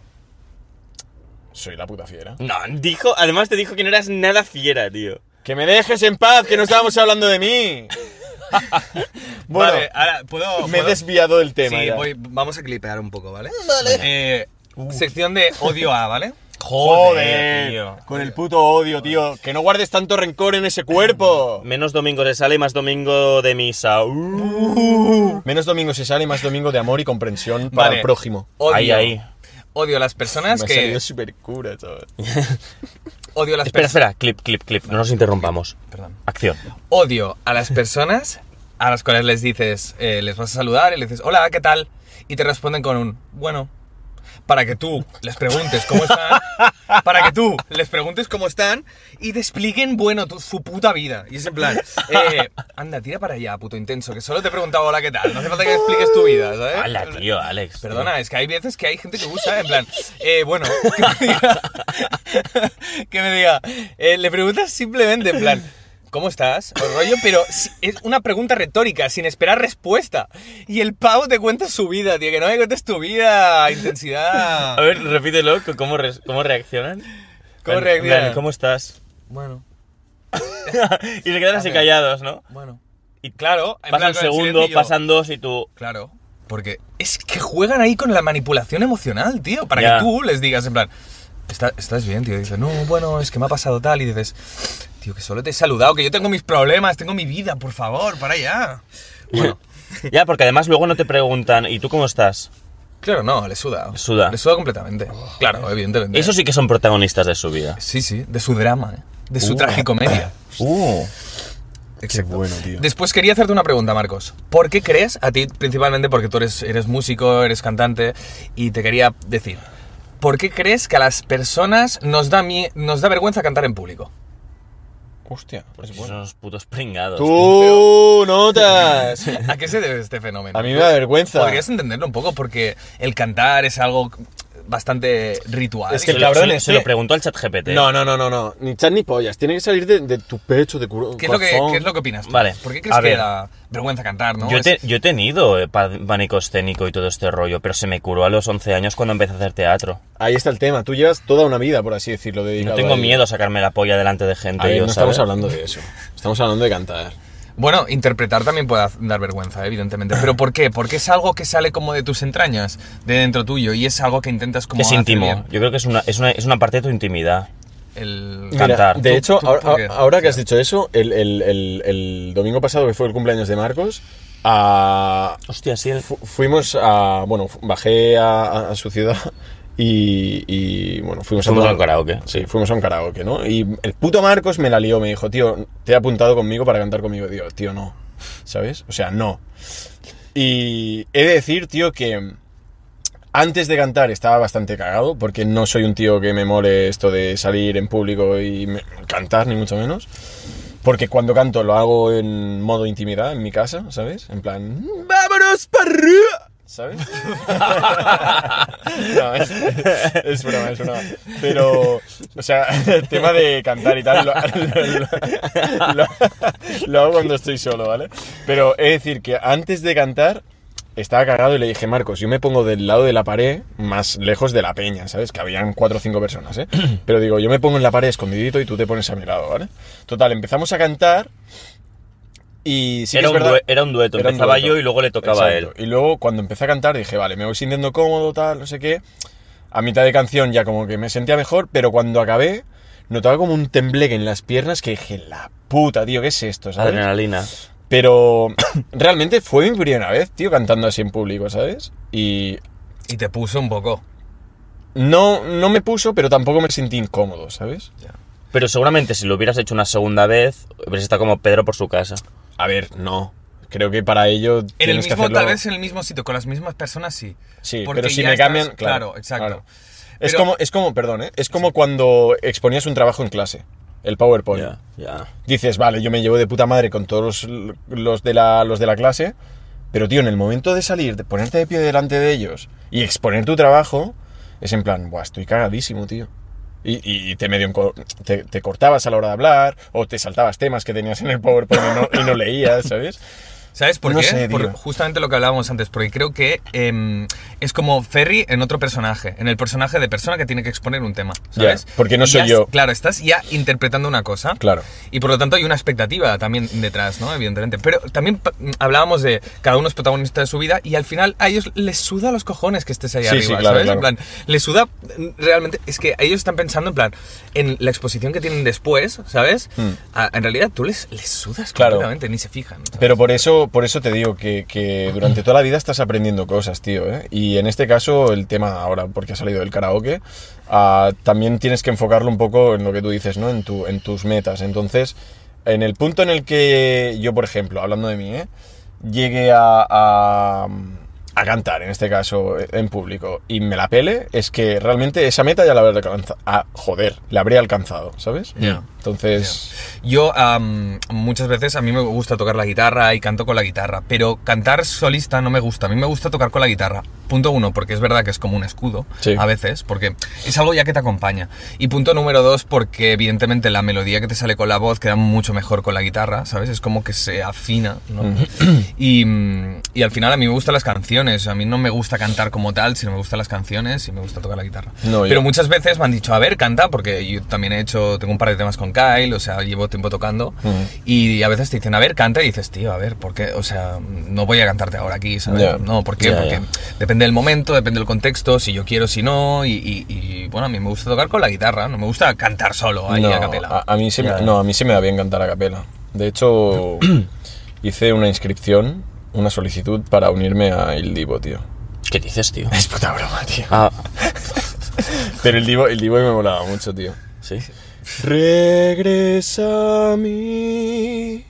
[SPEAKER 3] soy la puta fiera.
[SPEAKER 2] No, dijo, además te dijo que no eras nada fiera, tío.
[SPEAKER 3] Que me dejes en paz, que no estábamos hablando de mí. <laughs> <laughs> bueno,
[SPEAKER 1] vale, ahora, ¿puedo...?
[SPEAKER 3] me he
[SPEAKER 1] puedo-
[SPEAKER 3] desviado del tema.
[SPEAKER 1] Sí,
[SPEAKER 3] ya.
[SPEAKER 1] voy- vamos a clipear un poco, ¿vale? Vale. sección de odio A, ¿vale?
[SPEAKER 3] Joder,
[SPEAKER 2] tío.
[SPEAKER 3] con el puto odio, tío. Que no guardes tanto rencor en ese cuerpo.
[SPEAKER 2] Menos domingo se sale y más domingo de misa. Uh.
[SPEAKER 3] Menos domingo se sale, más domingo de amor y comprensión para
[SPEAKER 1] Vale.
[SPEAKER 3] el prójimo.
[SPEAKER 1] Odio.
[SPEAKER 2] Ahí, ahí.
[SPEAKER 1] Odio a las personas
[SPEAKER 3] me ha
[SPEAKER 1] que...
[SPEAKER 3] salido súper cura,
[SPEAKER 1] <laughs>
[SPEAKER 3] chaval.
[SPEAKER 1] Odio a las
[SPEAKER 2] Espera,
[SPEAKER 1] personas...
[SPEAKER 2] espera, clip, clip, clip, no nos interrumpamos.
[SPEAKER 1] Perdón.
[SPEAKER 2] Acción.
[SPEAKER 1] Odio a
[SPEAKER 2] <laughs>
[SPEAKER 1] las personas a las cuales les dices... eh, les vas a saludar y les dices, hola, ¿qué tal? Y te responden con un, bueno... Para que tú les preguntes cómo
[SPEAKER 2] <laughs>
[SPEAKER 1] están, para que tú les preguntes cómo están y te expliquen, bueno, tu- su puta vida. Y es en plan, eh, anda, tira para allá, puto intenso, que solo te he preguntado hola, ¿qué tal? No hace falta que me expliques tu vida, ¿sabes?
[SPEAKER 2] Hala, tío, Alex. tío.
[SPEAKER 1] Perdona, es que hay veces que hay gente que usa, en plan, eh, bueno, <laughs> que me diga, que me diga, eh, le preguntas simplemente, en plan, ¿cómo estás? O rollo, pero si- es una pregunta retórica, sin esperar respuesta. Y el pavo te cuenta su vida, tío, que no me cuentes tu vida, intensidad.
[SPEAKER 2] A <laughs> ver, repítelo, c- ¿cómo, re- cómo reaccionan?
[SPEAKER 1] ¿Cómo
[SPEAKER 2] En- en plan,
[SPEAKER 1] reaccionan?
[SPEAKER 2] ¿Cómo estás? <laughs>
[SPEAKER 1] Bueno,
[SPEAKER 2] Y se quedan así
[SPEAKER 1] Vale.
[SPEAKER 2] callados, ¿no?
[SPEAKER 1] bueno. Y claro, en plan,
[SPEAKER 2] Pasan
[SPEAKER 1] con el
[SPEAKER 2] segundo,
[SPEAKER 1] silencio,
[SPEAKER 2] pasan dos y tú...
[SPEAKER 1] Claro, porque es que juegan ahí con la manipulación emocional, tío, para
[SPEAKER 2] Ya.
[SPEAKER 1] que tú les digas en plan, "Está- ¿estás bien, tío? Y dices, no, bueno, es que me ha pasado tal, y dices, tío, que solo te he saludado, que yo tengo mis problemas, tengo mi vida, por favor, para allá.
[SPEAKER 2] <laughs>
[SPEAKER 1] Bueno,
[SPEAKER 2] Ya, porque además luego no te preguntan, ¿y tú cómo estás?
[SPEAKER 1] claro, no, le suda.
[SPEAKER 2] Le suda.
[SPEAKER 1] Le suda completamente. Claro, evidentemente.
[SPEAKER 2] Eso sí que son protagonistas de su vida.
[SPEAKER 1] Sí, sí, de su drama, ¿eh? de su
[SPEAKER 2] Uh.
[SPEAKER 1] tragicomedia.
[SPEAKER 2] Uh.
[SPEAKER 1] Exacto.
[SPEAKER 3] bueno, tío.
[SPEAKER 1] Después quería hacerte una pregunta, Marcos. ¿Por qué crees, a ti principalmente porque tú eres, eres músico, eres cantante, y te quería decir, ¿por qué crees que a las personas nos da, mie- nos da vergüenza cantar en público?
[SPEAKER 3] Hostia, es
[SPEAKER 2] Son
[SPEAKER 3] bueno.
[SPEAKER 2] unos putos pringados.
[SPEAKER 3] Tú notas.
[SPEAKER 1] ¿A qué se debe este fenómeno?
[SPEAKER 3] A mí me da vergüenza.
[SPEAKER 1] Podrías entenderlo un poco porque el cantar es algo bastante ritual.
[SPEAKER 3] Es que
[SPEAKER 2] Se
[SPEAKER 3] el
[SPEAKER 2] lo-
[SPEAKER 3] cabrón
[SPEAKER 2] se lo-
[SPEAKER 3] este-
[SPEAKER 2] Se lo preguntó al chat GPT.
[SPEAKER 3] No, no, no, no, no. Ni chat ni pollas. Tiene que salir de, de tu pecho, de culo.
[SPEAKER 1] ¿Qué es, lo que, qué es lo que opinas? tú?
[SPEAKER 2] Vale,
[SPEAKER 1] ¿Por qué crees
[SPEAKER 2] a
[SPEAKER 1] que
[SPEAKER 2] ver.
[SPEAKER 1] da vergüenza cantar? ¿no?
[SPEAKER 2] Yo,
[SPEAKER 1] Es-
[SPEAKER 2] te- yo he tenido eh, pa- pánico escénico y todo este rollo, pero se me curó a los 11 años cuando empecé a hacer teatro.
[SPEAKER 3] Ahí está el tema. Tú llevas toda una vida, por así decirlo,
[SPEAKER 2] No
[SPEAKER 3] dedicado
[SPEAKER 2] tengo
[SPEAKER 3] a ello.
[SPEAKER 2] miedo a sacarme la polla delante de gente.
[SPEAKER 3] A ver,
[SPEAKER 2] yo,
[SPEAKER 3] no estamos
[SPEAKER 2] ¿sabes?
[SPEAKER 3] hablando de eso. Estamos hablando de cantar.
[SPEAKER 1] Bueno, interpretar también puede dar vergüenza, evidentemente. ¿Pero por qué? Porque es algo que sale como de tus entrañas, de dentro tuyo, y es algo que intentas como...
[SPEAKER 2] Es
[SPEAKER 1] hacer
[SPEAKER 2] íntimo.
[SPEAKER 1] bien.
[SPEAKER 2] Yo creo que es una, es, una, es una parte de tu intimidad.
[SPEAKER 1] El...
[SPEAKER 2] Mira, Cantar.
[SPEAKER 3] de
[SPEAKER 1] ¿Tú-
[SPEAKER 3] hecho,
[SPEAKER 1] tú-
[SPEAKER 3] ahora,
[SPEAKER 1] tú qué?
[SPEAKER 3] ahora que has dicho eso, el, el- el- el domingo pasado, que fue el cumpleaños de Marcos, a,
[SPEAKER 2] Hostia, sí, el...
[SPEAKER 3] Fu- fuimos a. Bueno, fu- bajé a, a- a su ciudad <laughs> y, y, Bueno, fuimos,
[SPEAKER 2] Fuimos
[SPEAKER 3] a.
[SPEAKER 2] a un karaoke.
[SPEAKER 3] Sí, fuimos a un karaoke, ¿no? Y el puto Marcos me la lió, me dijo, tío, te he apuntado conmigo para cantar conmigo. Digo, tío, no. ¿Sabes? O sea, no. Y he de decir, tío, que. Antes de cantar estaba bastante cagado, porque no soy un tío que me mole esto de salir en público y me- cantar, ni mucho menos. Porque cuando canto lo hago en modo intimidad, en mi casa, ¿sabes? En plan, ¡vámonos para arriba!
[SPEAKER 2] <laughs>
[SPEAKER 3] ¿Sabes? no, es, es broma, es broma. Pero, o sea, <laughs> el tema de cantar y tal, lo, <laughs> lo- lo- lo hago cuando estoy solo, ¿vale? Pero he de decir que antes de cantar estaba cagado y le dije, Marcos, yo me pongo del lado de la pared, más lejos de la peña, ¿sabes? Que habían cuatro o cinco personas,
[SPEAKER 2] <clears throat>
[SPEAKER 3] ¿eh? Pero digo, yo me pongo en la pared escondidito y tú te pones a mi lado, ¿vale? Total, empezamos a cantar Y sí que
[SPEAKER 2] era,
[SPEAKER 3] es
[SPEAKER 2] un
[SPEAKER 3] verdad-
[SPEAKER 2] due- era un dueto,
[SPEAKER 3] Era un
[SPEAKER 2] empezaba
[SPEAKER 3] dueto.
[SPEAKER 2] yo y luego le tocaba a él.
[SPEAKER 3] Exacto. Y luego cuando empecé a cantar dije, vale, me voy sintiendo cómodo, tal, no sé qué. A mitad de canción ya como que me sentía mejor, pero cuando acabé notaba como un tembleque en las piernas que dije, la puta, tío, ¿qué es esto? ¿sabes?
[SPEAKER 2] Adrenalina.
[SPEAKER 3] Pero <coughs> realmente fue mi primera vez, tío, cantando así en público, ¿sabes? Y
[SPEAKER 1] Y te puso un poco.
[SPEAKER 3] no, no me puso, pero tampoco me sentí incómodo, ¿sabes?
[SPEAKER 2] Pero seguramente si lo hubieras hecho una segunda vez, hubieras estado como Pedro por su casa.
[SPEAKER 3] A ver, no. Creo que para ello
[SPEAKER 1] En el
[SPEAKER 3] tienes que
[SPEAKER 1] mismo,
[SPEAKER 3] hacerlo-
[SPEAKER 1] tal vez en el mismo sitio, con las mismas personas sí.
[SPEAKER 3] Sí,
[SPEAKER 1] Porque
[SPEAKER 3] pero si
[SPEAKER 1] ya
[SPEAKER 3] me
[SPEAKER 1] estás-
[SPEAKER 3] cambian, claro.
[SPEAKER 1] Claro, exacto.
[SPEAKER 3] claro. Es,
[SPEAKER 1] Pero-
[SPEAKER 3] como, es como, perdón, ¿eh? es como cuando exponías un trabajo en clase, el PowerPoint.
[SPEAKER 2] Ya, ya.
[SPEAKER 3] Dices, vale, yo me llevo de puta madre con todos los, los de la, los de la clase, pero tío, en el momento de salir, de ponerte de pie delante de ellos y exponer tu trabajo, es en plan, Buah, estoy cagadísimo, tío. Y, y te medio enco- te, te cortabas a la hora de hablar, o te saltabas temas que tenías en el PowerPoint y no, y no leías, ¿sabes?
[SPEAKER 1] ¿Sabes por
[SPEAKER 3] No
[SPEAKER 1] qué?
[SPEAKER 3] sé,
[SPEAKER 1] por
[SPEAKER 3] tío.
[SPEAKER 1] justamente lo que hablábamos antes, porque creo que em, es como Ferry en otro personaje, en el personaje de persona que tiene que exponer un tema, ¿sabes?
[SPEAKER 3] Ya, porque no
[SPEAKER 1] Y
[SPEAKER 3] soy
[SPEAKER 1] ya-
[SPEAKER 3] yo.
[SPEAKER 1] Claro, estás ya interpretando una cosa.
[SPEAKER 3] Claro.
[SPEAKER 1] Y por lo tanto hay una expectativa también detrás, ¿no? Evidentemente. Pero también pa- mm, hablábamos de cada uno es protagonista de su vida y al final a ellos les suda los cojones que estés ahí
[SPEAKER 3] Sí,
[SPEAKER 1] arriba,
[SPEAKER 3] sí, claro,
[SPEAKER 1] ¿sabes?
[SPEAKER 3] claro.
[SPEAKER 1] En plan, les suda mm, realmente. Es que ellos están pensando en plan, en la exposición que tienen después, ¿sabes?
[SPEAKER 3] Mm.
[SPEAKER 1] A- en realidad tú les, les sudas
[SPEAKER 3] Claro.
[SPEAKER 1] completamente, ni se fijan. ¿sabes?
[SPEAKER 3] Pero por eso, por eso te digo que, que durante toda la vida estás aprendiendo cosas, tío. ¿eh? Y en este caso, el tema ahora, porque ha salido del karaoke, ah, también tienes que enfocarlo un poco en lo que tú dices, ¿no? En, tu, en tus metas. Entonces, en el punto en el que yo, por ejemplo, hablando de mí, ¿eh? llegue a, a, a cantar, en este caso, en público, y me la pele, es que realmente esa meta ya la habré alcanzado. Ah, joder, la habré alcanzado, ¿sabes?
[SPEAKER 1] Ya.
[SPEAKER 3] Entonces,
[SPEAKER 1] Yo am, muchas veces a mí me gusta tocar la guitarra y canto con la guitarra, pero cantar solista no me gusta. A mí me gusta tocar con la guitarra. Punto uno, porque es verdad que es como un escudo
[SPEAKER 3] Sí.
[SPEAKER 1] a veces, porque es algo ya que te acompaña. Y punto número dos, porque evidentemente la melodía que te sale con la voz queda mucho mejor con la guitarra, ¿sabes? Es como que se afina, ¿no? y, mm, y al final a mí me gustan las canciones. A mí no me gusta cantar como tal, sino me gustan las canciones y me gusta tocar la guitarra.
[SPEAKER 3] No, yo-
[SPEAKER 1] pero muchas veces me han dicho, a ver, canta, porque yo también he hecho, tengo un par de temas con Kyle, o sea, llevo tiempo tocando,
[SPEAKER 3] Mm.
[SPEAKER 1] y a veces te dicen, a ver, canta, y dices, tío, a ver, ¿por qué? O sea, no voy a cantarte ahora aquí, ¿sabes?
[SPEAKER 3] Ya.
[SPEAKER 1] No, ¿por qué?
[SPEAKER 2] Ya,
[SPEAKER 1] porque
[SPEAKER 2] ya.
[SPEAKER 1] depende del momento, depende del contexto, si yo quiero, si no, y, y- y, bueno, a mí me gusta tocar con la guitarra, no me gusta cantar solo ahí
[SPEAKER 3] no,
[SPEAKER 1] a capela.
[SPEAKER 3] a- a mí se me,
[SPEAKER 2] Ya.
[SPEAKER 3] no, a mí se me da bien cantar a capela. De <clears throat> hecho, hice una inscripción, una solicitud para unirme a El Divo, tío.
[SPEAKER 2] ¿Qué dices,
[SPEAKER 3] <laughs>
[SPEAKER 2] tío?
[SPEAKER 3] Es puta broma, tío.
[SPEAKER 2] Ah,
[SPEAKER 3] Pero El Divo, el Divo me molaba mucho, tío.
[SPEAKER 2] sí.
[SPEAKER 3] Regresa a mí,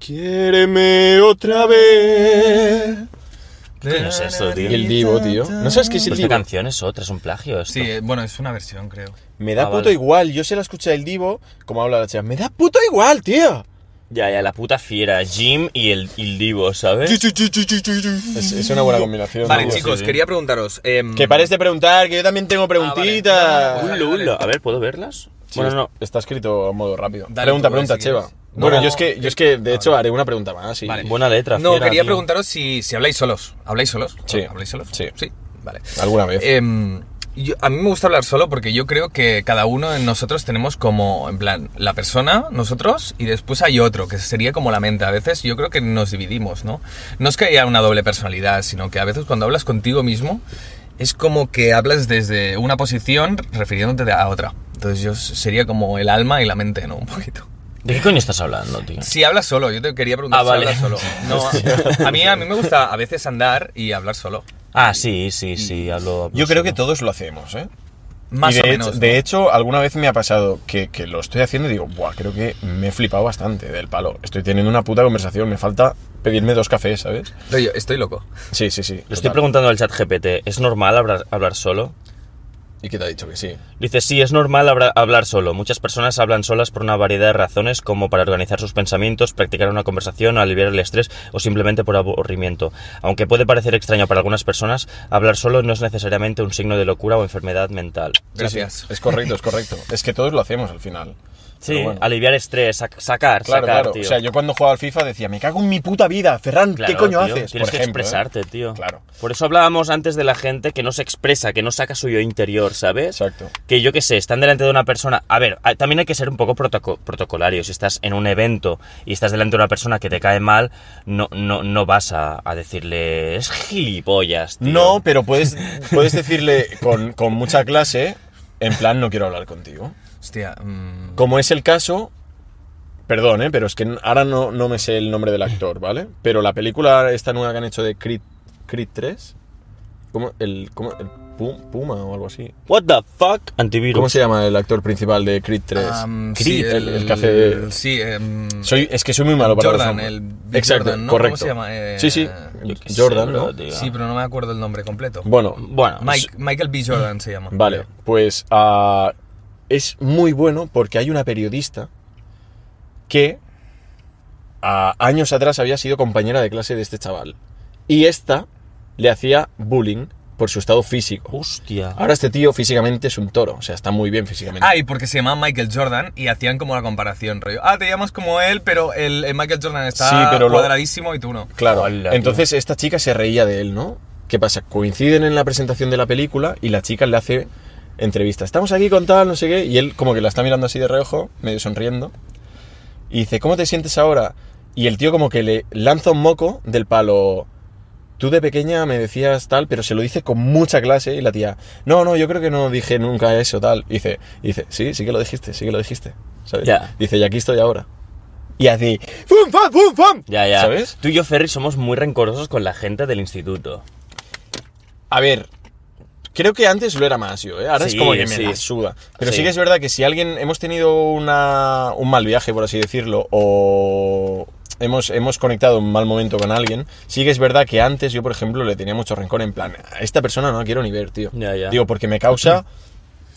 [SPEAKER 3] quiéreme otra vez.
[SPEAKER 2] ¿Qué es eso, tío?
[SPEAKER 3] Y El Divo, tío. ¿No sabes qué es El
[SPEAKER 2] Pues esta
[SPEAKER 3] Divo?
[SPEAKER 2] canción es otra, es un plagio esto.
[SPEAKER 1] Sí, eh, bueno, es una versión, creo.
[SPEAKER 3] Me da
[SPEAKER 2] Ah,
[SPEAKER 3] puto
[SPEAKER 2] vale.
[SPEAKER 3] igual, yo se la escuché a El Divo, como habla la chica. Me da puto igual, tío.
[SPEAKER 2] Ya, ya, la puta fiera. Jim y el, y el divo, ¿sabes?
[SPEAKER 3] ¿Eh? Es, es una buena combinación.
[SPEAKER 1] Vale,
[SPEAKER 3] tío.
[SPEAKER 1] chicos,
[SPEAKER 2] sí.
[SPEAKER 1] quería preguntaros... em,
[SPEAKER 3] Que pares de preguntar, que yo también tengo
[SPEAKER 1] vale.
[SPEAKER 3] preguntitas.
[SPEAKER 1] Vale, vale,
[SPEAKER 2] Ulo,
[SPEAKER 1] vale.
[SPEAKER 2] ulo. A ver, ¿puedo verlas?
[SPEAKER 3] pues, Sí,
[SPEAKER 2] bueno, no.
[SPEAKER 3] Está escrito a modo rápido.
[SPEAKER 1] Dale
[SPEAKER 3] pregunta,
[SPEAKER 1] tú,
[SPEAKER 3] pregunta,
[SPEAKER 1] si
[SPEAKER 3] Cheva.
[SPEAKER 1] quieres. No,
[SPEAKER 3] Bueno, yo es que, yo es que de hecho haré una pregunta más. y-
[SPEAKER 1] Vale.
[SPEAKER 2] Buena letra,
[SPEAKER 1] No,
[SPEAKER 2] fiera,
[SPEAKER 1] quería
[SPEAKER 2] tío.
[SPEAKER 1] preguntaros si, si habláis solos. ¿Habláis solos?
[SPEAKER 3] Sí.
[SPEAKER 1] ¿Habláis solos?
[SPEAKER 3] Sí.
[SPEAKER 1] vale.
[SPEAKER 3] Alguna vez.
[SPEAKER 1] Em, yo- a mí me gusta hablar solo porque yo creo que cada uno de nosotros tenemos como, en plan, la persona, nosotros, y después hay otro, que sería como la mente. A veces yo creo que nos dividimos, ¿no? No es que haya una doble personalidad, sino que a veces cuando hablas contigo mismo es como que hablas desde una posición refiriéndote a otra. Entonces yo s- sería como el alma y la mente, ¿no? Un poquito.
[SPEAKER 2] ¿De qué coño estás hablando, tío?
[SPEAKER 1] Si hablas solo, yo te quería preguntar
[SPEAKER 2] Ah, vale.
[SPEAKER 1] si
[SPEAKER 3] <laughs>
[SPEAKER 1] hablas solo. No, a, a mí, a mí me gusta a veces andar y hablar solo.
[SPEAKER 2] Ah, sí, sí, sí, hablo. hablo
[SPEAKER 3] yo creo que
[SPEAKER 2] solo.
[SPEAKER 3] todos lo hacemos, ¿eh?
[SPEAKER 1] Más
[SPEAKER 3] Y de,
[SPEAKER 1] o
[SPEAKER 3] hecho-
[SPEAKER 1] menos.
[SPEAKER 3] de
[SPEAKER 1] ¿no?
[SPEAKER 3] hecho, alguna vez me ha pasado que, que lo estoy haciendo y digo, Buah, creo que me he flipado bastante del palo. Estoy teniendo una puta conversación, me falta pedirme dos cafés, ¿sabes?
[SPEAKER 1] Rollo, estoy loco.
[SPEAKER 3] Sí, sí, sí.
[SPEAKER 2] Le estoy
[SPEAKER 3] total.
[SPEAKER 2] preguntando al chat GPT, ¿es normal hablar, hablar solo?
[SPEAKER 3] ¿Y qué te ha dicho que sí?
[SPEAKER 2] Dice, sí, es normal habra- hablar solo. Muchas personas hablan solas por una variedad de razones, como para organizar sus pensamientos, practicar una conversación, aliviar el estrés o simplemente por aburrimiento. Aunque puede parecer extraño para algunas personas, hablar solo no es necesariamente un signo de locura o enfermedad mental.
[SPEAKER 3] Sí,
[SPEAKER 1] Gracias.
[SPEAKER 3] sí, Es correcto, es correcto. Es que todos lo hacemos al final.
[SPEAKER 2] Sí,
[SPEAKER 3] bueno.
[SPEAKER 2] aliviar estrés, sac- sacar,
[SPEAKER 3] Claro,
[SPEAKER 2] sacar,
[SPEAKER 3] claro.
[SPEAKER 2] tío.
[SPEAKER 3] O sea, yo cuando jugaba al FIFA decía, me cago en mi puta vida, Ferran, ¿qué
[SPEAKER 2] Claro,
[SPEAKER 3] coño
[SPEAKER 2] tío,
[SPEAKER 3] haces?
[SPEAKER 2] Tienes
[SPEAKER 3] Por
[SPEAKER 2] que
[SPEAKER 3] ejemplo, ¿eh?
[SPEAKER 2] expresarte, tío.
[SPEAKER 3] Claro.
[SPEAKER 2] Por eso hablábamos antes de la gente que no se expresa, que no saca su yo interior, ¿sabes?
[SPEAKER 3] Exacto.
[SPEAKER 2] Que yo qué sé, están delante de una persona. A ver, a- también hay que ser un poco protoco- protocolario. Si estás en un evento y estás delante de una persona que te cae mal, no, no, no vas a, a decirle, es gilipollas, tío".
[SPEAKER 3] No, pero puedes, puedes decirle con, con mucha clase, en plan, no quiero hablar contigo.
[SPEAKER 1] Hostia. mm,
[SPEAKER 3] Como es el caso, perdón, ¿eh? pero es que n- ahora no, no me sé el nombre del actor, ¿vale? Pero la película esta nueva que han hecho de Creed, Creed 3, ¿cómo? El, cómo- el Pu- Puma o algo así.
[SPEAKER 2] What the fuck, antivirus.
[SPEAKER 3] ¿Cómo se llama el actor principal de Creed 3?
[SPEAKER 1] am,
[SPEAKER 3] Creed,
[SPEAKER 1] sí,
[SPEAKER 3] el, el que hace...
[SPEAKER 1] Sí, em,
[SPEAKER 3] Soy, es que soy muy malo para los
[SPEAKER 1] Jordan,
[SPEAKER 3] nombres.
[SPEAKER 1] el Big
[SPEAKER 3] Exacto,
[SPEAKER 1] Jordan, ¿no? ¿Cómo
[SPEAKER 3] correcto.
[SPEAKER 1] se llama? Eh,
[SPEAKER 3] sí, sí,
[SPEAKER 2] yo qué sé,
[SPEAKER 3] Jordan,
[SPEAKER 2] bro,
[SPEAKER 3] ¿no?
[SPEAKER 2] tío.
[SPEAKER 1] sí, pero no me acuerdo el nombre completo.
[SPEAKER 3] Bueno,
[SPEAKER 2] Bueno,
[SPEAKER 1] Mike- Michael B. Jordan se llama.
[SPEAKER 3] Vale, pues ah, es muy bueno porque hay una periodista que ah, años atrás había sido compañera de clase de este chaval. Y esta le hacía bullying por su estado físico.
[SPEAKER 2] Hostia.
[SPEAKER 3] Ahora este tío físicamente es un toro, o sea, está muy bien físicamente.
[SPEAKER 1] Ah, y porque se llamaba Michael Jordan y hacían como la comparación, rollo. Ah, te llamas como él, pero el, el Michael Jordan está
[SPEAKER 3] Sí, pero lo-
[SPEAKER 1] cuadradísimo y tú no.
[SPEAKER 3] Claro,
[SPEAKER 2] Hola, tío.
[SPEAKER 3] entonces esta chica se reía de él, ¿no? ¿Qué pasa? Coinciden en la presentación de la película y la chica le hace entrevista. Estamos aquí con tal, no sé qué, y él como que la está mirando así de reojo, medio sonriendo, y dice, ¿cómo te sientes ahora? Y el tío como que le lanza un moco del palo, tú de pequeña me decías tal, pero se lo dice con mucha clase, y la tía, no, no, yo creo que no dije nunca eso, tal. Y dice, y dice sí, sí que lo dijiste, sí que lo dijiste, ¿sabes?
[SPEAKER 2] Ya.
[SPEAKER 3] Dice, y aquí estoy ahora. Y así, ¡fum, fam, fum, fam!
[SPEAKER 2] Ya, ya.
[SPEAKER 3] ¿Sabes?
[SPEAKER 2] Tú y yo, Ferry, somos muy rencorosos con la gente del instituto.
[SPEAKER 3] A ver, creo que antes lo era más yo, ¿eh? Ahora
[SPEAKER 2] Sí,
[SPEAKER 3] es como que me
[SPEAKER 2] sí.
[SPEAKER 3] la suda. Pero sí.
[SPEAKER 2] Sí.
[SPEAKER 3] que es verdad que si alguien hemos tenido una- un mal viaje, por así decirlo, o hemos, hemos conectado un mal momento con alguien, sí que es verdad que antes yo, por ejemplo, le tenía mucho rencor en plan, a esta persona no la quiero ni ver, tío.
[SPEAKER 2] Ya, ya.
[SPEAKER 3] Digo, porque me causa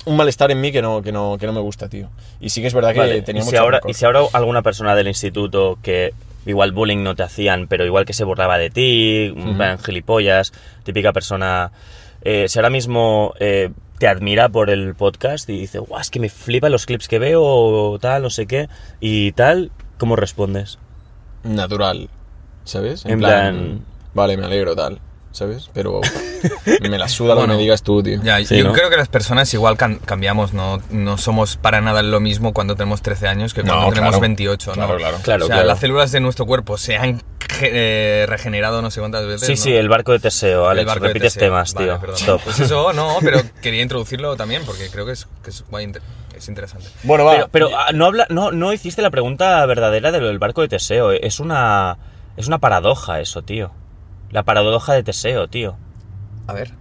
[SPEAKER 3] un malestar en mí que no, que no, que no me gusta, tío. Y sí que es verdad que
[SPEAKER 2] Vale,
[SPEAKER 3] tenía
[SPEAKER 2] y, si
[SPEAKER 3] mucho
[SPEAKER 2] ahora,
[SPEAKER 3] rencor.
[SPEAKER 2] y si ahora alguna persona del instituto que igual bullying no te hacían, pero igual que se burlaba de ti, en plan gilipollas, típica persona, eh, si ahora mismo eh, te admira por el podcast y dice, guau, es que me flipan los clips que veo o tal, no sé qué, y tal, ¿cómo respondes?
[SPEAKER 3] natural, ¿sabes?
[SPEAKER 2] En plan-
[SPEAKER 3] Vale, me alegro, tal, ¿sabes?
[SPEAKER 2] <laughs>
[SPEAKER 3] Pero me la suda lo
[SPEAKER 1] Bueno,
[SPEAKER 3] que me digas tú, tío.
[SPEAKER 1] Ya,
[SPEAKER 2] Sí,
[SPEAKER 1] yo
[SPEAKER 2] ¿no?
[SPEAKER 1] creo que las personas igual can- cambiamos, ¿no? No somos para nada lo mismo cuando tenemos 13 años que cuando
[SPEAKER 3] No,
[SPEAKER 1] tenemos
[SPEAKER 3] claro.
[SPEAKER 1] 28, ¿no?
[SPEAKER 3] Claro, claro.
[SPEAKER 2] Claro,
[SPEAKER 1] o sea,
[SPEAKER 2] claro.
[SPEAKER 1] las células de nuestro cuerpo se han eh, regenerado no sé cuántas veces.
[SPEAKER 2] Sí,
[SPEAKER 1] ¿no?
[SPEAKER 2] sí, el barco de Teseo, Alex,
[SPEAKER 1] El barco de
[SPEAKER 2] repites
[SPEAKER 1] Teseo.
[SPEAKER 2] temas,
[SPEAKER 1] Vale,
[SPEAKER 2] tío.
[SPEAKER 1] perdón.
[SPEAKER 2] Top.
[SPEAKER 1] Pues eso,
[SPEAKER 2] <laughs>
[SPEAKER 1] no, pero quería introducirlo también porque creo que es, que es, guay, inter- es interesante.
[SPEAKER 3] Bueno, va.
[SPEAKER 2] Pero, pero, ah, no, habla, no, no hiciste la pregunta verdadera de lo del barco de Teseo. Es una, es una paradoja eso, tío. La paradoja de Teseo, tío.
[SPEAKER 1] A ver.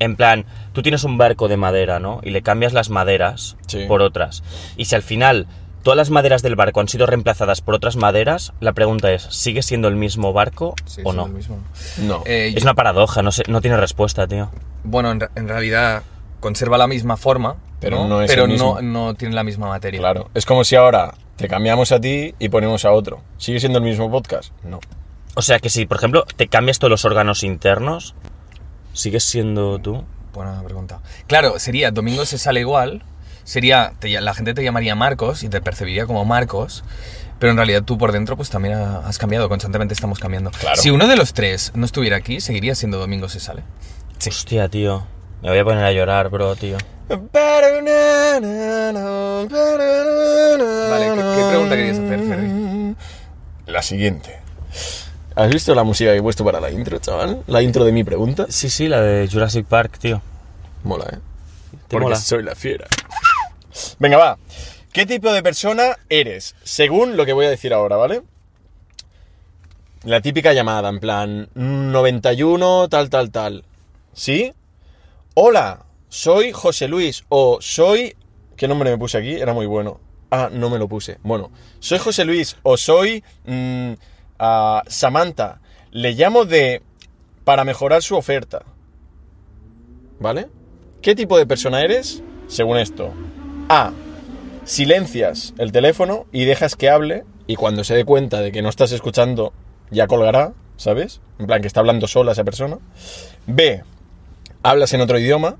[SPEAKER 2] En plan, tú tienes un barco de madera, ¿no? Y le cambias las maderas
[SPEAKER 3] Sí.
[SPEAKER 2] por otras. Y si al final todas las maderas del barco han sido reemplazadas por otras maderas, la pregunta es, ¿sigue siendo el mismo barco
[SPEAKER 1] sí,
[SPEAKER 2] o
[SPEAKER 1] es
[SPEAKER 2] no?
[SPEAKER 1] lo mismo.
[SPEAKER 3] no.
[SPEAKER 1] Eh, yo-
[SPEAKER 2] Es una paradoja, no, sé, no tiene respuesta, tío.
[SPEAKER 1] Bueno, en, re- en realidad conserva la misma forma,
[SPEAKER 3] Pero no es
[SPEAKER 1] pero
[SPEAKER 3] el mismo.
[SPEAKER 1] no, no tiene la misma materia.
[SPEAKER 3] Claro. Es como si ahora te cambiamos a ti y ponemos a otro. ¿Sigue siendo el mismo podcast? No.
[SPEAKER 2] O sea que si, por ejemplo, te cambias todos los órganos internos, ¿sigues siendo tú?
[SPEAKER 1] Buena pregunta. Claro, sería Domingo se sale igual. Sería, te ll- la gente te llamaría Marcos y te percibiría como Marcos, pero en realidad tú por dentro pues también ha- has cambiado, constantemente estamos cambiando.
[SPEAKER 3] Claro.
[SPEAKER 1] Si uno de los tres no estuviera aquí, seguiría siendo Domingo se sale.
[SPEAKER 2] Hostia, tío. Me voy a poner a llorar, bro, tío.
[SPEAKER 3] Vale,
[SPEAKER 1] ¿qué- qué pregunta querías hacer, Ferri?
[SPEAKER 3] La siguiente. ¿Has visto la música que he puesto para la intro, chaval? La intro de mi pregunta.
[SPEAKER 2] Sí, sí, la de Jurassic Park, tío.
[SPEAKER 3] Mola, ¿eh?
[SPEAKER 2] Te mola.
[SPEAKER 3] soy la fiera. Venga, va. ¿Qué tipo de persona eres? Según lo que voy a decir ahora, ¿vale? La típica llamada, en plan "Mm, 91, tal, tal, tal. ¿Sí? Hola, soy José Luis o soy... ¿Qué nombre me puse aquí? Era muy bueno. Ah, no me lo puse. Bueno, soy José Luis o soy mm, ah, Samantha. Le llamo de... para mejorar su oferta. ¿Vale? ¿Qué tipo de persona eres según esto? A. Silencias el teléfono y dejas que hable y cuando se dé cuenta de que no estás escuchando ya colgará, ¿sabes? En plan que está hablando sola esa persona. B. Hablas en otro idioma,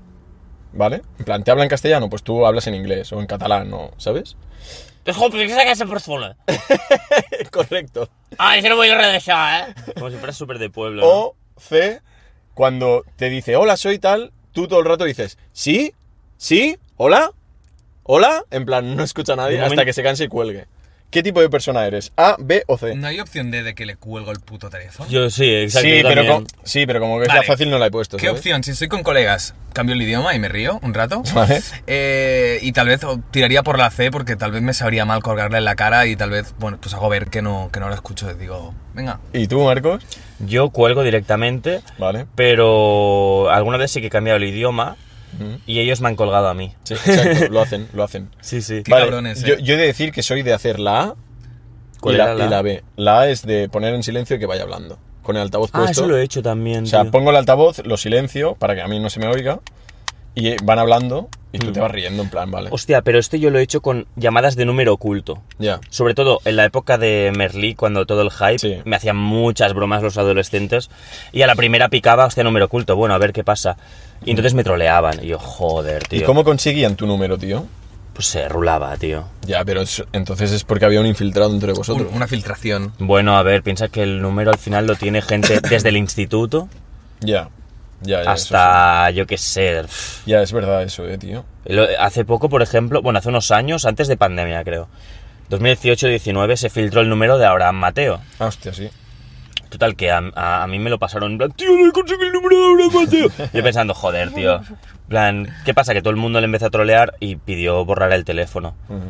[SPEAKER 3] ¿vale? En plan, te habla en castellano, pues tú hablas en inglés o en catalán, o, ¿sabes?
[SPEAKER 4] Es complicado que se persona.
[SPEAKER 3] Correcto.
[SPEAKER 4] Ah, yo no voy a regresar, ¿eh?
[SPEAKER 2] Como si fuera súper de pueblo. ¿no?
[SPEAKER 3] O C, cuando te dice hola, soy tal, tú todo el rato dices sí, sí, hola, hola, en plan, no escucha a nadie
[SPEAKER 2] De
[SPEAKER 3] hasta
[SPEAKER 2] momento-
[SPEAKER 3] que se canse y cuelgue. ¿Qué tipo de persona eres? ¿A, B o C?
[SPEAKER 1] ¿No hay opción D de que le cuelgo el puto teléfono?
[SPEAKER 2] Yo sí, exacto.
[SPEAKER 3] Sí
[SPEAKER 2] yo
[SPEAKER 3] pero,
[SPEAKER 2] también.
[SPEAKER 3] com- sí, pero como que es la
[SPEAKER 1] Vale.
[SPEAKER 3] fácil, no la he puesto.
[SPEAKER 1] ¿Qué
[SPEAKER 3] ¿sabes?
[SPEAKER 1] opción? Si estoy con colegas, cambio el idioma y me río un rato.
[SPEAKER 3] <laughs> Vale.
[SPEAKER 1] Eh, y tal vez o- tiraría por la C porque tal vez me sabría mal colgarla en la cara y tal vez, bueno, pues hago ver que no, que no la escucho. Digo, venga.
[SPEAKER 3] ¿Y tú, Marcos?
[SPEAKER 2] Yo cuelgo directamente,
[SPEAKER 3] Vale.
[SPEAKER 2] pero alguna vez sí que he cambiado el idioma y ellos me han colgado a mí.
[SPEAKER 3] <laughs> Sí, exacto, lo hacen, lo hacen.
[SPEAKER 2] Sí, sí.
[SPEAKER 1] Qué cabrones, eh.
[SPEAKER 3] yo, yo he de decir que soy de hacer la A y
[SPEAKER 2] ¿Cuál
[SPEAKER 3] la,
[SPEAKER 2] era la
[SPEAKER 3] y
[SPEAKER 2] A?
[SPEAKER 3] la B. La A es de poner en silencio y que vaya hablando. Con el altavoz
[SPEAKER 2] Ah,
[SPEAKER 3] puesto.
[SPEAKER 2] eso lo he hecho también.
[SPEAKER 3] O sea,
[SPEAKER 2] tío.
[SPEAKER 3] pongo el altavoz, lo silencio para que a mí no se me oiga y eh, van hablando y
[SPEAKER 2] Mm.
[SPEAKER 3] tú te vas riendo en plan, vale.
[SPEAKER 2] Hostia, pero este yo lo he hecho con llamadas de número oculto.
[SPEAKER 3] Ya.
[SPEAKER 2] Sobre todo en la época de Merlí, cuando todo el hype,
[SPEAKER 3] Sí.
[SPEAKER 2] me hacían muchas bromas los adolescentes. Y a la primera picaba, hostia, número oculto. Bueno, a ver qué pasa. Y entonces me troleaban. Y yo, joder, tío.
[SPEAKER 3] Mm. ¿Y cómo conseguían tu número, tío?
[SPEAKER 2] Pues se rulaba, tío.
[SPEAKER 3] Ya, pero es- entonces es porque había un infiltrado entre
[SPEAKER 1] Un-
[SPEAKER 3] vosotros.
[SPEAKER 1] una filtración.
[SPEAKER 2] Bueno, a ver, piensa que el número al final lo tiene
[SPEAKER 3] <coughs>
[SPEAKER 2] gente desde el instituto
[SPEAKER 3] Ya. Ya, ya. eso
[SPEAKER 2] hasta, yo qué sé. pf.
[SPEAKER 3] sí. Ya, es verdad eso, eh, tío.
[SPEAKER 2] Lo- Hace poco, por ejemplo, bueno, hace unos años, antes de pandemia, creo. 2018-19 se filtró el número de Abraham Mateo.
[SPEAKER 3] Ah, hostia, sí.
[SPEAKER 2] Total, que a, a- a mí me lo pasaron en plan, tío, no he conseguido el número de Abraham
[SPEAKER 3] <laughs>
[SPEAKER 2] Mateo. Yo pensando, joder, tío. En plan, ¿qué pasa? Que todo el mundo le empezó a trolear y pidió borrar el teléfono.
[SPEAKER 3] Ujú.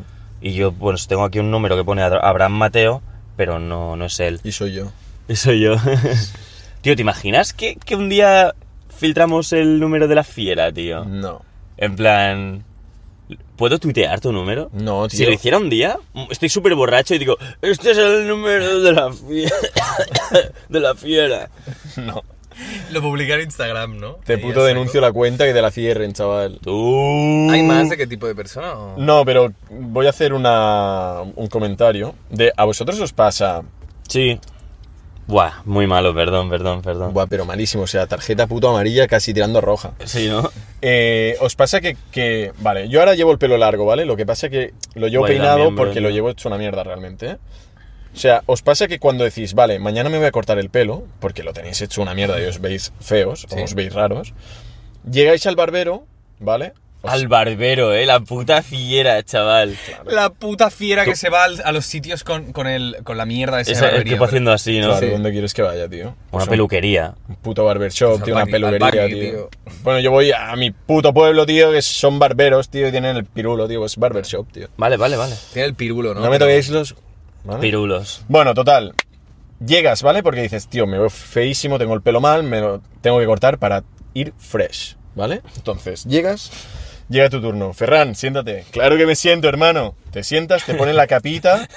[SPEAKER 2] Y yo, pues tengo aquí un número que pone Abra- Abraham Mateo, pero no, no es
[SPEAKER 3] <laughs>
[SPEAKER 2] él.
[SPEAKER 3] Y soy yo.
[SPEAKER 2] Y soy yo. <laughs> tío, ¿te imaginas que, que un día filtramos el número de la fiera, tío?
[SPEAKER 3] No.
[SPEAKER 2] En plan, ¿puedo tuitear tu número?
[SPEAKER 3] No,
[SPEAKER 2] Si
[SPEAKER 3] tío.
[SPEAKER 2] lo hiciera un día, estoy súper borracho y digo, este es el número de la fiera. <coughs> de la fiera.
[SPEAKER 3] No.
[SPEAKER 1] Lo publiqué en Instagram, ¿no?
[SPEAKER 3] Te
[SPEAKER 1] Ahí
[SPEAKER 3] puto
[SPEAKER 1] a saco.
[SPEAKER 3] denuncio la cuenta y de la cierren, chaval.
[SPEAKER 2] Tú.
[SPEAKER 1] ¿Hay más de qué tipo de persona? o?
[SPEAKER 3] No, pero voy a hacer una, un comentario. De, ¿A vosotros os pasa?
[SPEAKER 2] Sí. Buah, muy malo, perdón, perdón, perdón.
[SPEAKER 3] Buah, pero malísimo. O sea, tarjeta puto amarilla casi tirando a roja.
[SPEAKER 2] Sí, ¿no?
[SPEAKER 3] Eh, os pasa que, que- Vale, yo ahora llevo el pelo largo, ¿vale? Lo que pasa que lo llevo
[SPEAKER 2] Guay,
[SPEAKER 3] peinado
[SPEAKER 2] también,
[SPEAKER 3] porque
[SPEAKER 2] Bruno.
[SPEAKER 3] lo llevo hecho una mierda realmente. ¿eh? O sea, os pasa que cuando decís, vale, mañana me voy a cortar el pelo, porque lo tenéis hecho una mierda y os veis feos
[SPEAKER 1] Sí.
[SPEAKER 3] o os veis raros, llegáis al barbero, ¿vale? Os-
[SPEAKER 2] Al barbero, eh, la puta fiera, chaval.
[SPEAKER 1] La puta fiera que se va al- a los sitios con, con, el, con la mierda de ese
[SPEAKER 2] Esa- el que va haciendo así, ¿no?
[SPEAKER 3] Claro, ¿dónde quieres que vaya, tío?
[SPEAKER 2] Una
[SPEAKER 3] Pues un-
[SPEAKER 2] peluquería.
[SPEAKER 3] Un puto barbershop,
[SPEAKER 1] Pues
[SPEAKER 3] tío,
[SPEAKER 1] al
[SPEAKER 3] una
[SPEAKER 1] Bani- al
[SPEAKER 3] peluquería,
[SPEAKER 1] Bani,
[SPEAKER 3] tío.
[SPEAKER 1] tío.
[SPEAKER 3] Bueno, yo voy a mi puto pueblo, tío, que son barberos, tío, y tienen el pirulo, tío, pues es barbershop, tío.
[SPEAKER 2] Vale, vale, vale.
[SPEAKER 1] Tiene el pírbulo, ¿no?
[SPEAKER 3] No, me toquéis los... ¿vale?
[SPEAKER 2] Pirulos.
[SPEAKER 3] Bueno, total. Llegas, ¿vale? Porque dices, tío, me veo feísimo, tengo el pelo mal, me lo tengo que cortar para ir fresh, ¿vale? Entonces, llegas, llega tu turno. Ferran, siéntate. Claro que me siento, hermano. Te sientas, te ponen la capita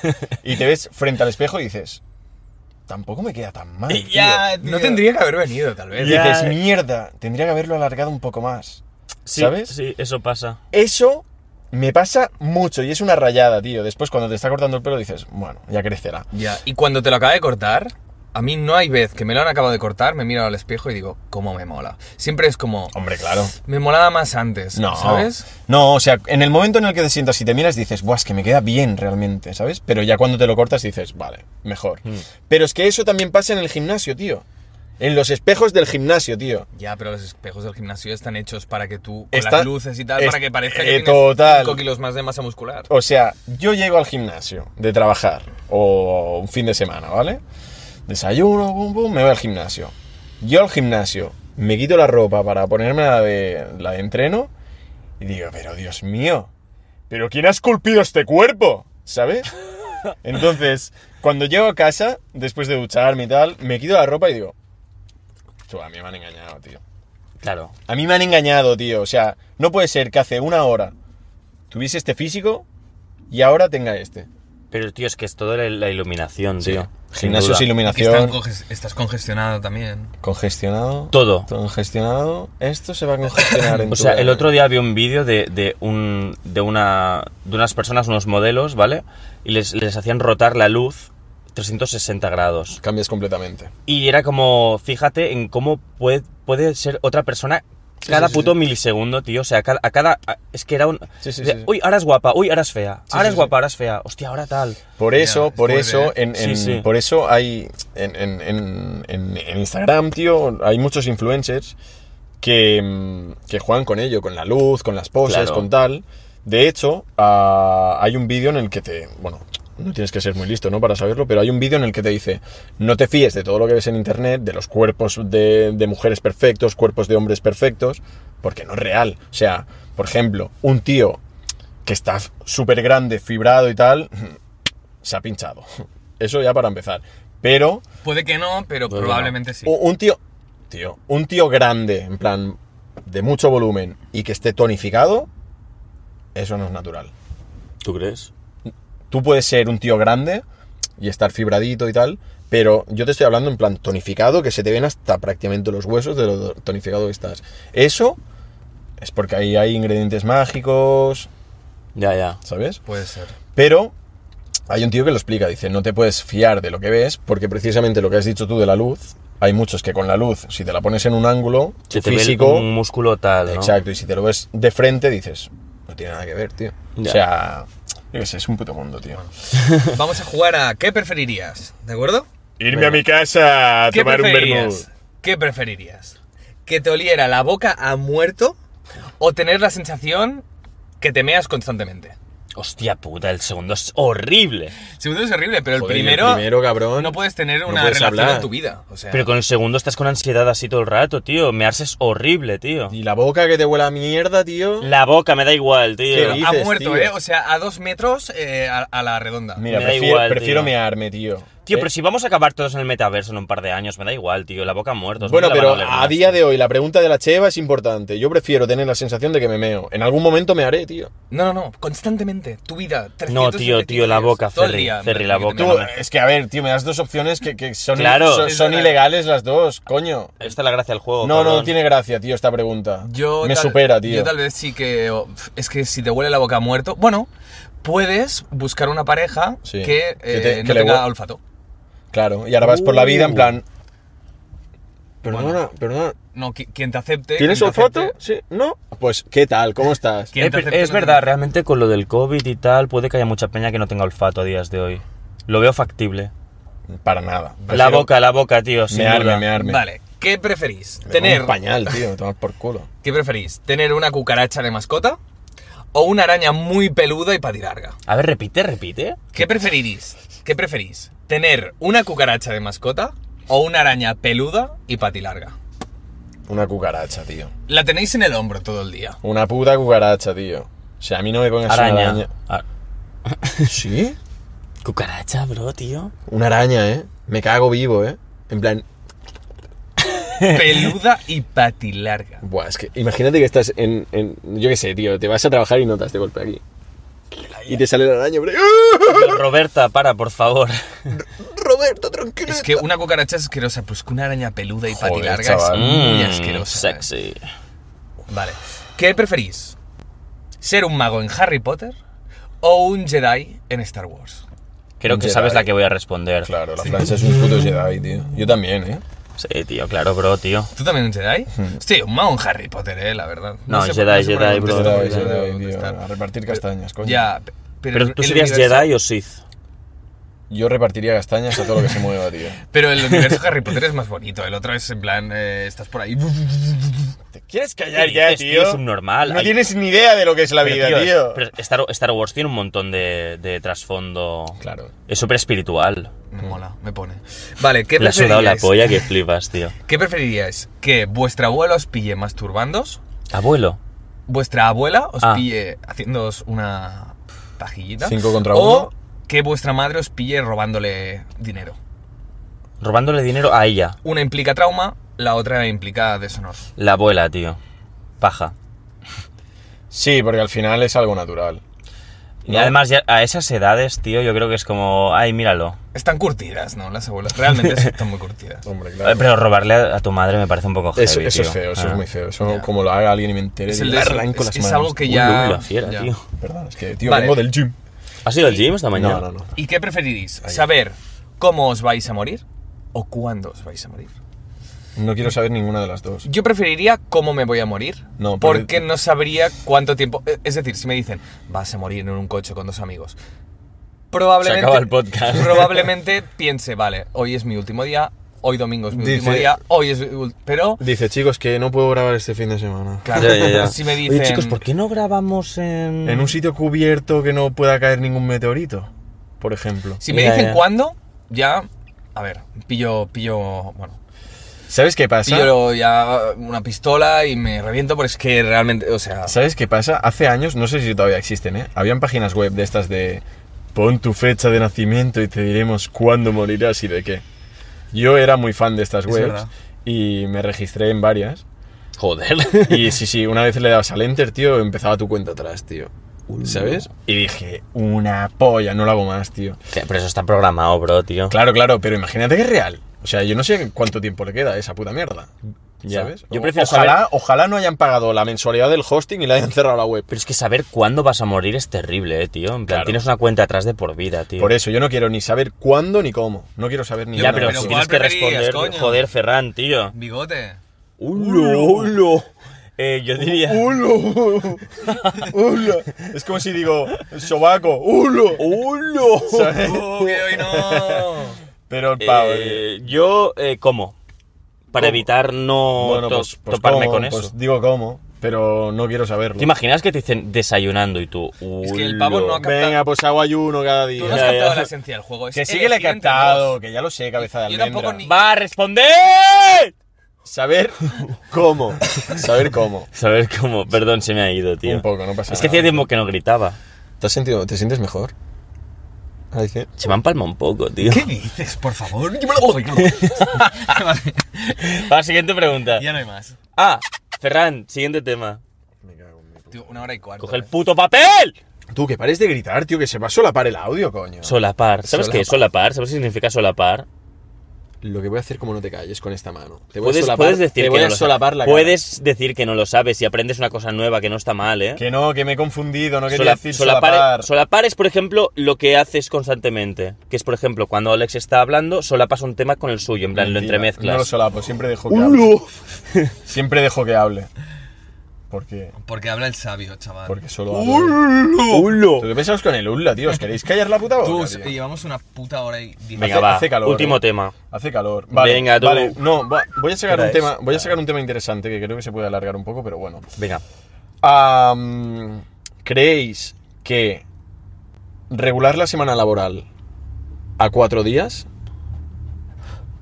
[SPEAKER 3] y te ves frente al espejo y dices, tampoco me queda tan mal. tío".
[SPEAKER 1] No tendría que haber venido, tal
[SPEAKER 3] Y
[SPEAKER 1] vez.
[SPEAKER 2] Ya.
[SPEAKER 3] dices, mierda, tendría que haberlo alargado un poco más.
[SPEAKER 2] Sí,
[SPEAKER 3] ¿Sabes?
[SPEAKER 2] Sí, eso pasa.
[SPEAKER 3] Eso me pasa mucho y es una rayada, tío. Después, cuando te está cortando el pelo, dices, bueno, ya crecerá.
[SPEAKER 1] Ya, y cuando te lo acaba de cortar, a mí no hay vez que me lo han acabado de cortar, me miro al espejo y digo, ¿cómo me mola? Siempre es como,
[SPEAKER 3] Hombre, claro.
[SPEAKER 1] me molaba más antes,
[SPEAKER 3] No.
[SPEAKER 1] ¿sabes?
[SPEAKER 3] No, o sea, en el momento en el que te sientas y te miras dices, buah, es que me queda bien realmente, ¿sabes? Pero ya cuando te lo cortas dices, vale, mejor. Pero es que eso también pasa en el gimnasio, tío. En los espejos del gimnasio, tío.
[SPEAKER 1] Ya, pero los espejos del gimnasio están hechos para que tú, con
[SPEAKER 3] Está-
[SPEAKER 1] las luces y tal,
[SPEAKER 3] es-
[SPEAKER 1] para que parezca
[SPEAKER 3] eh,
[SPEAKER 1] que
[SPEAKER 3] total.
[SPEAKER 1] tienes 5 kilos más de masa muscular.
[SPEAKER 3] O sea, yo llego al gimnasio de trabajar o un fin de semana, ¿vale? Desayuno, pum, pum, me voy al gimnasio. Yo al gimnasio me quito la ropa para ponerme la de, la de entreno y digo, pero Dios mío, ¿pero quién ha esculpido este cuerpo? ¿Sabes? Entonces, cuando llego a casa, después de ducharme y tal, me quito la ropa y digo, "Tú, a mí me han engañado, tío.
[SPEAKER 2] Claro.
[SPEAKER 3] A mí me han engañado, tío. O sea, no puede ser que hace una hora tuviese este físico y ahora tenga este.
[SPEAKER 2] Pero, tío, es que es toda la, la iluminación, tío. Sin
[SPEAKER 3] Gimnasios,
[SPEAKER 2] duda.
[SPEAKER 1] Porque están
[SPEAKER 3] iluminación,
[SPEAKER 1] conges- estás congestionado también.
[SPEAKER 3] congestionado.
[SPEAKER 2] Todo.
[SPEAKER 3] Congestionado. Esto se va a
[SPEAKER 2] <laughs>
[SPEAKER 3] congestionar en
[SPEAKER 2] O
[SPEAKER 3] tu
[SPEAKER 2] sea,
[SPEAKER 3] cara.
[SPEAKER 2] el otro día vi un vídeo de, de un, de, una, de unas personas, unos modelos, ¿vale? Y les, les hacían rotar la luz 360 grados.
[SPEAKER 3] Cambias completamente.
[SPEAKER 2] Y era como, fíjate en cómo puede, puede ser otra persona
[SPEAKER 1] Sí,
[SPEAKER 2] Cada
[SPEAKER 1] sí, sí,
[SPEAKER 2] puto
[SPEAKER 1] sí.
[SPEAKER 2] milisegundo, tío. O sea, cada- a cada. a- es que era un.
[SPEAKER 3] Sí, sí,
[SPEAKER 2] de,
[SPEAKER 3] sí, sí.
[SPEAKER 2] Uy, ahora es guapa, uy, ahora es fea.
[SPEAKER 3] Sí,
[SPEAKER 2] ahora
[SPEAKER 3] sí,
[SPEAKER 2] es
[SPEAKER 3] sí.
[SPEAKER 2] guapa, ahora es fea. Hostia, ahora tal.
[SPEAKER 3] Por
[SPEAKER 1] Ya,
[SPEAKER 3] eso, por
[SPEAKER 1] estuve
[SPEAKER 3] eso, en,
[SPEAKER 2] Sí,
[SPEAKER 3] en-
[SPEAKER 2] sí.
[SPEAKER 3] por eso hay en, en- en- en- en Instagram, tío, hay muchos influencers que, mm, que juegan con ello, con la luz, con las poses,
[SPEAKER 2] Claro.
[SPEAKER 3] con tal. De hecho, ah, hay un vídeo en el que te, bueno, no tienes que ser muy listo, ¿no? Para saberlo, pero hay un vídeo en el que te dice, no te fíes de todo lo que ves en internet, de los cuerpos de, de mujeres perfectos, cuerpos de hombres perfectos, porque no es real. O sea, por ejemplo, un tío que está súper grande, fibrado y tal, <laughs> se ha pinchado. Eso ya para empezar. Pero
[SPEAKER 1] Puede que no, pero
[SPEAKER 2] Puede que
[SPEAKER 1] probablemente sí.
[SPEAKER 3] u- un tío, tío, un tío grande, en plan de mucho volumen y que esté tonificado, eso no es natural.
[SPEAKER 2] ¿Tú crees?
[SPEAKER 3] Tú puedes ser un tío grande y estar fibradito y tal, pero yo te estoy hablando en plan tonificado, que se te ven hasta prácticamente los huesos de lo tonificado que estás. Eso es porque ahí hay ingredientes mágicos,
[SPEAKER 2] Ya, ya.
[SPEAKER 3] ¿sabes?
[SPEAKER 1] Puede ser.
[SPEAKER 3] Pero hay un tío que lo explica, dice, no te puedes fiar de lo que ves, porque precisamente lo que has dicho tú de la luz, hay muchos que con la luz, si te la pones en un ángulo,
[SPEAKER 2] Se
[SPEAKER 3] tu
[SPEAKER 2] te
[SPEAKER 3] físico,
[SPEAKER 2] ve el- un músculo tal. ¿no?
[SPEAKER 3] exacto, y si te lo ves de frente, dices, no tiene nada que ver, tío.
[SPEAKER 2] Ya.
[SPEAKER 3] O sea, yo qué sé, es un puto mundo, tío.
[SPEAKER 1] Vamos a jugar a ¿qué preferirías? ¿De acuerdo?
[SPEAKER 3] Irme a mi casa a
[SPEAKER 1] ¿Qué preferirías? ¿Qué preferirías? ¿Que te oliera la boca a muerto o tener la sensación que te meas constantemente?
[SPEAKER 2] Hostia puta, el segundo es horrible.
[SPEAKER 1] Segundo es horrible, pero el,
[SPEAKER 3] Joder, y el
[SPEAKER 1] primero,
[SPEAKER 3] primero, cabrón,
[SPEAKER 1] no puedes tener
[SPEAKER 3] no
[SPEAKER 1] una
[SPEAKER 3] puedes
[SPEAKER 1] relación
[SPEAKER 3] hablar.
[SPEAKER 1] en tu vida. O sea,
[SPEAKER 2] Pero con el segundo estás con ansiedad así todo el rato, tío. Me haces horrible, tío.
[SPEAKER 3] Y la boca que te huele a mierda, tío.
[SPEAKER 2] La boca, me da igual,
[SPEAKER 3] ¿Qué
[SPEAKER 2] tío.
[SPEAKER 3] dices?
[SPEAKER 1] ha muerto,
[SPEAKER 3] tío?
[SPEAKER 1] ¿eh? O sea, a dos metros eh, a, a la redonda.
[SPEAKER 3] Mira,
[SPEAKER 2] Me da
[SPEAKER 3] prefiero,
[SPEAKER 2] igual,
[SPEAKER 3] prefiero
[SPEAKER 2] tío.
[SPEAKER 3] mearme, tío.
[SPEAKER 2] Tío,
[SPEAKER 3] Eh,
[SPEAKER 2] pero si vamos a acabar todos en el metaverso en un par de años, me da igual, tío. La boca muerta. no
[SPEAKER 3] Bueno,
[SPEAKER 2] me la
[SPEAKER 3] pero
[SPEAKER 2] van oler
[SPEAKER 3] a
[SPEAKER 2] más,
[SPEAKER 3] día
[SPEAKER 2] tío.
[SPEAKER 3] de hoy la pregunta de la cheva es importante. Yo prefiero tener la sensación de que me meo. En algún momento me haré, tío.
[SPEAKER 1] No, no, no, constantemente, tu vida.
[SPEAKER 2] No, tío,
[SPEAKER 1] 365
[SPEAKER 2] tío, la
[SPEAKER 1] días,
[SPEAKER 2] boca,
[SPEAKER 1] todo el
[SPEAKER 2] Ferri,
[SPEAKER 1] día,
[SPEAKER 2] Ferri,
[SPEAKER 1] me-
[SPEAKER 2] la
[SPEAKER 1] me-
[SPEAKER 2] boca.
[SPEAKER 1] me-
[SPEAKER 3] Tú,
[SPEAKER 2] No, no, no.
[SPEAKER 3] es que a ver, tío, me das dos opciones que, que son,
[SPEAKER 2] Claro.
[SPEAKER 3] son,
[SPEAKER 1] Es
[SPEAKER 3] son
[SPEAKER 1] verdad.
[SPEAKER 3] ilegales las dos, coño.
[SPEAKER 2] Esta es la gracia del juego.
[SPEAKER 3] No, no,
[SPEAKER 2] cabrón.
[SPEAKER 3] no tiene gracia, tío, esta pregunta.
[SPEAKER 1] Yo
[SPEAKER 3] me
[SPEAKER 1] tal-
[SPEAKER 3] supera, tío.
[SPEAKER 1] Yo tal vez sí que. o, pf, Es que si te huele la boca a muerto. Bueno, puedes buscar una pareja
[SPEAKER 3] Sí.
[SPEAKER 1] que,
[SPEAKER 3] Que
[SPEAKER 1] eh,
[SPEAKER 3] te-
[SPEAKER 1] no
[SPEAKER 3] que le
[SPEAKER 1] tenga
[SPEAKER 3] hue-
[SPEAKER 1] olfato.
[SPEAKER 3] Claro, y ahora vas por la vida en
[SPEAKER 2] Uh.
[SPEAKER 3] plan... Perdona, perdona.
[SPEAKER 1] No, qui- quien te acepte.
[SPEAKER 3] ¿Tienes
[SPEAKER 1] quien te acepte-
[SPEAKER 3] olfato? Sí, ¿no? Pues, ¿qué tal? ¿Cómo estás?
[SPEAKER 1] ¿Quién
[SPEAKER 2] Eh,
[SPEAKER 1] te
[SPEAKER 2] pero
[SPEAKER 1] acepta
[SPEAKER 2] es
[SPEAKER 1] no
[SPEAKER 2] verdad,
[SPEAKER 1] tiene-
[SPEAKER 2] realmente con lo del COVID y tal, puede que haya mucha peña que no tenga olfato a días de hoy. Lo veo factible.
[SPEAKER 3] Para nada.
[SPEAKER 2] la
[SPEAKER 3] Prefiero
[SPEAKER 2] boca, la boca, tío. Sin
[SPEAKER 3] Mearme,
[SPEAKER 2] duda.
[SPEAKER 3] mearme.
[SPEAKER 1] Vale, ¿qué preferís?
[SPEAKER 3] Me pongo
[SPEAKER 1] Tener.
[SPEAKER 3] Un pañal, tío, tomar por culo.
[SPEAKER 1] ¿Qué preferís? ¿Tener una cucaracha de mascota? ¿O una araña muy peluda y patilarga?
[SPEAKER 2] A ver, repite, repite.
[SPEAKER 1] ¿Qué preferirís? ¿Qué preferís? ¿Tener una cucaracha de mascota? ¿O una araña peluda y patilarga?
[SPEAKER 3] Una cucaracha, tío.
[SPEAKER 1] La tenéis en el hombro todo el
[SPEAKER 3] <laughs>
[SPEAKER 1] día.
[SPEAKER 3] Una puta cucaracha, tío. O sea, a mí no me pongas una
[SPEAKER 2] Araña.
[SPEAKER 3] <laughs>
[SPEAKER 2] Ah,
[SPEAKER 3] araña. ¿Sí?
[SPEAKER 2] Cucaracha, bro, tío.
[SPEAKER 3] Una araña, ¿eh? Me cago vivo, ¿eh? En plan,
[SPEAKER 1] Peluda y patilarga.
[SPEAKER 3] Buah, es que imagínate que estás en, en- Yo qué sé, tío, te vas a trabajar y notas de golpe aquí. Y te sale la araña, pero...
[SPEAKER 2] Pero, Roberta, para, por favor.
[SPEAKER 3] Roberto, tranquilo.
[SPEAKER 1] Es que una cucaracha es asquerosa, pues que una araña peluda y
[SPEAKER 3] Joder,
[SPEAKER 1] patilarga
[SPEAKER 3] chaval.
[SPEAKER 1] es muy
[SPEAKER 2] Mm,
[SPEAKER 1] asquerosa. ¿eh?
[SPEAKER 2] Sexy.
[SPEAKER 1] Vale. ¿Qué preferís? ¿Ser un mago en Harry Potter o un Jedi en Star Wars?
[SPEAKER 2] Creo que
[SPEAKER 3] Jedi.
[SPEAKER 2] sabes la que voy a responder.
[SPEAKER 3] Claro, la Francia es un puto Jedi, tío. Yo también, ¿eh?
[SPEAKER 2] Sí, tío, claro, bro, tío.
[SPEAKER 1] ¿Tú también un Jedi? Sí, un mago en Harry Potter, eh, la verdad.
[SPEAKER 2] No,
[SPEAKER 1] sé por-
[SPEAKER 2] Jedi,
[SPEAKER 1] sé por qué
[SPEAKER 2] Jedi,
[SPEAKER 1] contesto,
[SPEAKER 2] bro.
[SPEAKER 1] no
[SPEAKER 3] Jedi,
[SPEAKER 1] sé por qué
[SPEAKER 3] Jedi, tío,
[SPEAKER 1] contestar.
[SPEAKER 3] A repartir castañas, coño.
[SPEAKER 1] Ya, pe- pero,
[SPEAKER 2] Pero tú
[SPEAKER 1] el
[SPEAKER 2] serías
[SPEAKER 1] universo-
[SPEAKER 2] Jedi o Sith.
[SPEAKER 3] Yo repartiría castañas a todo lo que se mueva, tío.
[SPEAKER 1] Pero el universo Harry Potter es más bonito. El otro es en plan, eh, estás por ahí.
[SPEAKER 3] ¿Te quieres
[SPEAKER 2] ¿Qué dices, tío? Es subnormal. Hay-
[SPEAKER 3] ni idea de lo que es la
[SPEAKER 2] Pero, tío, es- pero Star, Star Wars tiene un montón de, de trasfondo.
[SPEAKER 3] Claro.
[SPEAKER 2] Es súper espiritual.
[SPEAKER 1] Me mola, me pone. Vale, ¿qué
[SPEAKER 2] Le ha sudado la
[SPEAKER 1] preferiríais?
[SPEAKER 2] polla que flipas, tío.
[SPEAKER 1] ¿Qué preferiríais? ¿Que vuestra abuela os pille masturbándos?
[SPEAKER 2] Abuelo.
[SPEAKER 1] ¿Vuestra abuela os
[SPEAKER 2] Ah.
[SPEAKER 1] pille haciéndoos una pajillita?
[SPEAKER 3] Cinco contra
[SPEAKER 1] ¿O
[SPEAKER 3] uno.
[SPEAKER 1] que vuestra madre os pille robándole dinero?
[SPEAKER 2] Robándole dinero a ella.
[SPEAKER 1] Una implica trauma, la otra implica deshonor.
[SPEAKER 2] La abuela, tío. Paja.
[SPEAKER 3] Sí, porque al final es algo natural.
[SPEAKER 2] Y
[SPEAKER 3] ¿No?
[SPEAKER 2] además, ya a esas edades, tío, yo creo que es como. Ay, míralo.
[SPEAKER 1] Están curtidas, ¿no? Las abuelas
[SPEAKER 3] <laughs>
[SPEAKER 1] realmente están muy curtidas.
[SPEAKER 3] Hombre, claro.
[SPEAKER 2] Eh, Pero robarle a, a tu madre me parece un poco heavy,
[SPEAKER 3] Eso, eso es
[SPEAKER 2] tío.
[SPEAKER 3] feo, eso
[SPEAKER 2] Ah.
[SPEAKER 3] es muy feo. Eso
[SPEAKER 1] Ya.
[SPEAKER 3] como lo haga alguien y me entere,
[SPEAKER 1] Es
[SPEAKER 3] y
[SPEAKER 1] el
[SPEAKER 3] le
[SPEAKER 1] de-
[SPEAKER 3] arranco
[SPEAKER 1] es-
[SPEAKER 3] las
[SPEAKER 1] es
[SPEAKER 3] manos.
[SPEAKER 1] algo que
[SPEAKER 3] tío.
[SPEAKER 2] Uy,
[SPEAKER 1] ya-
[SPEAKER 2] uy, la fiera,
[SPEAKER 1] ya.
[SPEAKER 2] tío.
[SPEAKER 3] Perdón, es que, tío,
[SPEAKER 1] Vale.
[SPEAKER 3] vengo del gym.
[SPEAKER 2] ¿Has ido al gym esta mañana?
[SPEAKER 3] No, no, no.
[SPEAKER 1] ¿Y qué preferirís? ¿Saber cómo os vais a morir o cuándo os vais a morir?
[SPEAKER 3] No quiero saber ninguna de las dos.
[SPEAKER 1] Yo preferiría cómo me voy a morir,
[SPEAKER 3] No, pero-
[SPEAKER 2] eh,
[SPEAKER 1] porque no sabría cuánto tiempo... eh, Es decir, si me dicen, vas a morir en un coche con dos amigos, probablemente...
[SPEAKER 2] Se acaba el podcast. <laughs>
[SPEAKER 1] Probablemente piense, vale, hoy es mi último día, hoy domingo es mi último
[SPEAKER 3] Dice-
[SPEAKER 1] día, hoy es... mi ul- Pero,
[SPEAKER 3] Dice, chicos, que no puedo grabar este fin de semana.
[SPEAKER 1] claro,
[SPEAKER 2] Ya, ya, ya.
[SPEAKER 1] si me
[SPEAKER 2] Oye,
[SPEAKER 1] dicen...
[SPEAKER 2] chicos, ¿por qué no grabamos en...?
[SPEAKER 3] En un sitio cubierto que no pueda caer ningún meteorito, por ejemplo.
[SPEAKER 1] Si me
[SPEAKER 2] Ya,
[SPEAKER 1] dicen
[SPEAKER 2] ya.
[SPEAKER 1] cuándo, ya... A ver, pillo, pillo, bueno,
[SPEAKER 3] ¿Sabes qué pasa?
[SPEAKER 1] pillo ya una pistola y me reviento, porque es que realmente, o sea...
[SPEAKER 3] ¿Sabes qué pasa? Hace años, no sé si todavía existen, ¿eh? Habían páginas web de estas de pon tu fecha de nacimiento y te diremos cuándo morirás y de qué. Yo era muy fan de estas
[SPEAKER 1] Es
[SPEAKER 3] webs
[SPEAKER 1] verdad.
[SPEAKER 3] y me registré en varias.
[SPEAKER 2] Joder. <laughs>
[SPEAKER 1] <laughs>
[SPEAKER 3] Y sí, sí, una vez le dabas al enter, tío, empezaba tu cuenta atrás, tío. ¿Sabes? Y dije, una polla, no lo hago más, tío.
[SPEAKER 2] Que- Pero eso está programado, bro, tío.
[SPEAKER 3] Claro, claro, pero imagínate que es real. O sea, yo no sé cuánto tiempo le queda a esa puta mierda.
[SPEAKER 2] Ya.
[SPEAKER 3] ¿Sabes?
[SPEAKER 2] Yo
[SPEAKER 3] O-
[SPEAKER 2] prefiero
[SPEAKER 3] ojalá, ojalá no hayan pagado la mensualidad del hosting y le hayan cerrado la web.
[SPEAKER 2] Pero es que saber cuándo vas a morir es terrible, eh, tío. En plan,
[SPEAKER 3] Claro.
[SPEAKER 2] tienes una cuenta atrás de por vida, tío.
[SPEAKER 3] Por eso, yo no quiero ni saber cuándo ni cómo. No quiero saber ni
[SPEAKER 2] Ya,
[SPEAKER 3] nada.
[SPEAKER 2] pero,
[SPEAKER 1] Pero
[SPEAKER 2] si
[SPEAKER 1] ¿cuál
[SPEAKER 2] tienes que
[SPEAKER 1] preferirías,
[SPEAKER 2] responder,
[SPEAKER 1] coño?
[SPEAKER 2] joder, Ferran, tío.
[SPEAKER 1] <laughs> Bigote.
[SPEAKER 2] ¡Ulo, ulo! Eh, yo diría...
[SPEAKER 3] ¡Ulo! <laughs> ¡Ulo! Es como si digo, sobaco, ¡Ulo!
[SPEAKER 2] ¡Ulo!
[SPEAKER 3] ¿Sabes?
[SPEAKER 1] Uh, que hoy no.
[SPEAKER 3] Pero el pavo. tío.
[SPEAKER 2] Eh, yo, eh, ¿cómo? Para
[SPEAKER 3] ¿Cómo?
[SPEAKER 2] evitar no
[SPEAKER 3] bueno,
[SPEAKER 2] to-
[SPEAKER 3] pues, pues
[SPEAKER 2] toparme
[SPEAKER 3] cómo,
[SPEAKER 2] con eso.
[SPEAKER 3] pues digo cómo, pero no quiero saberlo.
[SPEAKER 2] ¿Te imaginas que te dicen desayunando y tú...
[SPEAKER 1] Es que el pavo no
[SPEAKER 2] "Ulo"?
[SPEAKER 1] ha captado-
[SPEAKER 3] Venga, pues hago ayuno cada
[SPEAKER 1] Tú no has
[SPEAKER 3] día.
[SPEAKER 2] Ya, ya.
[SPEAKER 1] captado la esencia del juego. Es
[SPEAKER 3] Que sí que le he
[SPEAKER 1] elegir entre
[SPEAKER 3] captado,
[SPEAKER 1] dos.
[SPEAKER 3] que ya lo sé, cabeza de
[SPEAKER 1] Yo
[SPEAKER 3] almendra.
[SPEAKER 1] tampoco ni-
[SPEAKER 2] ¡Va a responder!
[SPEAKER 1] <laughs>
[SPEAKER 3] Saber cómo. Saber cómo.
[SPEAKER 2] Saber cómo... Perdón, se me ha ido, tío.
[SPEAKER 3] Un poco, no pasa
[SPEAKER 2] Es que
[SPEAKER 3] nada.
[SPEAKER 2] hacía tiempo que no gritaba.
[SPEAKER 3] ¿Te, has sentido, ¿Te sientes mejor? Ahí sí.
[SPEAKER 2] Se me han palmado un poco, tío.
[SPEAKER 1] ¿Qué dices, por favor? Vale,
[SPEAKER 2] <laughs> Va, siguiente pregunta.
[SPEAKER 1] ya no hay más.
[SPEAKER 2] Ah, Ferran, siguiente tema.
[SPEAKER 1] Tío, una hora y cuarto.
[SPEAKER 2] Coge el
[SPEAKER 1] eh.
[SPEAKER 2] puto papel.
[SPEAKER 3] Tú, que pares de gritar, tío, que se va a solapar el audio, coño.
[SPEAKER 2] Solapar. ¿Sabes qué es solapar? ¿Sabes qué significa solapar?
[SPEAKER 3] Lo que voy a hacer como no te calles con esta mano. Te voy
[SPEAKER 2] Puedes,
[SPEAKER 3] a solapar,
[SPEAKER 2] puedes decir
[SPEAKER 3] te
[SPEAKER 2] que
[SPEAKER 3] voy
[SPEAKER 2] no
[SPEAKER 3] a
[SPEAKER 2] lo
[SPEAKER 3] solapar la
[SPEAKER 2] sabes. Puedes decir que no lo sabes y aprendes una cosa nueva que no está mal, ¿eh?
[SPEAKER 3] cara. Que no, que me he confundido, no quería
[SPEAKER 2] Sola-
[SPEAKER 3] decir
[SPEAKER 2] solapar,
[SPEAKER 3] solapar.
[SPEAKER 2] solapar es, por ejemplo, lo que haces constantemente. Que es, por ejemplo, cuando Alex está hablando, solapas un tema con el suyo. En plan, lo
[SPEAKER 3] Mentira,
[SPEAKER 2] entremezclas.
[SPEAKER 3] No lo solapo, siempre dejo que hable. Siempre dejo que hable. Porque,
[SPEAKER 1] Porque habla el sabio, chaval.
[SPEAKER 3] porque solo hablo.
[SPEAKER 2] ¡Ulo!
[SPEAKER 3] ¿Tú qué pensáis con el ulla, tío? ¿Os queréis callar la puta boca,
[SPEAKER 1] Tú,
[SPEAKER 3] tío?
[SPEAKER 1] y llevamos una puta hora y diez.
[SPEAKER 2] Venga,
[SPEAKER 3] Hace-
[SPEAKER 2] va.
[SPEAKER 3] hace calor,
[SPEAKER 2] Último
[SPEAKER 3] eh.
[SPEAKER 2] tema.
[SPEAKER 3] Hace calor. Vale,
[SPEAKER 2] Venga, tú.
[SPEAKER 3] vale. No, va- voy a sacar un
[SPEAKER 2] Espera,
[SPEAKER 3] tema, voy a sacar un tema interesante que creo que se puede alargar un poco, pero bueno.
[SPEAKER 2] Venga.
[SPEAKER 3] Am, ¿Creéis que regular la semana laboral a cuatro días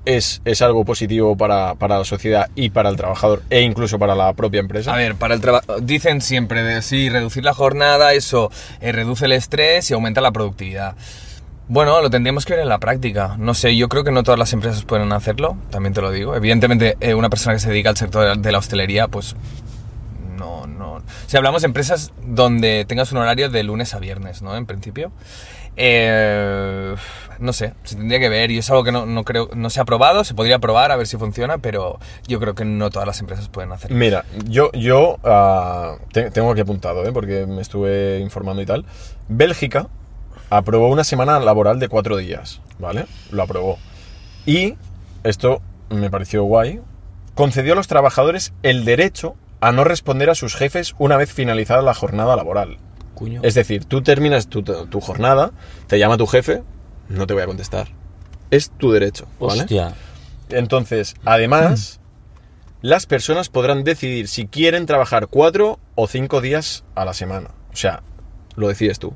[SPEAKER 3] es, es algo positivo para, para la sociedad y para el trabajador e incluso para la propia empresa?
[SPEAKER 1] A ver, para el trabajo. Dicen siempre de sí, reducir la jornada, eso eh, reduce el estrés y aumenta la productividad. Bueno, lo tendríamos que ver en la práctica. No sé, yo creo que no todas las empresas pueden hacerlo, también te lo digo. Evidentemente, eh, una persona que se dedica al sector de la hostelería, pues no, no. Si hablamos de empresas donde tengas un horario de lunes a viernes, ¿no? En principio. Eh, no sé, se tendría que ver y es algo que no, no creo, no se ha probado, se podría probar a ver si funciona, pero yo creo que no todas las empresas pueden hacerlo.
[SPEAKER 3] Mira, yo, yo ah, te- tengo aquí apuntado, ¿eh? porque me estuve informando y tal. Bélgica aprobó una semana laboral de cuatro días, ¿vale? Lo aprobó. Y, esto me pareció guay, concedió a los trabajadores el derecho a no responder a sus jefes una vez finalizada la jornada laboral.
[SPEAKER 2] Cuño.
[SPEAKER 3] Es decir, tú terminas tu, tu jornada, te llama tu jefe, no te voy a contestar. Es tu derecho, ¿vale?
[SPEAKER 2] Hostia.
[SPEAKER 3] Entonces, además,
[SPEAKER 1] Mm.
[SPEAKER 3] las personas podrán decidir si quieren trabajar cuatro o cinco días a la semana. O sea, lo decides tú.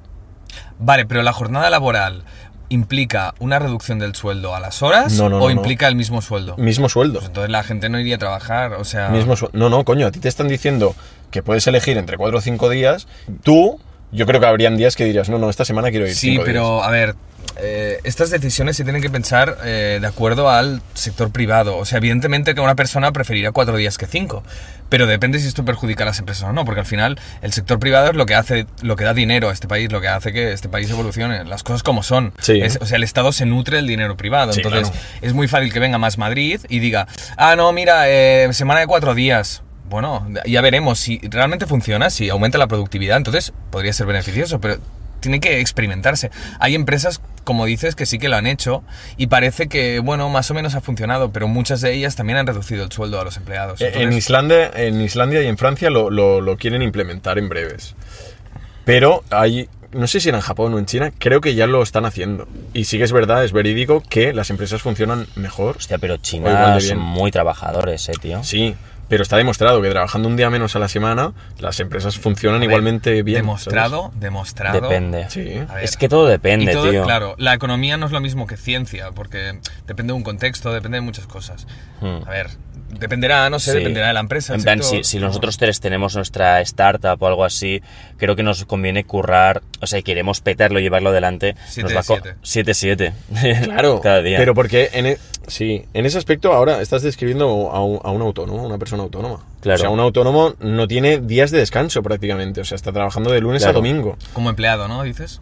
[SPEAKER 1] Vale, pero la jornada laboral implica una reducción del sueldo a las horas
[SPEAKER 3] No, no, no,
[SPEAKER 1] o
[SPEAKER 3] no.
[SPEAKER 1] implica el mismo sueldo.
[SPEAKER 3] Mismo sueldo.
[SPEAKER 1] Pues entonces la gente no iría a trabajar, o sea,
[SPEAKER 3] Mismo sue- no, no, coño, a ti te están diciendo que puedes elegir entre cuatro o cinco días. Tú, yo creo que habrían días que dirías, no, no, esta semana quiero ir.
[SPEAKER 1] sí,
[SPEAKER 3] cinco días".
[SPEAKER 1] pero a ver, eh, estas decisiones se tienen que pensar eh, de acuerdo al sector privado. O sea, evidentemente que una persona preferirá cuatro días que cinco, pero depende si esto perjudica a las empresas o no, porque al final el sector privado es lo que hace, lo que da dinero a este país, lo que hace que este país evolucione, las cosas como son.
[SPEAKER 3] Sí.
[SPEAKER 1] Es- o sea, el Estado se nutre del dinero privado,
[SPEAKER 3] Sí,
[SPEAKER 1] entonces
[SPEAKER 3] claro.
[SPEAKER 1] es muy fácil que venga más Madrid y diga, ah, no, mira, eh, semana de cuatro días. Bueno, ya veremos si realmente funciona, si aumenta la productividad, entonces podría ser beneficioso, pero tiene que experimentarse. Hay empresas como dices, que sí que lo han hecho y parece que, bueno, más o menos ha funcionado, pero muchas de ellas también han reducido el sueldo a los empleados.
[SPEAKER 3] Eh, En
[SPEAKER 1] Entonces,
[SPEAKER 3] Islandia, en Islandia y en Francia lo, lo- lo quieren implementar en breves. Pero hay, no sé si era en Japón o en China, creo que ya lo están haciendo. Y sí que es verdad, es verídico que las empresas funcionan mejor.
[SPEAKER 2] Hostia, pero
[SPEAKER 3] O igual
[SPEAKER 2] China
[SPEAKER 3] de
[SPEAKER 2] son
[SPEAKER 3] bien.
[SPEAKER 2] muy trabajadores, eh, tío.
[SPEAKER 3] Sí, pero está demostrado que trabajando un día menos a la semana, las empresas funcionan
[SPEAKER 1] a ver,
[SPEAKER 3] igualmente bien.
[SPEAKER 1] Demostrado, demostrado.
[SPEAKER 2] Depende.
[SPEAKER 3] ¿sabes? Sí.
[SPEAKER 1] A ver.
[SPEAKER 2] Es que todo
[SPEAKER 1] Y
[SPEAKER 2] depende,
[SPEAKER 1] todo,
[SPEAKER 2] tío.
[SPEAKER 1] claro, la economía no es lo mismo que ciencia, porque depende de un contexto, depende de muchas cosas.
[SPEAKER 2] Hmm.
[SPEAKER 1] A ver, dependerá, no sé,
[SPEAKER 2] Sí.
[SPEAKER 1] dependerá de la empresa.
[SPEAKER 2] En
[SPEAKER 1] el
[SPEAKER 2] plan, si,
[SPEAKER 1] sector,
[SPEAKER 2] si
[SPEAKER 1] ¿no?
[SPEAKER 2] nosotros tres tenemos nuestra startup o algo así, creo que nos conviene currar, o sea, queremos petarlo y llevarlo adelante.
[SPEAKER 1] Siete
[SPEAKER 2] nos
[SPEAKER 1] de siete.
[SPEAKER 2] 7-7. <laughs>
[SPEAKER 3] Claro,
[SPEAKER 2] Cada día.
[SPEAKER 3] pero porque en, e- sí, en ese aspecto ahora estás describiendo a un, a un autónomo, una persona autónoma.
[SPEAKER 2] Claro.
[SPEAKER 3] O sea, un autónomo no tiene días de descanso prácticamente, o sea, está trabajando de lunes a
[SPEAKER 2] Claro.
[SPEAKER 3] domingo.
[SPEAKER 1] Como empleado, ¿no? Dices.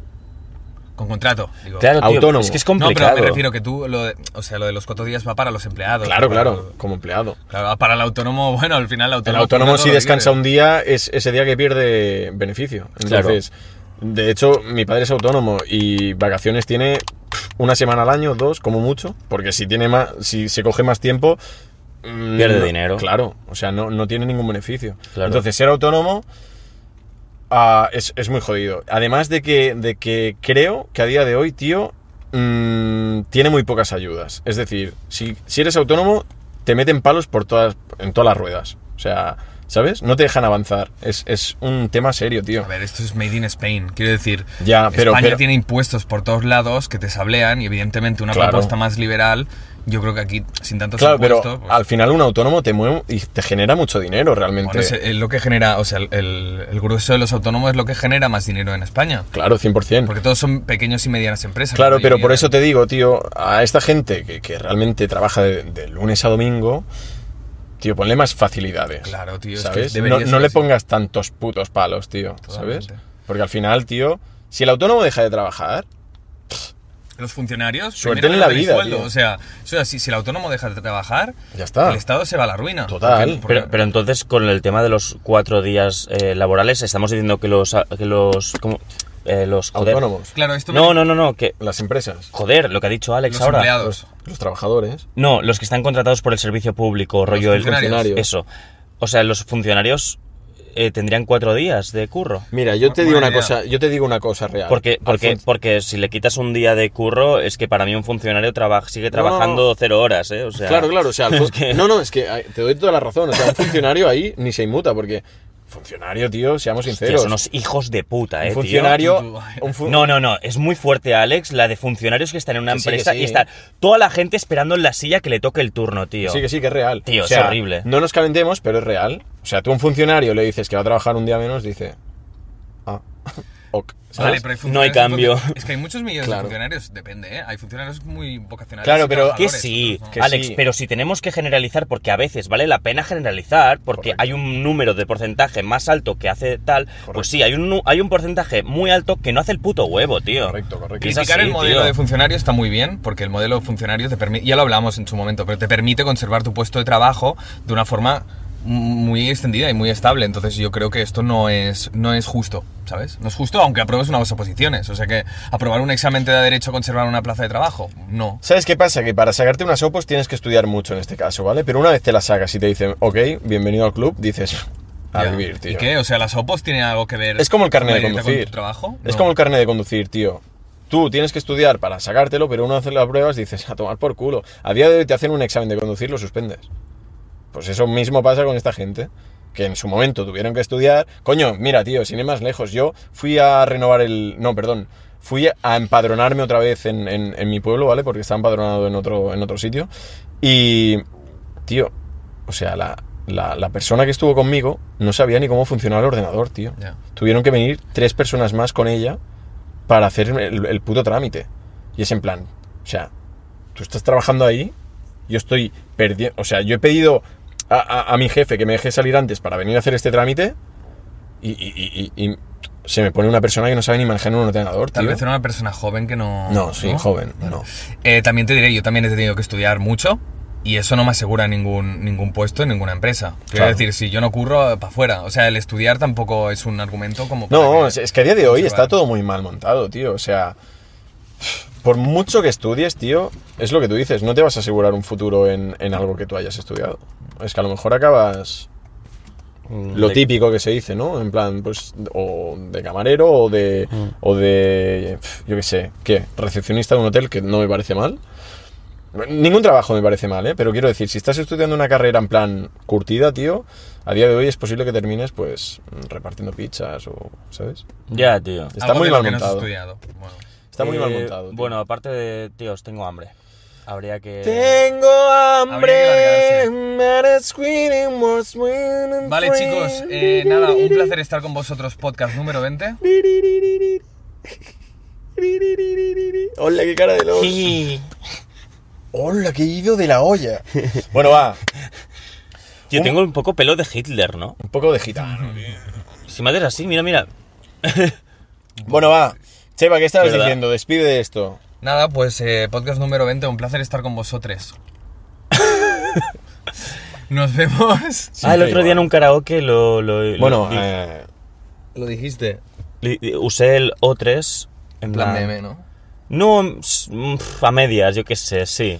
[SPEAKER 1] Con contrato, digo.
[SPEAKER 2] Claro, tío,
[SPEAKER 3] Autónomo.
[SPEAKER 2] Es que es
[SPEAKER 1] No,
[SPEAKER 2] complicado.
[SPEAKER 1] pero me refiero que tú, lo de- o sea, lo de los cuatro días va para los empleados.
[SPEAKER 3] Claro,
[SPEAKER 1] para-
[SPEAKER 3] claro, como empleado.
[SPEAKER 1] claro, Para el autónomo, <laughs> bueno, al final el
[SPEAKER 3] El
[SPEAKER 1] autónomo...
[SPEAKER 3] autónomo
[SPEAKER 1] cobra todo
[SPEAKER 3] si
[SPEAKER 1] lo que
[SPEAKER 3] descansa
[SPEAKER 1] quiere.
[SPEAKER 3] un día es ese día que pierde beneficio.
[SPEAKER 2] Claro.
[SPEAKER 3] Entonces, de hecho, mi padre es autónomo y vacaciones tiene pff, una semana al año, dos como mucho, porque si tiene más, si se coge más tiempo mm,
[SPEAKER 2] Pierde
[SPEAKER 3] no-
[SPEAKER 2] dinero.
[SPEAKER 3] Claro, o sea, no, no tiene ningún beneficio.
[SPEAKER 2] Claro.
[SPEAKER 3] Entonces, ser autónomo ah, es, es muy jodido. Además de que, de que creo que a día de hoy, tío, mm, tiene muy pocas ayudas. Es decir, si, si eres autónomo, te meten palos por todas, en todas las ruedas. O sea, ¿sabes? No te dejan avanzar. Es, es un tema serio, tío.
[SPEAKER 1] A ver, esto es Made in Spain, quiero decir...
[SPEAKER 3] Ya, pero-
[SPEAKER 1] España
[SPEAKER 3] pero-
[SPEAKER 1] tiene impuestos por todos lados que te sablean y evidentemente una
[SPEAKER 3] Claro.
[SPEAKER 1] propuesta más liberal, yo creo que aquí, sin tantos
[SPEAKER 3] Claro, pero
[SPEAKER 1] impuestos... pues,
[SPEAKER 3] al final un autónomo te mueve y te genera mucho dinero realmente.
[SPEAKER 1] Bueno, es, es lo que genera, o sea, el, el- el grueso de los autónomos es lo que genera más dinero en España.
[SPEAKER 3] Claro, 100%.
[SPEAKER 1] Porque todos son pequeños y medianas empresas.
[SPEAKER 3] Mm. Claro,
[SPEAKER 1] la
[SPEAKER 3] pero por
[SPEAKER 1] mayoría.
[SPEAKER 3] eso te digo, tío, a esta gente que, que realmente trabaja de, de lunes a domingo, tío, ponle más facilidades.
[SPEAKER 1] Claro, tío, es que
[SPEAKER 3] ¿sabes?
[SPEAKER 1] debería
[SPEAKER 3] no
[SPEAKER 1] ser
[SPEAKER 3] no le
[SPEAKER 1] así.
[SPEAKER 3] pongas tantos putos palos, tío,
[SPEAKER 1] Totalmente.
[SPEAKER 3] ¿sabes? Porque al final, tío, si el autónomo deja de trabajar,
[SPEAKER 1] Los funcionarios.
[SPEAKER 3] Suerte
[SPEAKER 1] primero
[SPEAKER 3] en la
[SPEAKER 1] ganan el
[SPEAKER 3] vida,
[SPEAKER 1] sueldo,
[SPEAKER 3] tío.
[SPEAKER 1] O sea, eso es así, si el autónomo deja de trabajar,
[SPEAKER 3] Ya está.
[SPEAKER 1] el Estado se va a la ruina.
[SPEAKER 3] Total.
[SPEAKER 1] Porque-
[SPEAKER 2] Pero, pero entonces, con el tema de los cuatro días eh, laborales, estamos diciendo que los. Que los ¿cómo? Eh, los joder.
[SPEAKER 3] autónomos,
[SPEAKER 1] claro, esto
[SPEAKER 2] No, no, no, no. Que,
[SPEAKER 3] las empresas,
[SPEAKER 2] joder, lo que ha dicho Alex
[SPEAKER 1] Los
[SPEAKER 2] ahora.
[SPEAKER 1] empleados.
[SPEAKER 3] los, los trabajadores,
[SPEAKER 2] No, los que están contratados por el servicio público, rollo el
[SPEAKER 1] funcionarios.
[SPEAKER 3] Funcionarios.
[SPEAKER 2] Eso. O sea, los funcionarios eh, tendrían cuatro días de curro.
[SPEAKER 3] Mira, yo te
[SPEAKER 1] Bu-
[SPEAKER 3] digo
[SPEAKER 1] buena
[SPEAKER 3] una
[SPEAKER 1] idea.
[SPEAKER 3] cosa, yo te digo una cosa real.
[SPEAKER 2] Porque,
[SPEAKER 3] Al
[SPEAKER 2] porque,
[SPEAKER 3] fun-
[SPEAKER 2] porque si le quitas un día de curro, es que para mí un funcionario traba- sigue trabajando cero horas, ¿eh? O sea,
[SPEAKER 3] claro, claro,
[SPEAKER 1] <laughs>
[SPEAKER 3] o sea, al fun- no, no, es que ay, te doy toda la razón, o sea, un funcionario ahí ni se inmuta porque funcionario, tío, seamos
[SPEAKER 2] hostia,
[SPEAKER 3] sinceros.
[SPEAKER 2] son unos hijos de puta, ¿eh? tío?
[SPEAKER 3] un
[SPEAKER 2] eh,
[SPEAKER 3] funcionario,
[SPEAKER 1] Tú-
[SPEAKER 3] un fu-
[SPEAKER 2] No, no, no, es muy fuerte, Alex, la de funcionarios que están en una
[SPEAKER 3] Que sí, que
[SPEAKER 2] empresa
[SPEAKER 3] sí.
[SPEAKER 2] y está toda la gente esperando en la silla que le toque el turno, tío.
[SPEAKER 3] Sí, que sí, que es real.
[SPEAKER 2] Tío,
[SPEAKER 3] O
[SPEAKER 2] es
[SPEAKER 3] sea,
[SPEAKER 2] horrible.
[SPEAKER 3] No nos calentemos, pero es real. O sea, tú a un funcionario le dices que va a trabajar un día menos, dice. Ah, <laughs> ok.
[SPEAKER 1] Vale,
[SPEAKER 3] ¿sabes?
[SPEAKER 1] pero hay
[SPEAKER 2] No hay
[SPEAKER 1] funcionarios-
[SPEAKER 2] cambio.
[SPEAKER 1] Es que hay muchos millones
[SPEAKER 3] Claro.
[SPEAKER 1] de funcionarios, depende, ¿eh? Hay funcionarios muy vocacionales.
[SPEAKER 3] Claro,
[SPEAKER 1] y
[SPEAKER 3] pero-
[SPEAKER 2] Que
[SPEAKER 1] trabajadores,
[SPEAKER 2] sí,
[SPEAKER 1] ¿no?
[SPEAKER 3] Que
[SPEAKER 2] Alex,
[SPEAKER 3] sí.
[SPEAKER 2] pero si tenemos que generalizar, porque a veces vale la pena generalizar, porque
[SPEAKER 3] Correcto.
[SPEAKER 2] hay un número de porcentaje más alto que hace tal, pues sí, hay un, nu- hay un porcentaje muy alto que no hace el puto huevo, tío.
[SPEAKER 3] Correcto, correcto.
[SPEAKER 2] Que es
[SPEAKER 1] Criticar
[SPEAKER 2] así,
[SPEAKER 1] el modelo
[SPEAKER 2] tío.
[SPEAKER 1] de funcionario está muy bien, porque el modelo de funcionario te permite, ya lo hablamos en su momento, pero te permite conservar tu puesto de trabajo de una forma muy extendida y muy estable. Entonces yo creo que esto no es, no es justo, ¿sabes? No es justo, aunque apruebes unas oposiciones. O sea que aprobar un examen te da derecho a conservar una plaza de trabajo. No.
[SPEAKER 3] ¿Sabes qué pasa? Que para sacarte unas opos tienes que estudiar mucho en este caso, ¿vale? Pero una vez te las sacas y te dicen, ok, bienvenido al club, dices, a
[SPEAKER 1] Ya.
[SPEAKER 3] vivir, tío.
[SPEAKER 1] ¿Y qué? O sea, las opos tienen algo que ver.
[SPEAKER 3] Es como el carnet de
[SPEAKER 1] directa con
[SPEAKER 3] conducir.
[SPEAKER 1] tu trabajo.
[SPEAKER 3] Es
[SPEAKER 1] No.
[SPEAKER 3] como el carnet de conducir, tío. Tú tienes que estudiar para sacártelo, pero una vez haces las pruebas dices, a tomar por culo. A día de hoy te hacen un examen de conducir, lo suspendes. Pues eso mismo pasa con esta gente, que en su momento tuvieron que estudiar. Coño, mira, tío, sin ir más lejos, yo fui a renovar el... No, perdón. Fui a empadronarme otra vez en, en- en mi pueblo, ¿vale? Porque estaba empadronado en otro, en otro sitio. Y, tío, o sea, la, la- la persona que estuvo conmigo no sabía ni cómo funcionaba el ordenador, tío.
[SPEAKER 1] Ya.
[SPEAKER 3] Tuvieron que venir tres personas más con ella para hacer el, el puto trámite. Y es en plan, o sea, tú estás trabajando ahí, yo estoy perdiendo, o sea, yo he pedido a, a- a mi jefe que me deje salir antes para venir a hacer este trámite y, y- y- y- y se me pone una persona que no sabe ni manejar un ordenador,
[SPEAKER 1] Tal
[SPEAKER 3] tío.
[SPEAKER 1] vez era una persona joven que no.
[SPEAKER 3] No, soy joven, no.
[SPEAKER 1] Eh, también te diré, yo también he tenido que estudiar mucho y eso no me asegura ningún, ningún puesto en ninguna empresa. Quiero
[SPEAKER 3] Claro.
[SPEAKER 1] decir, si yo no curro, para afuera. O sea, el estudiar tampoco es un argumento como... para
[SPEAKER 3] No,
[SPEAKER 1] que-
[SPEAKER 3] es, es que a día de hoy
[SPEAKER 1] conservar.
[SPEAKER 3] está todo muy mal montado, tío. O sea, por mucho que estudies, tío, es lo que tú dices, no te vas a asegurar un futuro en, en algo que tú hayas estudiado. Es que a lo mejor acabas
[SPEAKER 2] Mm,
[SPEAKER 3] lo
[SPEAKER 2] De-
[SPEAKER 3] típico que se dice, ¿no? En plan, pues, o de camarero o de, o de, pf, yo qué sé, ¿qué? Recepcionista de un hotel, que no me parece mal. Ningún trabajo me parece mal, ¿eh? Pero quiero decir, si estás estudiando una carrera en plan curtida, tío, a día de hoy es posible que termines, pues, repartiendo pizzas o, ¿sabes?
[SPEAKER 2] Ya, tío.
[SPEAKER 3] Está
[SPEAKER 1] Algo
[SPEAKER 3] muy
[SPEAKER 1] de
[SPEAKER 3] mal
[SPEAKER 1] lo que no has
[SPEAKER 3] montado.
[SPEAKER 1] estudiado. Bueno.
[SPEAKER 3] Está muy mal
[SPEAKER 2] Eh,
[SPEAKER 3] montado. tío.
[SPEAKER 2] Bueno, aparte de, tíos, tengo hambre. Habría que...
[SPEAKER 3] Tengo
[SPEAKER 1] Habría
[SPEAKER 3] hambre.
[SPEAKER 1] que Vale, chicos, eh, nada, un placer estar con vosotros, podcast número 20.
[SPEAKER 3] <laughs> Hola, qué cara de loco.
[SPEAKER 4] Sí.
[SPEAKER 3] Hola, qué ido de la olla. Bueno, va. ¿Eh?
[SPEAKER 2] Tío, tengo un poco pelo de Hitler, ¿no?
[SPEAKER 3] Un poco de gitano.
[SPEAKER 2] Si me haces así, mira, mira.
[SPEAKER 3] Bueno, va. Cheva, ¿qué estabas
[SPEAKER 2] ¿Verdad?
[SPEAKER 3] diciendo? Despide de esto.
[SPEAKER 1] Nada, pues eh, podcast número 20, un placer estar con vosotros. Nos vemos.
[SPEAKER 2] ah, el otro
[SPEAKER 3] igual.
[SPEAKER 2] día en un karaoke lo... lo- lo-
[SPEAKER 3] Bueno,
[SPEAKER 2] di-
[SPEAKER 3] eh,
[SPEAKER 1] Lo dijiste.
[SPEAKER 2] li- di- usé el O3 en
[SPEAKER 1] En plan
[SPEAKER 2] plan...
[SPEAKER 1] meme, ¿no?
[SPEAKER 2] No, s- mm, pf, a medias, yo qué sé, sí.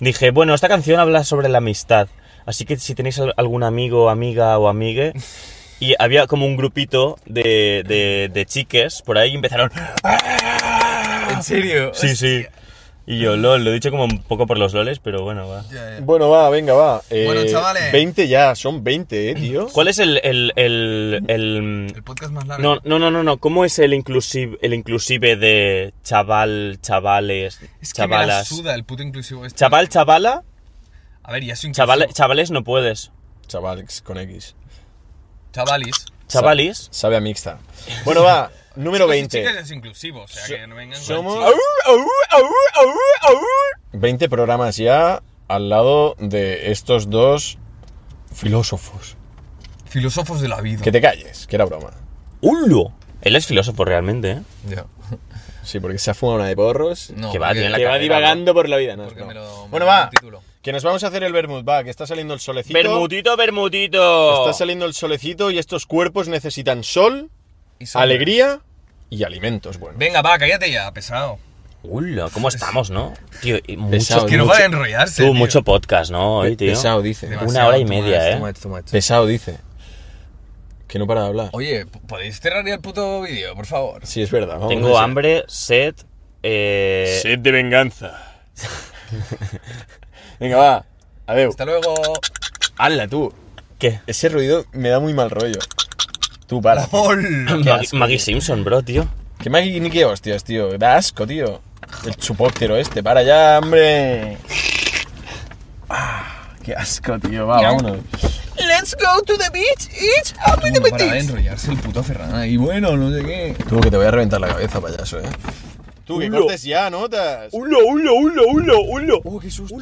[SPEAKER 2] Dije, bueno, esta canción habla sobre la amistad. Así que si tenéis al- algún amigo, amiga o amigue. Y había como un grupito de, de, de chiques por ahí y
[SPEAKER 1] <laughs>
[SPEAKER 2] empezaron.
[SPEAKER 1] ¿En serio?
[SPEAKER 2] Sí, sí. Y yo, lol, lo he dicho como un poco por los loles, pero bueno, va.
[SPEAKER 1] Ya, ya.
[SPEAKER 3] bueno, va, venga, va. Eh,
[SPEAKER 1] Bueno, chavales.
[SPEAKER 3] 20 ya, son 20, eh, tío.
[SPEAKER 2] ¿Cuál es el. el, el, el-
[SPEAKER 1] El podcast más largo.
[SPEAKER 2] no, no, no, no, no. ¿Cómo es el inclusive, el inclusive de chaval, chavales,
[SPEAKER 1] es que me la
[SPEAKER 2] chavalas?
[SPEAKER 1] suda el puto inclusivo este.
[SPEAKER 2] Chaval, chavala,
[SPEAKER 1] A ver, ya soy inclusivo.
[SPEAKER 2] chavales, chavales no puedes.
[SPEAKER 3] Chavales, con X.
[SPEAKER 1] Chavalis.
[SPEAKER 2] Chavalis.
[SPEAKER 3] Sabe a mixta. Bueno, va. Número
[SPEAKER 1] Chicos y
[SPEAKER 3] 20.
[SPEAKER 1] chicas es inclusivo, o sea, que no vengan con
[SPEAKER 3] Somos
[SPEAKER 1] chistes.
[SPEAKER 3] 20 programas ya al lado de estos dos filósofos.
[SPEAKER 1] Filósofos de la vida.
[SPEAKER 3] Que te calles, que era broma.
[SPEAKER 2] ¡Hullo! Él es filósofo realmente, ¿eh?
[SPEAKER 1] Ya.
[SPEAKER 3] Sí, porque se ha fumado una de porros.
[SPEAKER 1] No,
[SPEAKER 2] Que va,
[SPEAKER 1] porque-
[SPEAKER 2] tiene la
[SPEAKER 3] que va
[SPEAKER 2] carrera,
[SPEAKER 3] divagando por la vida, ¿no?
[SPEAKER 1] Porque
[SPEAKER 3] No.
[SPEAKER 1] me lo- me
[SPEAKER 3] bueno,
[SPEAKER 1] lo
[SPEAKER 3] va.
[SPEAKER 1] el título.
[SPEAKER 3] Que nos vamos a hacer el vermut, va, que está saliendo el solecito.
[SPEAKER 2] Bermutito, bermutito.
[SPEAKER 3] Está saliendo el solecito y estos cuerpos necesitan sol,
[SPEAKER 1] Y sombra.
[SPEAKER 3] alegría y alimentos, bueno.
[SPEAKER 1] Venga, va, cállate ya, pesado.
[SPEAKER 2] Hullo, ¿cómo estamos, no? Tío, y mucho,
[SPEAKER 3] Pesado,
[SPEAKER 1] Que no
[SPEAKER 3] Mucho-
[SPEAKER 1] va a enrollarse.
[SPEAKER 2] tú,
[SPEAKER 1] tío.
[SPEAKER 2] mucho podcast, ¿no? Hoy, tío.
[SPEAKER 3] dice.
[SPEAKER 1] Demasiado,
[SPEAKER 2] Una hora y
[SPEAKER 1] too
[SPEAKER 2] media,
[SPEAKER 1] much,
[SPEAKER 2] eh.
[SPEAKER 1] too much, too much.
[SPEAKER 3] Pesado dice. Que no para de hablar.
[SPEAKER 1] Oye, p- ¿podéis cerrar ya el puto vídeo, por favor?
[SPEAKER 3] Sí, es verdad. vamos a
[SPEAKER 2] Tengo
[SPEAKER 3] hacer-
[SPEAKER 2] hambre, sed. Eh...
[SPEAKER 3] Sed de venganza. Venga, va. Adeu.
[SPEAKER 1] Hasta luego.
[SPEAKER 3] Hala, tú.
[SPEAKER 2] ¿Qué?
[SPEAKER 3] Ese ruido me da muy mal rollo. Tú, para.
[SPEAKER 1] ¡Hola!
[SPEAKER 2] Mag- Maggie Simpson, bro, tío.
[SPEAKER 3] Qué magnique hostias, tío. Da asco, tío. El chupóptero este. Para ya, hombre. Ah, qué asco, tío. Va, vámonos.
[SPEAKER 1] Let's go to the beach, eat up in the beach. Para de enrollarse el puto Ferran. Y bueno, no sé qué.
[SPEAKER 3] Tú, que te voy a reventar la cabeza, payaso, eh. Tú, que
[SPEAKER 2] Ulo.
[SPEAKER 3] cortes ya, notas.
[SPEAKER 2] Hullo, hullo, hullo, hullo, hullo.
[SPEAKER 1] Uh, qué susto.